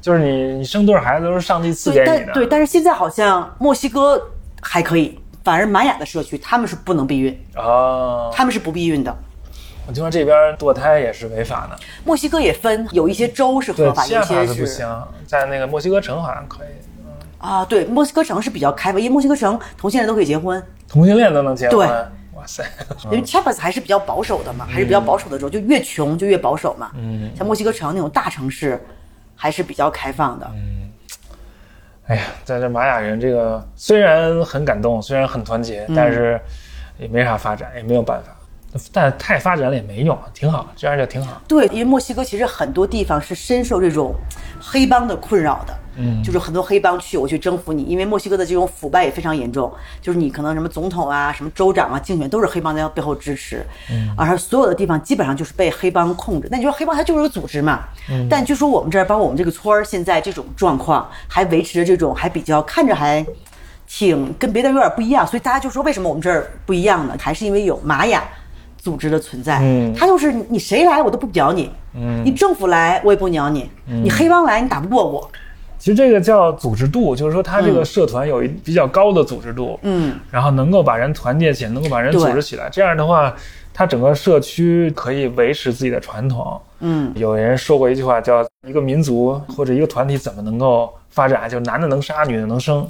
Speaker 2: 就是你你生多少孩子都是上帝赐给
Speaker 1: 对，
Speaker 2: 你
Speaker 1: 但
Speaker 2: 的。
Speaker 1: 对，但是现在好像墨西哥还可以，反而玛雅的社区他们是不能避孕，
Speaker 2: 啊，
Speaker 1: 他们是不避孕的。
Speaker 2: 我听说这边堕胎也是违法的。
Speaker 1: 墨西哥也分，有一些州是
Speaker 2: 对
Speaker 1: 合，法，
Speaker 2: 西
Speaker 1: 有
Speaker 2: 雅
Speaker 1: 一
Speaker 2: 图
Speaker 1: 些
Speaker 2: 是不行，在那个墨西哥城好像可以，
Speaker 1: 啊，对，墨西哥城是比较开放，因为墨西哥城同性恋都可以结婚，
Speaker 2: 同性恋都能结婚。
Speaker 1: 对
Speaker 2: 哇塞，
Speaker 1: 因为 Chiapas 还是比较保守的嘛，还是比
Speaker 2: 嗯
Speaker 1: 较保守的州，就越穷就越保守嘛。嗯，像墨西哥城那种大城市，还是比较开放
Speaker 2: 嗯
Speaker 1: 的。
Speaker 2: 哎呀，在这玛雅人这个虽然很感动，虽然很团结，但是也没啥发展，也没有办法。但太发展了也没用，挺好，这样就挺好。
Speaker 1: 对，因为墨西哥其实很多地方是深受这种黑帮的困扰的。嗯，就是很多黑帮去我去征服你，因为墨西哥的这种腐败也非常严重，就是你可能什么总统啊、什么州长啊竞选都是黑帮在背后支持，嗯，而所有的地方基本上就是被黑帮控制。那你说黑帮它就是个组织嘛？嗯，但据说我们这儿，包括我们这个村儿，现在这种状况还维持着这种还比较看着还。挺跟别的有点不一样，所以大家就说为什么我们这儿不一样呢？还是因为有玛雅组织的存在，
Speaker 2: 嗯
Speaker 1: 他就是你谁来我都不鸟你，嗯，你政府来我也不鸟你，
Speaker 2: 嗯
Speaker 1: 你黑帮来你打不过我，
Speaker 2: 其实这个叫组织度，就是说它这个社团有一比较高的组织度，
Speaker 1: 嗯，
Speaker 2: 然后能够把人团结起来，能够把人
Speaker 1: 对
Speaker 2: 组织起来。这样的话，它整个社区可以维持自己的传统。
Speaker 1: 嗯，
Speaker 2: 有人说过一句话，叫“一个民族或者一个团体怎么能够发展，就男的能杀，女的能生。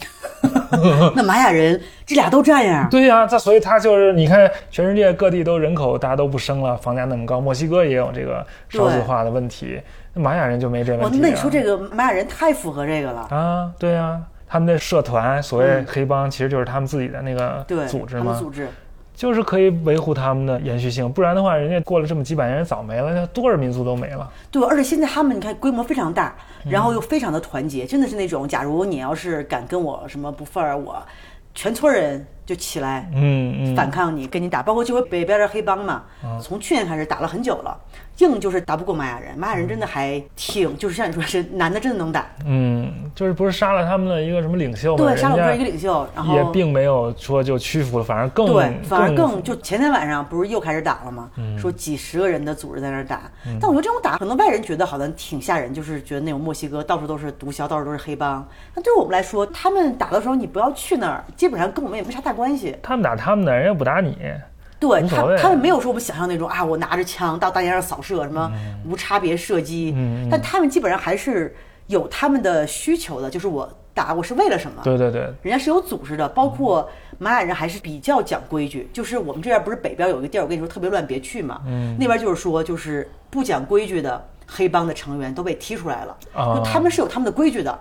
Speaker 1: 那玛雅人这俩都这 样”，
Speaker 2: 对呀、这所以它就是你看，全世界各地都人口大家都不生了，房价那么高，墨西哥也有这个少子化的问题，那玛雅人就没这
Speaker 1: 哇，
Speaker 2: 问题、啊。
Speaker 1: 那你说这个玛雅人太符合这个了，
Speaker 2: 啊，对啊，他们的社团，所谓黑帮，其实就是他们自己的那个
Speaker 1: 嗯对，
Speaker 2: 组织
Speaker 1: 他们
Speaker 2: 嘛，
Speaker 1: 组织，
Speaker 2: 就是可以维护他们的延续性，不然的话，人家过了这么几百年，早没了，那多少民族都没了。
Speaker 1: 对，而且现在他们你看规模非常大，
Speaker 2: 嗯
Speaker 1: 然后又非常的团结，真的是那种，假如你要是敢跟我什么不忿儿，我全村人就起来
Speaker 2: 嗯嗯，
Speaker 1: 反抗你，跟你打。包括这回北边的黑帮嘛，从去年开始打了很久了，硬就是打不过玛雅人。玛雅人真的还挺，就是像你说是男的真的能打，
Speaker 2: 嗯，就是不是杀了他们的一个什么领袖嘛，
Speaker 1: 对，杀
Speaker 2: 人
Speaker 1: 了不
Speaker 2: 家
Speaker 1: 是一个领袖，然
Speaker 2: 也
Speaker 1: 后。
Speaker 2: 并没有说就屈服了，反而更嗯
Speaker 1: 对，反而
Speaker 2: 更
Speaker 1: 更就前天晚上不是又开始打了吗？说几十个人的组织在那儿打，
Speaker 2: 嗯
Speaker 1: 但我觉得这种打可能外人觉得好像挺吓人，就是觉得那种墨西哥到处都是毒枭，到处都是黑帮。那对我们来说，他们打的时候你不要去那儿，基本上跟我们也没啥大关系。
Speaker 2: 他们打他们的，人家不打你。
Speaker 1: 对
Speaker 2: 无所
Speaker 1: 他
Speaker 2: 谓，啊
Speaker 1: 他们没有说我们想象那种啊，我拿着枪到大街上扫射，什么
Speaker 2: 嗯
Speaker 1: 无差别射击，但他们基本上还是有他们的需求的，就是我打我是为了什么。
Speaker 2: 对对对，
Speaker 1: 人家是有组织的，包括玛雅人还是比较讲规矩。就是我们这边不是北边有一个地儿，我跟你说特别乱，别去嘛。
Speaker 2: 嗯
Speaker 1: 那边就是说，就是不讲规矩的黑帮的成员都被踢出来了，
Speaker 2: 啊
Speaker 1: 就他们是有他们的规矩的，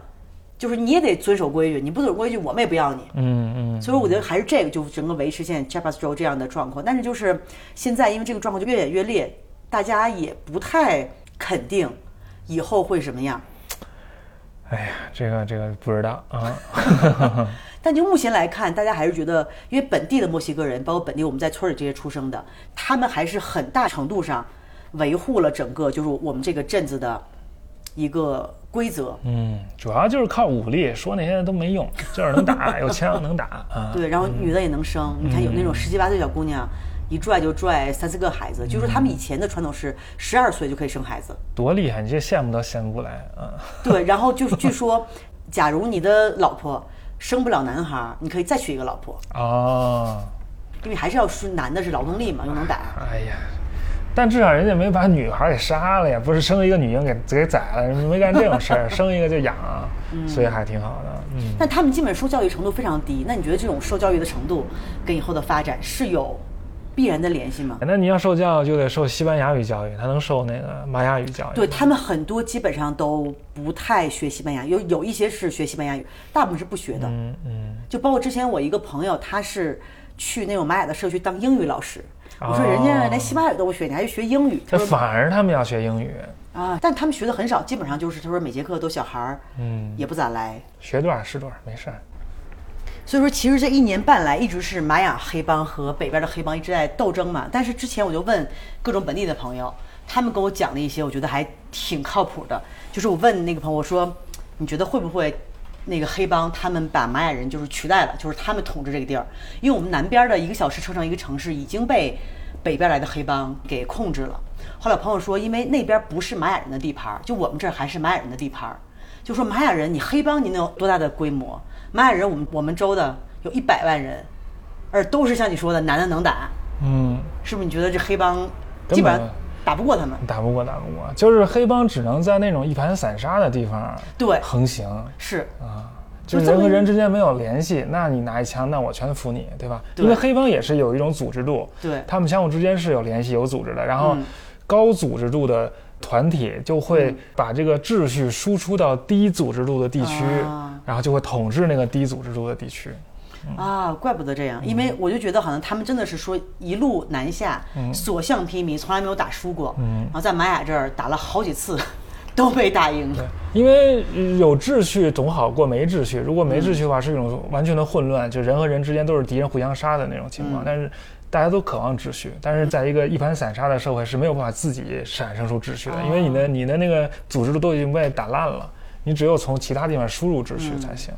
Speaker 1: 就是你也得遵守规矩，你不遵守规矩，我们也不要你。
Speaker 2: 嗯嗯，
Speaker 1: 所以我觉得还是这个，就整个维持现在 j a p a s t r o 这样的状况。但是就是现在，因为这个状况就越演越烈，大家也不太肯定以后会什么样。
Speaker 2: 哎呀，这个这个不知道啊，
Speaker 1: 但就目前来看，大家还是觉得，因为本地的墨西哥人，包括本地我们在村里这些出生的，他们还是很大程度上维护了整个就是我们这个镇子的一个规则。
Speaker 2: 嗯，主要就是靠武力，说那些都没用，就是能打，有枪能打啊。嗯
Speaker 1: 对，然后女的也能生，你看有那种十七八岁小姑娘，一拽就拽三四个孩子。据说他们以前的传统是十二岁就可以生孩子。
Speaker 2: 多厉害！你这羡慕都羡慕不来啊！
Speaker 1: 对，然后就是据说， 假如你的老婆生不了男孩儿，你可以再娶一个老婆，
Speaker 2: 哦，
Speaker 1: 因为还是要说男的是劳动力嘛，又能打。
Speaker 2: 哎呀，但至少人家没把女孩给杀了呀，不是生一个女婴给给宰了，人家没干这种 事儿，生一个就养，
Speaker 1: 嗯
Speaker 2: 所以还挺好的。嗯，
Speaker 1: 但他们基本受教育程度非常低，那你觉得这种受教育的程度跟以后的发展是有必然的联系吗？
Speaker 2: 那你要受教就得受西班牙语教育，他能受那个玛雅语教育。
Speaker 1: 对他们很多基本上都不太学西班牙，有有一些是学西班牙语，大部分是不学的。
Speaker 2: 嗯嗯，
Speaker 1: 就包括之前我一个朋友，他是去那种玛雅的社区当英语老师。我说
Speaker 2: 哦
Speaker 1: 人家连西班牙语都不学，你还去学英语？他
Speaker 2: 那
Speaker 1: 说
Speaker 2: 反而他们要学英语，
Speaker 1: 啊，但他们学的很少，基本上就是他说每节课都小孩儿，
Speaker 2: 嗯，
Speaker 1: 也不咋来。
Speaker 2: 学段儿是段儿，没事儿。
Speaker 1: 所以说，其实这一年半来一直是玛雅黑帮和北边的黑帮一直在斗争嘛。但是之前我就问各种本地的朋友，他们跟我讲了一些我觉得还挺靠谱的。就是我问那个朋友我说，你觉得会不会那个黑帮他们把玛雅人就是取代了，就是他们统治这个地儿？因为我们南边的一个小时车程一个城市已经被北边来的黑帮给控制了。后来我朋友说，因为那边不是玛雅人的地盘儿，就我们这儿还是玛雅人的地盘儿。就说玛雅人，你黑帮你能有多大的规模？玛雅人，我们我们州的有一百万人，而都是像你说的男的能打，
Speaker 2: 嗯，
Speaker 1: 是不是？你觉得这黑帮
Speaker 2: 根本啊
Speaker 1: 基本上打不过他们？
Speaker 2: 打不过，打不过，就是黑帮只能在那种一盘散沙的地方
Speaker 1: 对
Speaker 2: 横行，
Speaker 1: 是，
Speaker 2: 就
Speaker 1: 就
Speaker 2: 人
Speaker 1: 这么
Speaker 2: 和
Speaker 1: 一
Speaker 2: 人之间没有联系，那你拿一枪，那我全服你，对吧？
Speaker 1: 对
Speaker 2: 因为黑帮也是有一种组织度，
Speaker 1: 对
Speaker 2: 他们相互之间是有联系、有组织的。然后
Speaker 1: 嗯
Speaker 2: 高组织度的团体就会把这个秩序输出到低组织度的地区，
Speaker 1: 啊
Speaker 2: 然后就会统治那个低组织度的地区。嗯
Speaker 1: 啊，怪不得这样，因为我就觉得好像他们真的是说一路南下，
Speaker 2: 嗯
Speaker 1: 所向披靡，从来没有打输过。然后在玛雅这儿打了好几次， 都没打赢。
Speaker 2: 对，因为呃有秩序总好过没秩序。如果没秩序的话，是一种完全的混乱，就人和人之间都是敌人互相杀的那种情况。但是大家都渴望秩序，但是在一个一盘散沙的社会是没有办法自己产生出秩序的，因为你的你的那个组织都已经被打烂了，你只有从其他地方输入秩序才行。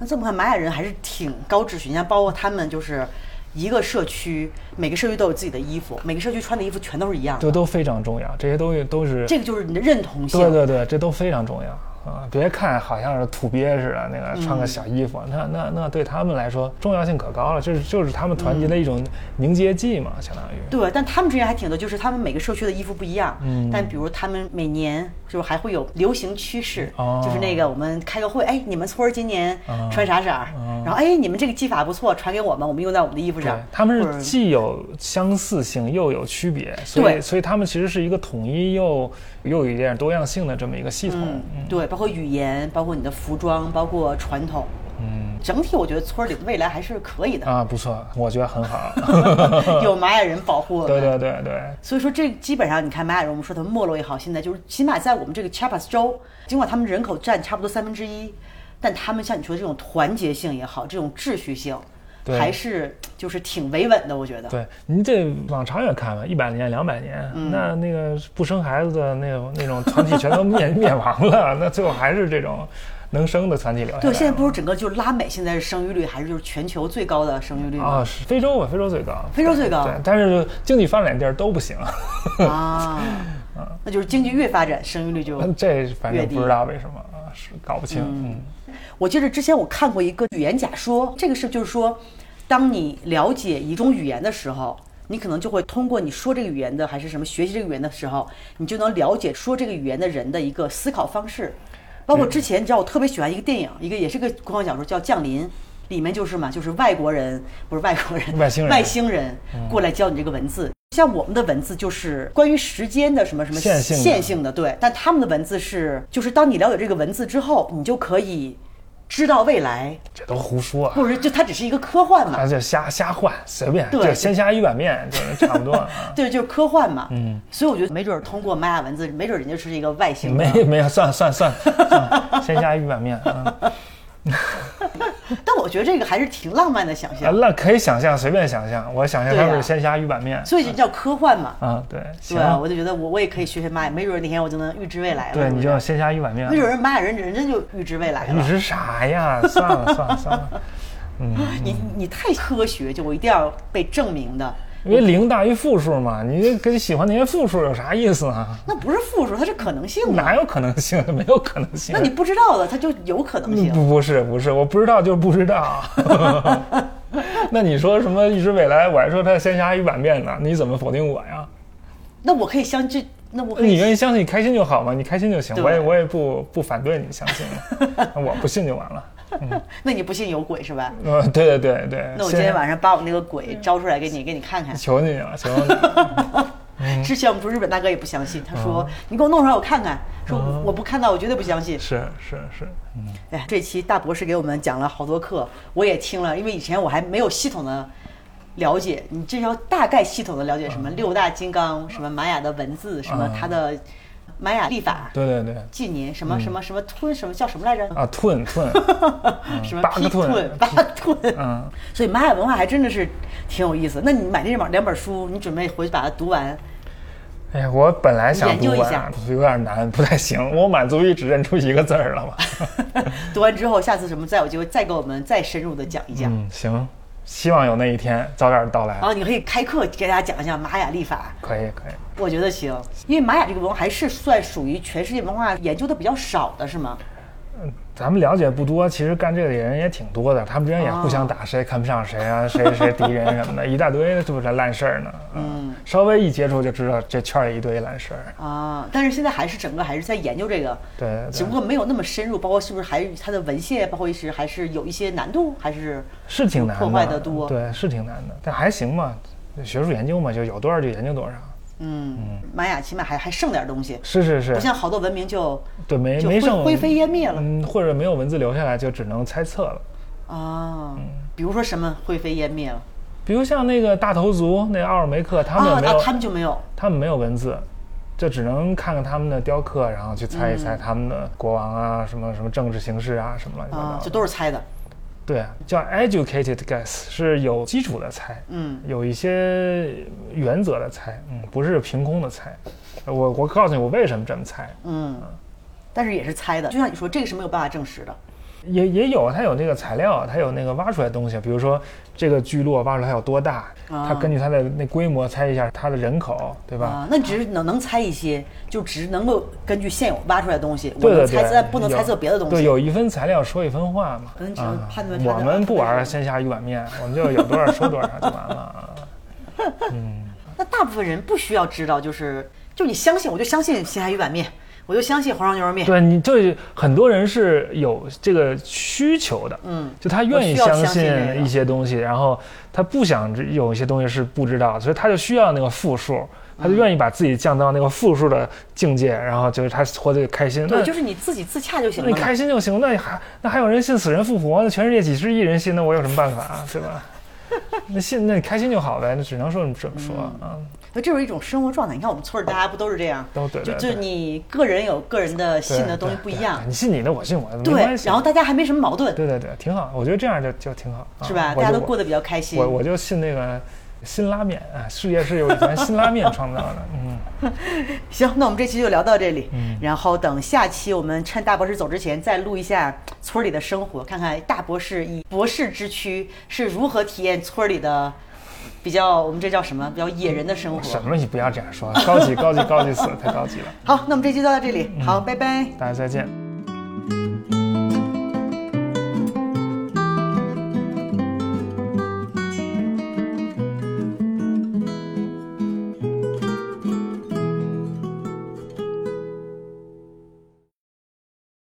Speaker 1: 那这么看，玛雅人还是挺高秩序，你看，包括他们就是一个社区，每个社区都有自己的衣服，每个社区穿的衣服全都是一样的。
Speaker 2: 这都非常重要，这些东西都是
Speaker 1: 这个就是你的认同性。
Speaker 2: 对对对，这都非常重要啊！别看好像是土鳖似的，那个穿个小衣服，那那那对他们来说重要性可高了，就是就是他们团结的一种凝结剂嘛，相当于。
Speaker 1: 对，但他们之间还挺多，就是他们每个社区的衣服不一样，嗯，但比如他们每年就是还会有流行趋势，
Speaker 2: 哦
Speaker 1: 就是那个我们开个会，哎，你们村儿今年穿啥色儿，然后哎，你们这个技法不错，传给我们，我们用在我们的衣服
Speaker 2: 哦对
Speaker 1: 上，，
Speaker 2: 他们
Speaker 1: 或者
Speaker 2: 是既有相似性又有区别，所
Speaker 1: 对
Speaker 2: 以所以他们其实是一个统一又又有一点多样性的这么一个系统。
Speaker 1: 嗯，对，包括语言，包括你的服装，包括传统，嗯，整体我觉得村儿里的未来还是可以 的，
Speaker 2: 啊，不错，我觉得很好。
Speaker 1: 有玛雅人保护我们。
Speaker 2: 对对对对，
Speaker 1: 所以说，这基本上你看，玛雅人，我们说他们没落也好，现在就是起码在我们这个 Chiapas 州，尽管他们人口占差不多三分之一，但他们像你说的这种团结性也好，这种秩序性，
Speaker 2: 对
Speaker 1: 还是就是挺维稳的，我觉得。
Speaker 2: 对，您这往长远看吧，一百年、两百年，
Speaker 1: 嗯
Speaker 2: 那那个不生孩子的那种那种团体全都灭 灭亡了，那最后还是这种能生的团体留下来
Speaker 1: 对，
Speaker 2: 了。
Speaker 1: 现在不是整个就是拉美现在是生育率还是就是全球最高的生育率
Speaker 2: 啊，
Speaker 1: 吗？
Speaker 2: 是非洲吧，非洲最高，
Speaker 1: 非洲最高
Speaker 2: 对，但是经济发展地儿都不行，
Speaker 1: 啊，那就是经济越发展，生育率 就
Speaker 2: 这反正
Speaker 1: 越低
Speaker 2: 不知道为什么啊，是搞不清。嗯
Speaker 1: 我记得之前我看过一个语言假说，这个是就是说，当你了解一种语言的时候，你可能就会通过你说这个语言的，还是什么学习这个语言的时候，你就能了解说这个语言的人的一个思考方式。包括之前，你知道我特别喜欢一个电影，一个也是个科幻小说，叫《降临》，里面就是嘛，就是外国人不是外国人，
Speaker 2: 外星人嗯
Speaker 1: 外星人过来教你这个文字。像我们的文字就是关于时间的什么什么
Speaker 2: 线性的
Speaker 1: 线性的，对。但他们的文字是，就是当你了解这个文字之后，你就可以知道未来，
Speaker 2: 这都胡说啊，
Speaker 1: 或者就它只是一个科幻嘛
Speaker 2: 啊，，就瞎瞎换，随便，
Speaker 1: 对
Speaker 2: 就鲜虾鱼板面，就是差 不多。啊
Speaker 1: 对，就是科幻嘛。嗯，所以我觉得没准儿通过玛雅文字，没准儿人家是一个外星人。
Speaker 2: 啊没没有，算算算，算鲜虾鱼板面。 嗯
Speaker 1: 但我觉得这个还是挺浪漫的想
Speaker 2: 啊，
Speaker 1: 象，
Speaker 2: 那可以想象，随便想象。我想象
Speaker 1: 对
Speaker 2: 它
Speaker 1: 呀
Speaker 2: 是鲜虾鱼板面。
Speaker 1: 所以就叫科幻嘛。
Speaker 2: 啊，对，行
Speaker 1: 对，啊，我就觉得我我也可以学学玛雅，没准儿哪天我就能预知未来了。
Speaker 2: 对，
Speaker 1: 是不
Speaker 2: 你
Speaker 1: 是
Speaker 2: 就嗯鲜虾鱼板面
Speaker 1: 没。准儿人玛雅人人家就预知未来
Speaker 2: 你
Speaker 1: 了。
Speaker 2: 是啥呀？算了算了算了，
Speaker 1: 你你太科学，就我一定要被证明的。
Speaker 2: 因为零大于负数嘛，你跟喜欢那些负数有啥意思啊？
Speaker 1: 那不是复数，它是可能性嘛。
Speaker 2: 哪有可能性？没有可能性
Speaker 1: 那。你不知道的，它就有可能性。
Speaker 2: 不不是不是，我不知道就是不知道。 那你说什么预知未来？我还说它鲜虾鱼板面呢，你怎么否定我呀？
Speaker 1: 那我可以相信，那我可
Speaker 2: 你
Speaker 1: 以
Speaker 2: 愿意相信，开心就好嘛，你开心就行。
Speaker 1: 对
Speaker 2: 我也我也不不反对你相信嘛， 我不信就完了。
Speaker 1: 那你不信有鬼是吧？
Speaker 2: 嗯，对对对对。
Speaker 1: 那我今天
Speaker 2: 先
Speaker 1: 晚上把我们那个鬼招出来给你，给你看看。
Speaker 2: 求你了，求 你了。嗯
Speaker 1: 之前我们说日本大哥也不相信，他说：“你给我弄出来我看看。”说
Speaker 2: 嗯
Speaker 1: 我不看到，我绝对不相信。
Speaker 2: 是是是，
Speaker 1: 哎，这期大博士给我们讲了好多课，我也听了，因为以前我还没有系统的了解，你这要大概系统的了解什么
Speaker 2: 嗯
Speaker 1: 六大金刚，什么玛雅的文字，什么它的玛雅历法。
Speaker 2: 对对对。
Speaker 1: 纪年
Speaker 2: 嗯
Speaker 1: 什么什么什么吞什么叫什么来着？
Speaker 2: 啊，吞吞，
Speaker 1: 什么
Speaker 2: 嗯八
Speaker 1: 劈
Speaker 2: 个吞
Speaker 1: 吞八吞，
Speaker 2: 嗯，
Speaker 1: 所以玛雅文化还真的是挺有意思。那你买这本两本书，你准备回去把它读完？
Speaker 2: 哎呀，我本来想
Speaker 1: 研究
Speaker 2: 读
Speaker 1: 一下
Speaker 2: 完，有点难，不太行。我满足于只认出一个字儿了吧？
Speaker 1: 读完之后，下次什么再有机会再给我们再深入的讲一讲。
Speaker 2: 嗯，行，希望有那一天早点到来
Speaker 1: 然。后你可以开课给大家讲一讲玛雅历法，
Speaker 2: 可以可以，
Speaker 1: 我觉得行，因为玛雅这个文化还是算属于全世界文化研究的比较少的，是吗？
Speaker 2: 咱们了解不多，其实干这个的人也挺多的，他们之间也互
Speaker 1: 哦
Speaker 2: 相打，谁也看不上谁啊，谁谁敌人什么的，一大堆就是烂事儿呢。嗯，稍微一接触就知道这圈儿一堆烂事儿。
Speaker 1: 啊，但是现在还是整个还是在研究这个，
Speaker 2: 对对
Speaker 1: 只不过没有那么深入，包括是不是还它的文献，包括是还是有一些难度，还是
Speaker 2: 是挺难的，
Speaker 1: 破坏得多
Speaker 2: 对，是挺难的，但还行嘛，学术研究嘛，就有多少就研究多少。
Speaker 1: 嗯，玛雅起码还还剩点东西，
Speaker 2: 是是
Speaker 1: 不
Speaker 2: 是，
Speaker 1: 像好多文明就
Speaker 2: 对，没
Speaker 1: 就
Speaker 2: 没
Speaker 1: 灰
Speaker 2: 剩
Speaker 1: 灰飞烟灭了
Speaker 2: 嗯，或者没有文字留下来，就只能猜测了。
Speaker 1: 啊，
Speaker 2: 嗯
Speaker 1: 比如说什么灰飞烟灭了
Speaker 2: 比如像那个大头族，那奥尔梅克，他们
Speaker 1: 啊，
Speaker 2: 也没有，
Speaker 1: 那他们就没有
Speaker 2: 他们没有文字，就只能看看他们的雕刻，然后去猜一
Speaker 1: 嗯
Speaker 2: 猜他们的国王啊，什么什么政治形势啊，什么乱七八
Speaker 1: 啊，就
Speaker 2: 糟的。
Speaker 1: 都是猜的，
Speaker 2: 对，叫 educated guess 是有基础的猜，
Speaker 1: 嗯，
Speaker 2: 有一些原则的猜，嗯，不是凭空的猜。我我告诉你，我为什么这么猜。
Speaker 1: 嗯，但是也是猜的，就像你说，这个是没有办法证实的。
Speaker 2: 也也有，它有那个材料，它有那个挖出来的东西，比如说这个聚落挖出来有多大，它根据它的那规模猜一下它的人口，对吧？
Speaker 1: 啊啊，那只能能猜一些，就只能够根据现有挖出来的东西，我
Speaker 2: 对对
Speaker 1: 能
Speaker 2: 对，
Speaker 1: 猜测，不能
Speaker 2: 有
Speaker 1: 猜测别的东西。
Speaker 2: 对，有一分材料说一分话嘛。
Speaker 1: 可能只能
Speaker 2: 啊
Speaker 1: 判断它的
Speaker 2: 我们不
Speaker 1: 二
Speaker 2: 玩
Speaker 1: 分之
Speaker 2: 线下一碗面，我们就有多少收多少就完了啊。
Speaker 1: 那大部分人不需要知道，就是就你相信，我就相信咸海鱼板面，我就相信红烧牛肉面。
Speaker 2: 对，你就是很多人是有这个需求的，嗯，就他愿意
Speaker 1: 我需要
Speaker 2: 相
Speaker 1: 相信这个
Speaker 2: 信一些东西，然后他不想知有一些东西是不知道，所以他就需要那个负数，
Speaker 1: 嗯
Speaker 2: 他就愿意把自己降到那个负数的境界，然后就是他活得开心。
Speaker 1: 对，
Speaker 2: 那
Speaker 1: 就是你自己自洽就行
Speaker 2: 那
Speaker 1: 了
Speaker 2: 你
Speaker 1: 嘛。
Speaker 2: 开心就行，那你还那还有人信死人复活？那全世界几十亿人信，那我有什么办法啊？对吧？ 那信那你开心就好呗，那只能说这么说
Speaker 1: 嗯
Speaker 2: 啊，
Speaker 1: 那这是一种生活状态。你看我们村儿大家不都是这样？
Speaker 2: 都对
Speaker 1: 就
Speaker 2: 对
Speaker 1: 就
Speaker 2: 对
Speaker 1: 你个人有个人的
Speaker 2: 对
Speaker 1: 信的东西
Speaker 2: 对
Speaker 1: 不一
Speaker 2: 对
Speaker 1: 样，
Speaker 2: 你信你的，我信我的，没
Speaker 1: 对
Speaker 2: 关系。
Speaker 1: 然后大家还没什么矛盾，
Speaker 2: 对对对，挺好，我觉得这样就就挺好，啊
Speaker 1: 是吧？
Speaker 2: 我
Speaker 1: 大家
Speaker 2: 就
Speaker 1: 都过得比较开心
Speaker 2: 我。我就信那个新拉面啊，世界是由以前新拉面创造的。嗯，
Speaker 1: 行，那我们这期就聊到这里。
Speaker 2: 嗯
Speaker 1: 然后等下期我们趁大博士走之前再录一下村里的生活，看看大博士以博士之躯是如何体验村里的比较，我们这叫什么？比较野人的生活。
Speaker 2: 什么你不要这样说，高级高级高级死了，太高级了。嗯
Speaker 1: 好，那我们这期就到这里，好，拜拜。
Speaker 2: 大家再见。
Speaker 3: thank